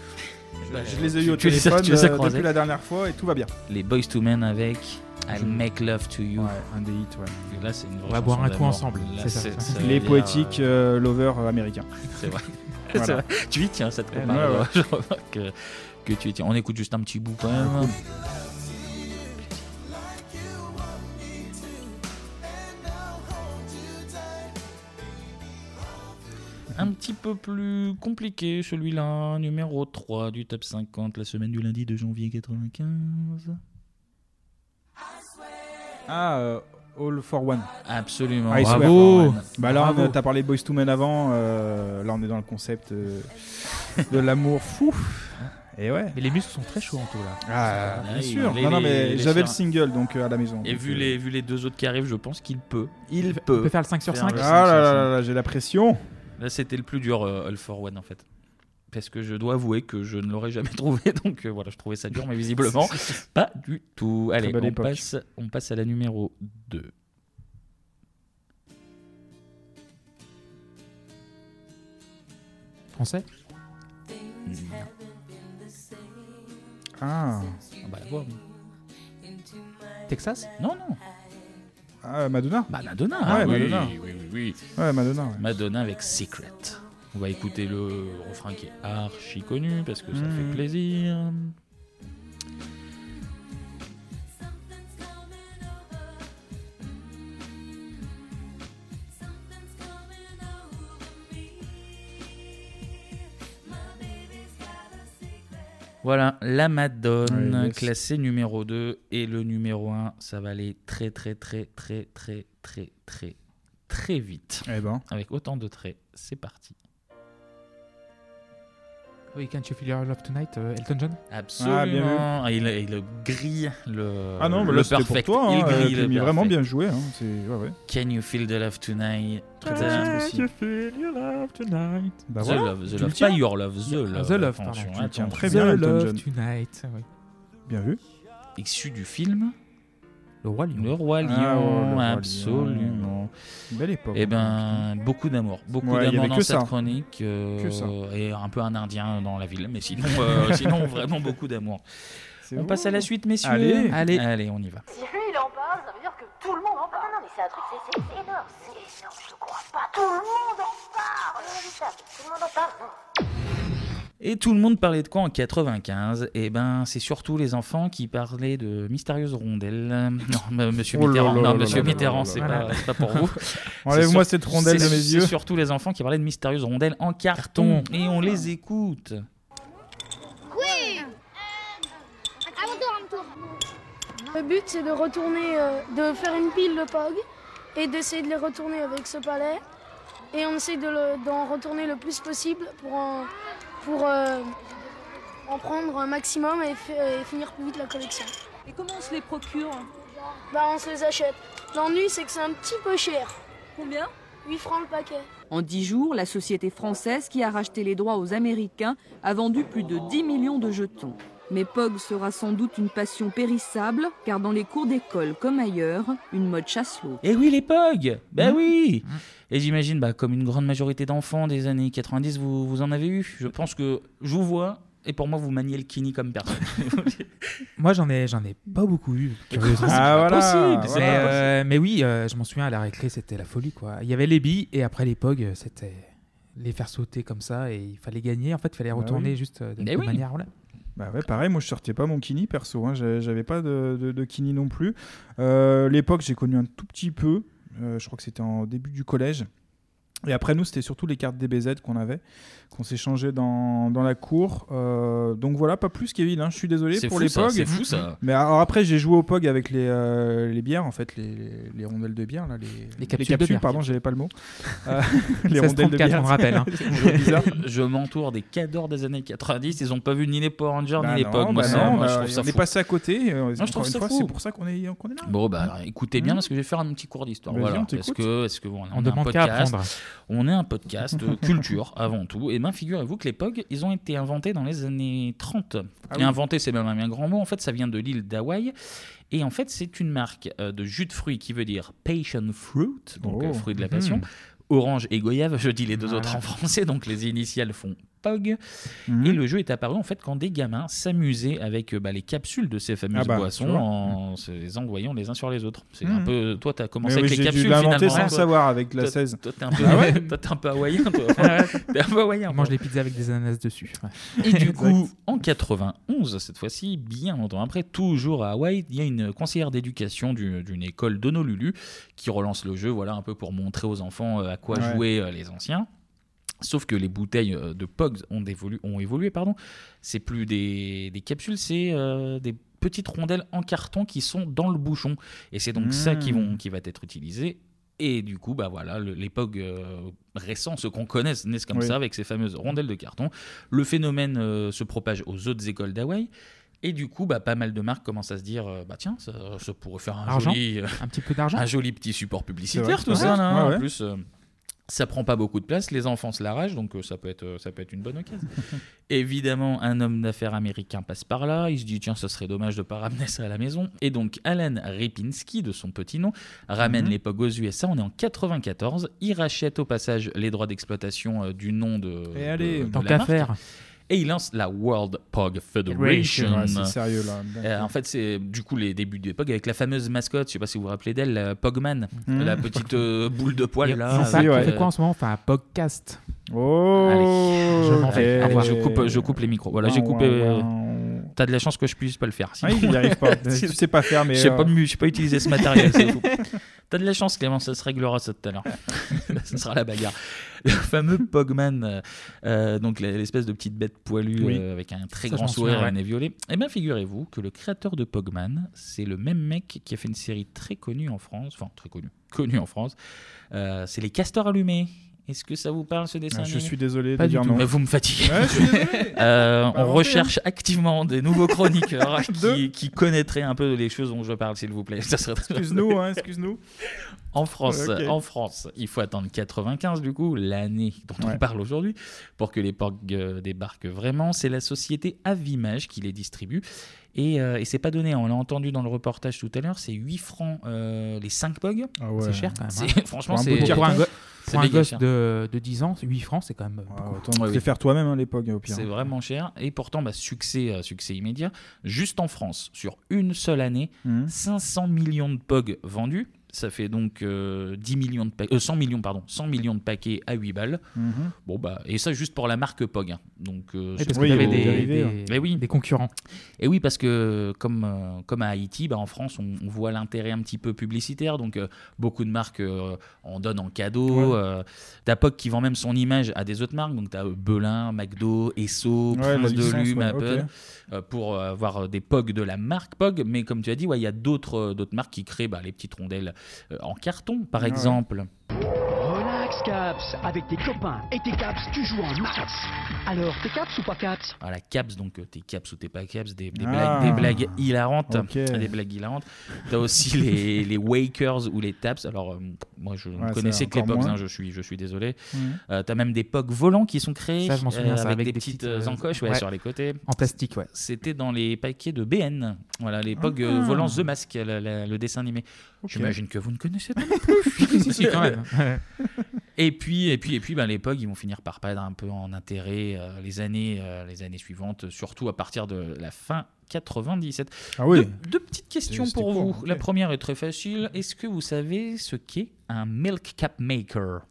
Speaker 7: Je,
Speaker 1: Bah,
Speaker 7: je les ai
Speaker 1: tu-
Speaker 7: eu au
Speaker 1: tu les as-
Speaker 7: téléphone
Speaker 1: tu les as
Speaker 7: euh,
Speaker 1: croisés.
Speaker 7: depuis la dernière fois et tout va bien.
Speaker 1: Les Boys to Men avec I'll
Speaker 7: Je-
Speaker 1: Make Love to You.
Speaker 7: un des hits, ouais.
Speaker 1: Et là, c'est une vraie
Speaker 8: On va boire
Speaker 1: chanson
Speaker 8: un coup
Speaker 1: d'amour.
Speaker 8: ensemble,
Speaker 1: Là,
Speaker 8: c'est ça.
Speaker 1: veut
Speaker 7: les
Speaker 1: dire,
Speaker 7: poétiques euh, lovers euh, américains.
Speaker 1: euh, c'est vrai.
Speaker 7: Voilà.
Speaker 1: C'est vrai. Tu y tiens, cette
Speaker 7: Ouais,
Speaker 1: compare.
Speaker 7: ouais, ouais.
Speaker 1: <laughs> Je remarque que, que tu y tiens. On écoute juste un petit bout quand même. Un petit peu plus compliqué, celui-là, numéro 3 du top 50, la semaine du lundi de janvier 95.
Speaker 7: Ah, euh, All for One.
Speaker 1: Absolument.
Speaker 7: I swear.
Speaker 1: Bravo.
Speaker 7: Bah là,
Speaker 1: Bravo.
Speaker 7: on a- t'as parlé Boys to Men avant. euh, là, on est dans le concept euh, de l'amour fou. Et ouais.
Speaker 8: Mais les muscles sont très chauds en tout là.
Speaker 7: Ah,
Speaker 1: Ah,
Speaker 7: bien
Speaker 1: il-
Speaker 7: sûr.
Speaker 1: les-
Speaker 7: non, non,
Speaker 1: les-
Speaker 7: mais
Speaker 1: les
Speaker 7: j'avais le
Speaker 1: sœurs.
Speaker 7: single donc euh, à la maison.
Speaker 1: Et
Speaker 7: Donc,
Speaker 1: vu
Speaker 7: euh,
Speaker 1: les, vu les deux autres qui arrivent, je pense qu'il peut. Il peut.
Speaker 8: peut faire le 5 sur 5.
Speaker 1: le
Speaker 7: Ah
Speaker 1: 5
Speaker 7: là
Speaker 1: sur
Speaker 7: là
Speaker 1: 5.
Speaker 7: là là, j'ai la pression.
Speaker 1: Là, c'était le plus dur, euh, All for One, en fait. Parce que je dois avouer que je ne l'aurais jamais <laughs> trouvé, donc euh, voilà, je trouvais ça dur,
Speaker 7: <laughs>
Speaker 1: mais visiblement, pas du tout. Allez,
Speaker 7: belle
Speaker 1: on
Speaker 7: époque.
Speaker 1: passe, on passe à la numéro 2.
Speaker 8: Français
Speaker 7: Ah.
Speaker 1: bah, la voix, oui.
Speaker 8: Texas
Speaker 1: Non, non.
Speaker 7: Ah, Madonna.
Speaker 1: Bah, Madonna.
Speaker 7: Ouais,
Speaker 1: ah oui,
Speaker 7: Madonna.
Speaker 1: oui, oui, oui.
Speaker 7: Ouais, Madonna. ouais.
Speaker 1: Madonna avec Secret. On va écouter le refrain qui est archi connu parce que ça
Speaker 7: Mhm.
Speaker 1: fait plaisir. Voilà, la Madone,
Speaker 7: Ouais, yes.
Speaker 1: classée numéro 2. Et le numéro 1, ça va aller très, très, très, très, très, très, très, très vite.
Speaker 7: Eh ben.
Speaker 1: Avec autant de traits, c'est parti.
Speaker 8: Oui, Can't You Feel Your Love Tonight, euh, Elton John
Speaker 1: Absolument.
Speaker 7: bien vu.
Speaker 1: Ah, il, il grille le.
Speaker 7: Ah non, mais
Speaker 1: le
Speaker 7: là, c'était pour
Speaker 1: perfect.
Speaker 7: toi. hein,
Speaker 1: il
Speaker 7: euh,
Speaker 1: grille le
Speaker 7: Clémy, vraiment
Speaker 1: perfect.
Speaker 7: bien joué. hein, c'est- ouais, ouais.
Speaker 1: Can you feel the love tonight?
Speaker 7: Très
Speaker 1: Putain.
Speaker 7: bien. aussi.
Speaker 8: feel your love tonight.
Speaker 7: Bah
Speaker 1: the
Speaker 7: voilà,
Speaker 1: love,
Speaker 7: tu
Speaker 1: the
Speaker 7: le
Speaker 1: love,
Speaker 7: tiens.
Speaker 1: pas your love, the
Speaker 8: Ah,
Speaker 1: love.
Speaker 8: The Love, pardon,
Speaker 1: attention,
Speaker 8: tu le
Speaker 7: tiens
Speaker 1: attends.
Speaker 7: très bien,
Speaker 8: The
Speaker 7: Elton
Speaker 8: Love
Speaker 7: John.
Speaker 8: Tonight, oui.
Speaker 7: Bien vu.
Speaker 1: Issu du film
Speaker 8: Le Roi Lion.
Speaker 1: Le Roi Lion,
Speaker 7: Ah, oh, le Roi Lion.
Speaker 1: absolument.
Speaker 7: Belle époque.
Speaker 1: Eh ben, beaucoup d'amour, beaucoup
Speaker 7: Ouais, il y
Speaker 1: d'amour
Speaker 7: avait
Speaker 1: dans
Speaker 7: que
Speaker 1: cette
Speaker 7: ça.
Speaker 1: chronique, euh,
Speaker 7: Que ça.
Speaker 1: et un peu un Indien dans la ville, mais sinon, euh, <laughs> sinon vraiment beaucoup d'amour.
Speaker 7: C'est
Speaker 1: On
Speaker 7: beau.
Speaker 1: passe à la suite, messieurs.
Speaker 7: Allez.
Speaker 1: allez, allez, on y va.
Speaker 10: Si lui il en parle, ça veut dire que tout le monde en parle. Ah, Non, non, mais c'est un truc, c'est énorme, c'est énorme, Ah, je crois pas. Tout le monde en parle. Tout le monde en parle.
Speaker 1: Et tout le monde parlait de quoi en 95 Eh ben, c'est surtout les enfants qui parlaient de mystérieuses rondelles. <laughs> Non, m- Monsieur
Speaker 7: Oh là
Speaker 1: Mitterrand,
Speaker 7: là
Speaker 1: non,
Speaker 7: là
Speaker 1: Monsieur
Speaker 7: là là
Speaker 1: Mitterrand,
Speaker 7: là
Speaker 1: c'est
Speaker 7: là
Speaker 1: pas,
Speaker 7: là.
Speaker 1: c'est pas pour
Speaker 7: <laughs>
Speaker 1: vous.
Speaker 7: Enlève-moi
Speaker 1: C'est sur-
Speaker 7: cette rondelle
Speaker 1: c'est-
Speaker 7: de mes yeux.
Speaker 1: C'est surtout les enfants qui parlaient de mystérieuses rondelles en carton, et on les écoute.
Speaker 11: Oui À mon tour, à mon tour. Le but, c'est de retourner, euh, de faire une pile de POG et d'essayer de les retourner avec ce palais. Et on essaie de le- d'en retourner le plus possible pour en, pour, euh, en prendre un maximum et, fi- et finir plus vite la collection. Et comment on se les procure Bah, on se les achète. L'ennui, c'est que c'est un petit peu cher. Combien 8 francs le paquet.
Speaker 14: En dix jours, la société française qui a racheté les droits aux Américains a vendu plus de 10 millions de jetons. Mais POG sera sans doute une passion périssable, car dans les cours d'école comme ailleurs, une mode chasse l'autre.
Speaker 1: Et Eh oui, les POG Ben
Speaker 7: Mmh.
Speaker 1: oui Et j'imagine, bah, comme une grande majorité d'enfants des années 90, vous, vous en avez eu. Je pense que je vous vois, et pour moi, vous maniez le kini comme personne.
Speaker 8: Moi, j'en ai, j'en ai pas beaucoup eu. curieusement.
Speaker 1: Ah,
Speaker 8: C'est pas
Speaker 1: voilà,
Speaker 8: possible.
Speaker 1: voilà.
Speaker 8: Mais, euh, mais oui, euh, je m'en souviens à la récré, c'était la folie quoi. Il y avait les billes et après les pogs, c'était les faire sauter comme ça et il fallait gagner. En fait, il fallait
Speaker 7: Bah
Speaker 8: retourner
Speaker 7: oui.
Speaker 8: juste euh, de, de manière. voilà.
Speaker 7: Bah ouais, pareil, moi je sortais pas mon kini perso, hein, j'avais j'avais pas de, de, de kini non plus. Euh, L'époque, j'ai connu un tout petit peu, euh, je crois que c'était en début du collège. Et après nous, c'était surtout les cartes DBZ qu'on avait, qu'on s'échangeait dans, dans la cour. Euh, donc voilà, pas plus Kevin, hein, je suis désolé
Speaker 1: C'est
Speaker 7: pour
Speaker 1: fou,
Speaker 7: les
Speaker 1: ça,
Speaker 7: POG.
Speaker 1: c'est fou, ça.
Speaker 7: Mais alors après, j'ai joué au POG avec les, euh, les bières, en fait, les, les- les rondelles de bière, là, les,
Speaker 8: capsules de bière.
Speaker 7: pardon, j'avais pas le mot. Euh, <laughs>
Speaker 8: 16-34, on rappelle, hein.
Speaker 7: C'est toujours bizarre.
Speaker 1: <laughs> je m'entoure des cadors des années 90, ils ont pas vu ni les Power Rangers
Speaker 7: Bah
Speaker 1: ni les
Speaker 7: non,
Speaker 1: POG. Moi,
Speaker 7: bah
Speaker 1: ça,
Speaker 7: non,
Speaker 1: moi, je
Speaker 7: bah,
Speaker 1: trouve ça
Speaker 7: on est
Speaker 1: fou.
Speaker 7: passé à côté. euh,
Speaker 1: je
Speaker 7: encore
Speaker 1: trouve
Speaker 7: une
Speaker 1: ça
Speaker 7: fois,
Speaker 1: fou.
Speaker 7: C'est pour ça qu'on est, qu'on est là.
Speaker 1: Bon, bah, alors, écoutez bien,
Speaker 7: Mhm.
Speaker 1: parce que je vais faire un petit cours d'histoire.
Speaker 7: Vas-y,
Speaker 1: Voilà,
Speaker 7: on
Speaker 1: parce
Speaker 7: t'écoute.
Speaker 1: que, parce que bon, on,
Speaker 7: On
Speaker 1: est un
Speaker 7: demande qu'à
Speaker 1: podcast,
Speaker 7: apprendre.
Speaker 1: on est un podcast
Speaker 7: <laughs>
Speaker 1: euh, culture avant tout. Et ben, figurez-vous que les POG, ils ont été inventés dans les années 30.
Speaker 7: Ah
Speaker 1: et
Speaker 7: oui.
Speaker 1: inventés, c'est même un bien grand mot. En fait, ça vient de l'île d'Hawaï. Et en fait, c'est une marque euh, de jus de fruits qui veut dire passion fruit, donc
Speaker 7: Oh.
Speaker 1: euh, fruit de la
Speaker 7: Mhm.
Speaker 1: passion. Orange et goyave, je dis les deux
Speaker 7: Voilà. Mhm.
Speaker 1: autres en français, donc les initiales font POG. Et le jeu est apparu en fait quand des gamins s'amusaient avec euh, bah, les capsules de ces fameuses
Speaker 7: Ah bah, tu
Speaker 1: boissons
Speaker 7: vois.
Speaker 1: en se les envoyant les uns sur les autres. C'est
Speaker 7: Mhm.
Speaker 1: un peu. Toi, t'as commencé
Speaker 7: Mais
Speaker 1: avec
Speaker 7: oui,
Speaker 1: les
Speaker 7: j'ai dû
Speaker 1: capsules
Speaker 7: l'inventer
Speaker 1: finalement.
Speaker 7: sans
Speaker 1: toi.
Speaker 7: savoir avec la
Speaker 1: Toi-
Speaker 7: 16.
Speaker 1: Toi, t'es un peu,
Speaker 7: Ah ouais
Speaker 1: <laughs>
Speaker 7: Ah
Speaker 1: toi, t'es un peu hawaïen. Toi. T'es un peu hawaïen.
Speaker 8: Il mange
Speaker 1: toi.
Speaker 8: des pizzas avec des ananas dessus. ouais.
Speaker 1: Et du coup, en 91, cette fois-ci, bien longtemps après, toujours à Hawaï, il y a une conseillère d'éducation du- d'une école d'Honolulu qui relance le jeu, voilà, un peu pour montrer aux enfants euh, à quoi
Speaker 7: Ouais.
Speaker 1: jouaient euh, les anciens. Sauf que les bouteilles euh, de Pogs ont évolué, ont évolué pardon. C'est plus des, des capsules, c'est euh, des petites rondelles en carton qui sont dans le bouchon. Et c'est donc
Speaker 7: Mmh.
Speaker 1: ça qui, vont, qui va être utilisé. Et du coup, bah voilà, le- les POG euh, récents, ceux qu'on connaît, naissent comme
Speaker 7: Oui.
Speaker 1: ça, avec ces fameuses rondelles de carton. Le phénomène euh, se propage aux autres écoles d'Hawaï. Et du coup, bah, pas mal de marques commencent à se dire, euh, bah tiens, ça, ça pourrait faire un
Speaker 8: Argent
Speaker 1: joli, euh,
Speaker 8: <laughs> Un petit peu d'argent
Speaker 1: <laughs> un joli petit support
Speaker 8: C'est
Speaker 1: publicitaire,
Speaker 8: vrai,
Speaker 1: tout
Speaker 8: ouais.
Speaker 1: ça. là, hein.
Speaker 8: Ouais, ouais.
Speaker 1: En plus, euh, ça prend pas beaucoup de place. Les enfants se l'arrachent, donc euh, ça peut être, euh, ça peut être une
Speaker 8: <laughs>
Speaker 1: bonne occasion. Évidemment, un homme d'affaires américain passe par là. Il se dit tiens, ce serait dommage de pas ramener ça à la maison. Et donc, Alan Ripinski, de son petit nom, ramène
Speaker 7: Mhm.
Speaker 1: l'époque aux USA. On est en 94. Il rachète au passage les droits d'exploitation euh, du nom de.
Speaker 7: Et allez,
Speaker 1: de- de
Speaker 7: tant
Speaker 1: la
Speaker 7: qu'à
Speaker 1: marque.
Speaker 7: faire.
Speaker 1: Et il lance la World Pog Federation.
Speaker 7: Ouais, Ah, c'est sérieux, là.
Speaker 1: Euh, en fait, c'est du coup les débuts de Pog avec la fameuse mascotte. Je sais pas si vous vous rappelez d'elle, la Pogman,
Speaker 8: Mhm.
Speaker 1: la petite euh, boule de poil
Speaker 8: Et
Speaker 1: là.
Speaker 8: C'est ça,
Speaker 1: avec,
Speaker 8: on
Speaker 1: euh,
Speaker 8: fait quoi en ce moment On fait un podcast.
Speaker 7: Oh
Speaker 1: Allez, je m'en
Speaker 7: ok.
Speaker 1: vais. Allez, Ah, je coupe, je coupe les micros. Voilà, j'ai
Speaker 8: Ah,
Speaker 7: Ouin,
Speaker 1: coupé.
Speaker 7: ouin,
Speaker 1: euh, T'as de la chance que je puisse pas le faire.
Speaker 7: Ouais, Ah, il y arrive
Speaker 1: <laughs>
Speaker 7: pas. Tu sais pas faire, mais,
Speaker 1: Je sais pas,
Speaker 7: euh,
Speaker 1: mu- je sais pas utiliser ce matériel.
Speaker 7: <laughs>
Speaker 1: c'est tout. T'as de la chance, Clément, ça se réglera ça tout à l'heure. <laughs> Ce sera la bagarre. Le fameux Pogman, euh, euh, donc la- l'espèce de petite bête poilue
Speaker 8: Oui.
Speaker 1: euh, avec un très
Speaker 8: Ça, je
Speaker 1: grand
Speaker 8: m'en
Speaker 1: sourire
Speaker 8: souviens,
Speaker 1: et un
Speaker 8: ouais.
Speaker 1: nez violet. Eh bien, figurez-vous que le créateur de Pogman, c'est le même mec qui a fait une série très connue en France, enfin très connue, connue en France. Euh, c'est Les Castors Allumés. Est-ce que ça vous parle ce dessin
Speaker 7: Ah, je
Speaker 1: animé
Speaker 7: suis désolé
Speaker 1: Pas
Speaker 7: de
Speaker 1: du
Speaker 7: dire
Speaker 1: tout.
Speaker 7: non.
Speaker 1: Mais vous me fatiguez.
Speaker 7: Ouais, je suis désolé.
Speaker 1: Euh,
Speaker 7: Pas
Speaker 1: on
Speaker 7: inventé,
Speaker 1: recherche
Speaker 7: hein.
Speaker 1: activement des
Speaker 7: <laughs>
Speaker 1: nouveaux chroniqueurs qui, qui connaîtraient un peu les choses dont je parle, s'il vous plaît. <laughs> Ça serait très
Speaker 7: Excuse-nous, hein, excuse-nous.
Speaker 1: en France,
Speaker 7: Ok.
Speaker 1: en France, il faut attendre 95 du coup, l'année dont on
Speaker 7: Ouais.
Speaker 1: parle aujourd'hui, pour que les porgs euh, débarquent vraiment. C'est la société Avimage qui les distribue. Et, euh, et c'est pas donné, on l'a entendu dans le reportage tout à l'heure, c'est 8 francs euh, les 5 pogs.
Speaker 7: Ah
Speaker 1: C'est cher quand même.
Speaker 8: hein.
Speaker 1: Franchement,
Speaker 8: Pour un
Speaker 1: c'est
Speaker 8: beau- pour un, go-
Speaker 1: c'est
Speaker 8: pour un
Speaker 1: méga
Speaker 8: gosse
Speaker 1: cher.
Speaker 8: de, de 10 ans, 8 francs, c'est quand même. beaucoup.
Speaker 7: Attends, on te les faire toi-même hein, les pogs au pire.
Speaker 1: C'est vraiment cher. Et pourtant, bah, succès, euh, succès immédiat. Juste en France, sur une seule année,
Speaker 7: Mmh,
Speaker 1: 500 millions de POG vendus. Ça fait donc euh, 10 millions de pa- euh, 100 millions pardon, 100 millions de paquets à 8 balles.
Speaker 7: mmh,
Speaker 8: Mhm.
Speaker 1: Bon bah et ça juste pour la marque POG. hein. Donc euh,
Speaker 8: Oui,
Speaker 1: c'est
Speaker 8: parce
Speaker 1: plutôt-
Speaker 8: qu'il y avait des- hein. des-
Speaker 1: Mais oui.
Speaker 8: des concurrents.
Speaker 1: Et oui parce que comme euh, comme à Haïti, bah, en France on, on voit l'intérêt un petit peu publicitaire. Donc euh, beaucoup de marques euh, en donnent en cadeau.
Speaker 7: Ouais.
Speaker 1: Euh, T'as POG qui vend même son image à des autres marques. Donc t'as euh, Belin, McDo, Esso,
Speaker 7: Ouais,
Speaker 1: Prince
Speaker 7: la
Speaker 1: de
Speaker 7: licence,
Speaker 1: Lume,
Speaker 7: ouais,
Speaker 1: Apple,
Speaker 7: ok.
Speaker 1: euh, pour euh, avoir des POG de la marque POG. Mais comme tu as dit, ouais, il y a d'autres euh, d'autres marques qui créent bah, les petites rondelles euh, en carton, par
Speaker 12: Ouais.
Speaker 1: exemple.
Speaker 12: Relax, Caps. Avec tes copains et tes Caps, tu joues en max. Alors, tes Caps ou pas Caps
Speaker 1: À la caps, donc euh, tes caps ou tes pas caps, des, des
Speaker 12: Ah.
Speaker 1: blagues, des blagues hilarantes. Ah,
Speaker 12: Ok.
Speaker 1: Des blagues hilarantes. T'as aussi <laughs> les, les wakers ou les taps. Alors, euh, moi, je ne
Speaker 8: Ouais, ça,
Speaker 1: connaissais que les
Speaker 8: encore
Speaker 1: pogs, hein,
Speaker 8: moins.
Speaker 1: je, suis, je suis désolé.
Speaker 8: Mhm.
Speaker 7: mmh.
Speaker 1: Euh, T'as même des pogs volants qui sont créés
Speaker 8: Ça, je m'en souviens,
Speaker 1: euh,
Speaker 8: ça,
Speaker 1: avec, des, petites, euh, encoches ouais,
Speaker 8: ouais.
Speaker 1: sur les côtés.
Speaker 8: En plastique, ouais.
Speaker 1: C'était dans les paquets de BN. Voilà, les POG
Speaker 8: Ah.
Speaker 1: euh, volants The Mask, la- la- le dessin animé. J'imagine que vous ne connaissez pas non plus.
Speaker 8: Si, si, quand même. Ouais.
Speaker 1: Et puis, et puis, et puis ben, les POG, ils vont finir par perdre un peu en intérêt euh, les, années, euh, les années suivantes, surtout à partir de la fin 97.
Speaker 7: <laughs> Ah oui.
Speaker 1: Deux, deux petites questions
Speaker 7: C'était
Speaker 1: pour
Speaker 7: court, hein.
Speaker 1: vous.
Speaker 7: ok.
Speaker 1: La première est très facile. Est-ce que vous savez ce qu'est un milk cap maker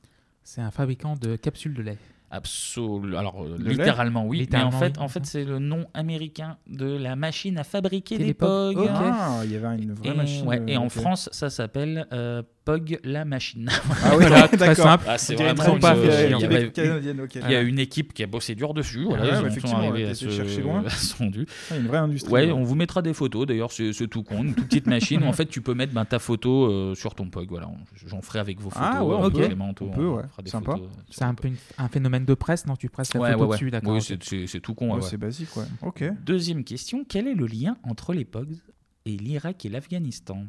Speaker 8: C'est un fabricant de capsules de lait.
Speaker 1: Absolument. Alors, euh,
Speaker 8: Le lait
Speaker 1: littéralement, oui. mais
Speaker 8: Littéralement,
Speaker 1: en fait,
Speaker 8: oui.
Speaker 1: en fait c'est le nom américain de la machine à fabriquer
Speaker 8: Des
Speaker 1: des
Speaker 8: POG.
Speaker 1: POG.
Speaker 8: Ok.
Speaker 7: Ah, il y avait une vraie
Speaker 1: et,
Speaker 7: machine. euh,
Speaker 1: ouais, et en
Speaker 7: ok.
Speaker 1: France, ça s'appelle euh, POG la machine. <laughs>
Speaker 7: Ah oui, Voilà, très d'accord. simple.
Speaker 1: Ah, <laughs> c'est
Speaker 7: On dirait une
Speaker 1: vraiment
Speaker 7: traduction,
Speaker 1: une-
Speaker 7: euh,
Speaker 1: il y avait-
Speaker 7: canadienne, ok.
Speaker 1: Il y a une équipe qui a bossé dur dessus.
Speaker 7: Ah ouais,
Speaker 1: Voilà, ils en sont
Speaker 7: effectivement,
Speaker 1: arrivés
Speaker 7: ouais,
Speaker 1: à
Speaker 7: t'as été
Speaker 1: ce,
Speaker 7: chercher loin.
Speaker 1: <laughs> à ce rendu.
Speaker 7: Ah, une vraie industrie,
Speaker 1: Ouais,
Speaker 7: ouais.
Speaker 1: on vous mettra des photos. D'ailleurs, c'est c'est tout con, une toute petite machine. où, en fait, tu peux mettre ben, ta photo euh, sur ton POG. Voilà, on- j'en ferai avec vos photos.
Speaker 7: Ah ouais,
Speaker 1: euh,
Speaker 7: on peut,
Speaker 1: Clément,
Speaker 7: on peut, ouais,
Speaker 1: fera des
Speaker 7: sympa.
Speaker 1: photos. euh,
Speaker 8: C'est un peu une- un phénomène de presse, non Tu presses la
Speaker 1: Ouais,
Speaker 8: photo
Speaker 1: ouais, ouais.
Speaker 8: dessus, d'accord.
Speaker 1: Oui,
Speaker 8: ok.
Speaker 1: c'est- c'est c'est tout con.
Speaker 7: Ouais,
Speaker 1: ouais.
Speaker 7: Oh, c'est basique, ouais. Ok.
Speaker 1: Deuxième question quel est le lien entre les POGs et l'Irak et l'Afghanistan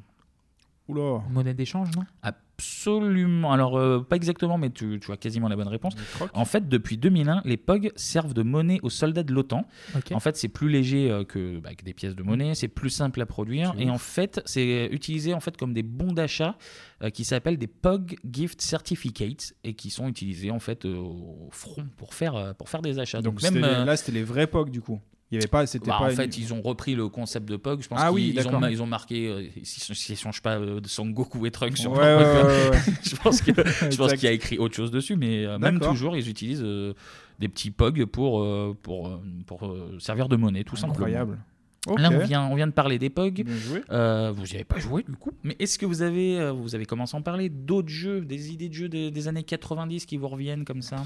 Speaker 7: Oula.
Speaker 8: Monnaie d'échange, non
Speaker 1: Absolument. Alors, euh, pas exactement, mais tu, tu as quasiment la bonne réponse. En fait, depuis 2001, les POG servent de monnaie aux soldats de l'OTAN.
Speaker 8: Ok.
Speaker 1: En fait, c'est plus léger euh, que, bah, que des pièces de monnaie, c'est plus simple à produire.
Speaker 8: C'est
Speaker 1: Et
Speaker 8: ouf.
Speaker 1: en fait, c'est utilisé en fait, comme des bons d'achat euh, qui s'appellent des POG Gift Certificates et qui sont utilisés en fait, euh, au front pour faire, euh, pour faire des achats.
Speaker 7: Donc
Speaker 1: même,
Speaker 7: c'était-
Speaker 1: euh,
Speaker 7: là, c'était les vrais pogs du coup. Il y avait pas, c'était
Speaker 1: bah,
Speaker 7: pas.
Speaker 1: en fait, ils ont repris le concept de POG. Je pense
Speaker 7: Ah
Speaker 1: qu'ils
Speaker 7: oui,
Speaker 1: ils ont,
Speaker 7: d'accord.
Speaker 1: ils ont marqué, euh, s'ils s'ils échangent pas euh, Son Goku et Trunks sur
Speaker 7: Ouais,
Speaker 1: leur
Speaker 7: ouais,
Speaker 1: POG,
Speaker 7: ouais, ouais.
Speaker 1: <laughs> je pense que- <laughs> je pense
Speaker 7: Exact.
Speaker 1: qu'il y a écrit autre chose dessus, mais euh, même
Speaker 7: D'accord.
Speaker 1: toujours, ils utilisent euh, des petits POG pour, euh, pour, euh, pour, euh, servir de monnaie, tout simplement.
Speaker 7: Incroyable. Ok.
Speaker 1: Là, on vient, on vient de parler des POG.
Speaker 7: joué.
Speaker 1: Euh, vous n'y avez pas joué du coup. Mais est-ce que vous avez, euh, vous avez commencé à en parler, d'autres jeux, des idées de jeux des, des années 90 qui vous reviennent comme ça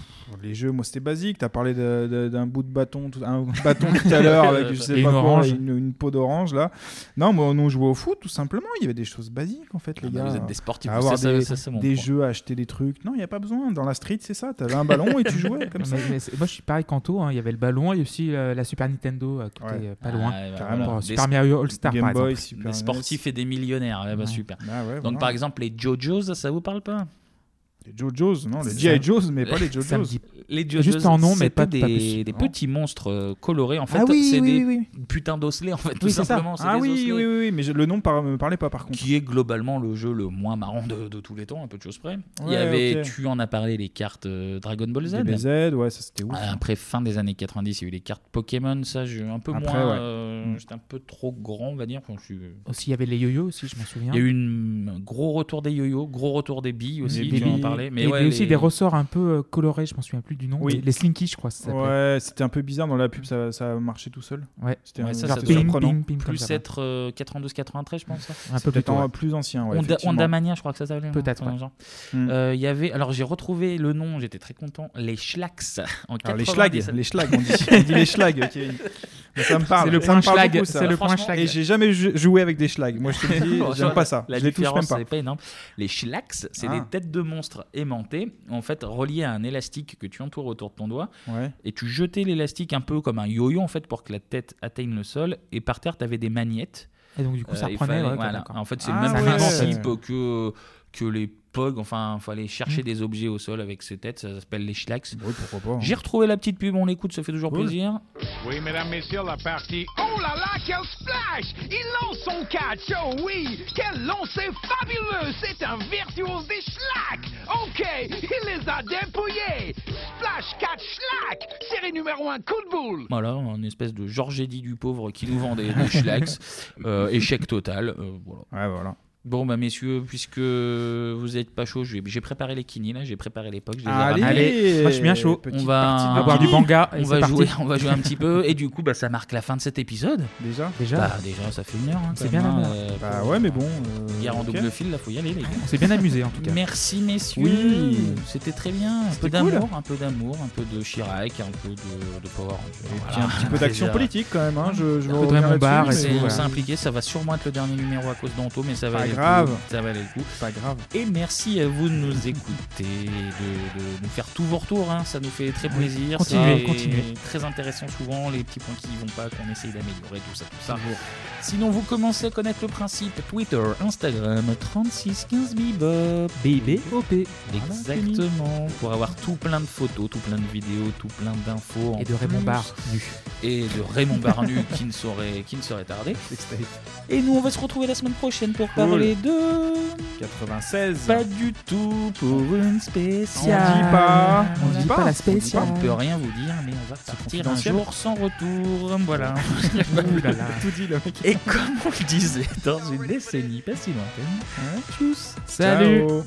Speaker 7: Les jeux, moi c'était basique. T'as parlé de- de- d'un bout de bâton, tout- un <laughs> bâton tout à l'heure avec
Speaker 1: <laughs>
Speaker 7: je sais
Speaker 1: Et
Speaker 7: pas
Speaker 1: une
Speaker 7: quoi,
Speaker 1: orange.
Speaker 7: une, une peau d'orange là. Non, moi on jouait au foot tout simplement. Il y avait des choses basiques en fait, les
Speaker 1: bah,
Speaker 7: gars.
Speaker 1: vous êtes des sportifs,
Speaker 7: À
Speaker 1: vous
Speaker 7: Avoir
Speaker 1: savez,
Speaker 7: des,
Speaker 1: ça, c'est mon
Speaker 7: des
Speaker 1: point.
Speaker 7: jeux, à acheter des trucs. Non, il n'y a pas besoin. Dans la street, c'est ça. T'avais un ballon et
Speaker 1: <laughs>
Speaker 7: tu jouais comme ça.
Speaker 8: Mais- mais c'est- moi, je suis pareil qu'Anto. hein. Il y avait le ballon et aussi euh, la Super Nintendo euh, qui était euh,
Speaker 1: Ah,
Speaker 8: pas loin. Pour, euh, Super Mario All-Star, par exemple.
Speaker 7: E
Speaker 1: des sportifs et des millionnaires, ouais, bah,
Speaker 8: Ouais.
Speaker 1: super.
Speaker 8: Ah ouais,
Speaker 1: Donc
Speaker 8: voilà.
Speaker 1: par exemple les JoJo's, ça, ça vous parle pas
Speaker 7: Les JoJo's, non, les
Speaker 1: C'est
Speaker 7: G.I.
Speaker 1: ça.
Speaker 7: Joes, mais pas les JoJo's. Ça me dit-
Speaker 1: Les JoJo's,
Speaker 7: Juste en nom, mais
Speaker 1: c'était
Speaker 7: pas- pas
Speaker 1: des,
Speaker 7: plus.
Speaker 1: des
Speaker 7: Non.
Speaker 1: petits monstres euh, colorés. En fait,
Speaker 7: Ah oui,
Speaker 1: c'est
Speaker 7: oui,
Speaker 1: des
Speaker 7: oui,
Speaker 1: putains d'osselets, en fait, tout
Speaker 7: Oui, c'est ça.
Speaker 1: simplement. c'est
Speaker 7: Ah
Speaker 1: des
Speaker 7: oui,
Speaker 1: osselets.
Speaker 7: oui, oui, oui, mais je- le nom par- me parlait pas par contre.
Speaker 1: Qui est globalement le jeu le moins marrant de, de tous les temps, un peu de choses près. Il y
Speaker 7: Ouais,
Speaker 1: avait,
Speaker 7: ok.
Speaker 1: tu en as parlé, les cartes euh, Dragon Ball Z.
Speaker 7: DBZ, ouais, ça c'était ouf.
Speaker 1: Ah, Après, fin des années 90, il y a eu les cartes Pokémon, ça, j'ai eu un peu
Speaker 7: Après,
Speaker 1: moins.
Speaker 7: ouais.
Speaker 1: euh,
Speaker 7: Mm.
Speaker 1: J'étais un peu trop grand, on va dire. Enfin, je suis- euh,
Speaker 8: Aussi, il y avait les yo-yo aussi, je m'en souviens.
Speaker 1: Il y a eu une- un gros retour des yo-yo, gros retour des billes aussi,
Speaker 8: Des
Speaker 1: tu en
Speaker 8: billes.
Speaker 1: parlais. Mais
Speaker 8: Et
Speaker 1: ouais,
Speaker 8: puis aussi
Speaker 1: les-
Speaker 8: des ressorts un peu euh, colorés, je m'en souviens plus du nom.
Speaker 7: Oui.
Speaker 8: Les- Les Slinky, je crois. que Ça s'appelait.
Speaker 7: Ouais, c'était un peu bizarre dans la pub, ça, ça marchait tout seul.
Speaker 8: Ouais.
Speaker 7: c'était
Speaker 1: Ouais,
Speaker 7: un-
Speaker 1: ça,
Speaker 7: genre
Speaker 1: ça doit
Speaker 7: surprenant.
Speaker 1: être plus être 92-93, je pense. ça.
Speaker 7: Un peu C'est plus peut-être tôt, en- ouais. plus ancien, ouais,
Speaker 1: Honda,
Speaker 7: effectivement.
Speaker 1: Honda Mania, je crois que ça s'appelait. hein,
Speaker 7: Peut-être,
Speaker 1: dans
Speaker 7: ouais.
Speaker 1: le
Speaker 7: Mm.
Speaker 1: genre. Euh, Il y avait, alors j'ai retrouvé le nom, j'étais très content. Les Schlacks. En
Speaker 7: Alors, les
Speaker 1: 90.
Speaker 7: schlags, les schlags, on dit, on dit les schlags, Kevin. Mais ça me parle.
Speaker 1: C'est le
Speaker 7: ça
Speaker 1: point
Speaker 7: me parle
Speaker 1: schlag,
Speaker 7: beaucoup, ça.
Speaker 1: c'est le point Franchement, schlag.
Speaker 7: Et j'ai jamais jou- joué avec des schlags. Moi, je te le dis,
Speaker 1: <laughs> Bon,
Speaker 7: j'aime pas ça.
Speaker 1: La
Speaker 7: je les touche même
Speaker 1: différence,
Speaker 7: pas.
Speaker 1: c'est pas énorme. Les schlacks, c'est
Speaker 7: Ah.
Speaker 1: des têtes de monstres aimantées, en fait, reliées à un élastique que tu entoures autour de ton doigt.
Speaker 7: Ouais.
Speaker 1: Et tu jetais l'élastique un peu comme un yo-yo, en fait, pour que la tête atteigne le sol. Et par terre, tu avais des magnettes.
Speaker 8: Et donc, du coup, ça
Speaker 1: Euh, il
Speaker 8: reprenait,
Speaker 1: fallait-
Speaker 8: ouais,
Speaker 1: voilà.
Speaker 8: d'accord.
Speaker 1: En fait, c'est
Speaker 8: Ah
Speaker 1: le même
Speaker 8: ouais.
Speaker 1: principe que, que les pogs. Enfin, il fallait
Speaker 8: Mm.
Speaker 1: chercher des objets au sol avec ces têtes. Ça s'appelle les schlacks.
Speaker 7: hein.
Speaker 1: J'ai retrouvé la petite pub, on l'écoute, ça fait toujours
Speaker 21: Cool.
Speaker 1: plaisir.
Speaker 21: Oui, mesdames, messieurs, la partie.
Speaker 22: Oh là là, quel splash Il lance son catch, oh oui Quel lancer fabuleux C'est un virtuose des schlack Ok, il les a dépouillés Splash, catch, schlack Série numéro 1, coup de boule
Speaker 1: Voilà, une espèce de Georges Eddy du pauvre qui nous vend des, des
Speaker 8: <laughs>
Speaker 1: schlacks. Euh, échec total. euh, voilà. Bon, bah messieurs, puisque vous n'êtes pas chaud, j'ai j'ai préparé les kinis là, j'ai préparé l'époque. je les ai
Speaker 8: Allez,
Speaker 1: ramenés.
Speaker 8: Allez, moi, je suis bien chaud.
Speaker 1: On
Speaker 8: petite partie de
Speaker 1: va
Speaker 8: boire du manga, et
Speaker 1: On
Speaker 8: c'est
Speaker 1: va
Speaker 8: parti.
Speaker 1: jouer, on va
Speaker 8: <laughs>
Speaker 1: jouer un petit peu. Et du coup, bah, ça marque la fin de cet épisode.
Speaker 7: Déjà
Speaker 8: Déjà
Speaker 1: Bah, déjà, ça fait une heure. hein,
Speaker 8: C'est
Speaker 1: quand
Speaker 8: bien
Speaker 1: même,
Speaker 8: la
Speaker 1: hein,
Speaker 8: merde.
Speaker 1: euh,
Speaker 7: Bah
Speaker 1: pour-
Speaker 7: ouais, mais bon.
Speaker 1: Guerre en
Speaker 7: ok.
Speaker 1: double fil, là, faut y aller, les gars.
Speaker 8: On s'est bien amusés, en tout cas.
Speaker 1: Merci, messieurs.
Speaker 8: Oui.
Speaker 1: C'était très bien. Un peu
Speaker 8: C'était
Speaker 1: d'amour,
Speaker 8: cool.
Speaker 1: un peu d'amour, un peu de Chirac, un peu de, de Power. Rangers.
Speaker 7: Et puis
Speaker 1: Voilà.
Speaker 7: un petit peu d'action
Speaker 1: Déjà.
Speaker 7: politique quand même. Hein. Je, je vais
Speaker 1: Un peu de
Speaker 7: revenir
Speaker 1: Raymond
Speaker 7: là-dessus,
Speaker 1: Barre,
Speaker 7: mais-
Speaker 1: c'est- on s'est impliquement, ça va sûrement être le dernier numéro à cause d'Anto, mais ça va
Speaker 7: Pas
Speaker 1: aller
Speaker 7: grave.
Speaker 1: le coup. Ça va aller le coup.
Speaker 7: Pas grave.
Speaker 1: Et merci à vous de nous écouter, de, de nous faire tout vos retours, hein. ça nous fait très
Speaker 8: Oui.
Speaker 1: plaisir.
Speaker 8: Continuez,
Speaker 1: C'est
Speaker 8: continuez.
Speaker 1: Très intéressant souvent, les petits points qui vont pas, qu'on essaye d'améliorer, tout ça, tout ça. Sinon, vous commencez à connaître le principe Twitter, Instagram, 3615 Bebop.
Speaker 8: BBOP.
Speaker 1: Exactement, pour avoir tout plein de photos, tout plein de vidéos, tout plein d'infos. en
Speaker 8: Et de Raymond
Speaker 1: plus.
Speaker 8: Barre, nu.
Speaker 1: Et de Raymond
Speaker 8: <laughs>
Speaker 1: Barnu qui ne saurait, qui ne saurait tarder. Et nous, on va se retrouver la semaine prochaine pour parler de.
Speaker 7: 96.
Speaker 1: Pas du tout pour une spéciale.
Speaker 7: On dit pas. On
Speaker 1: Voilà.
Speaker 7: dit pas. On dit pas.
Speaker 1: On ne peut rien vous dire, mais on va partir un
Speaker 7: confidentiel.
Speaker 1: jour sans retour.
Speaker 7: <laughs>
Speaker 1: Voilà.
Speaker 7: Ouh là là. Tout dit, le mec.
Speaker 1: Et comme on le disait, dans une décennie pas si lointaine. Tchuss.
Speaker 7: Salut.
Speaker 1: Ciao.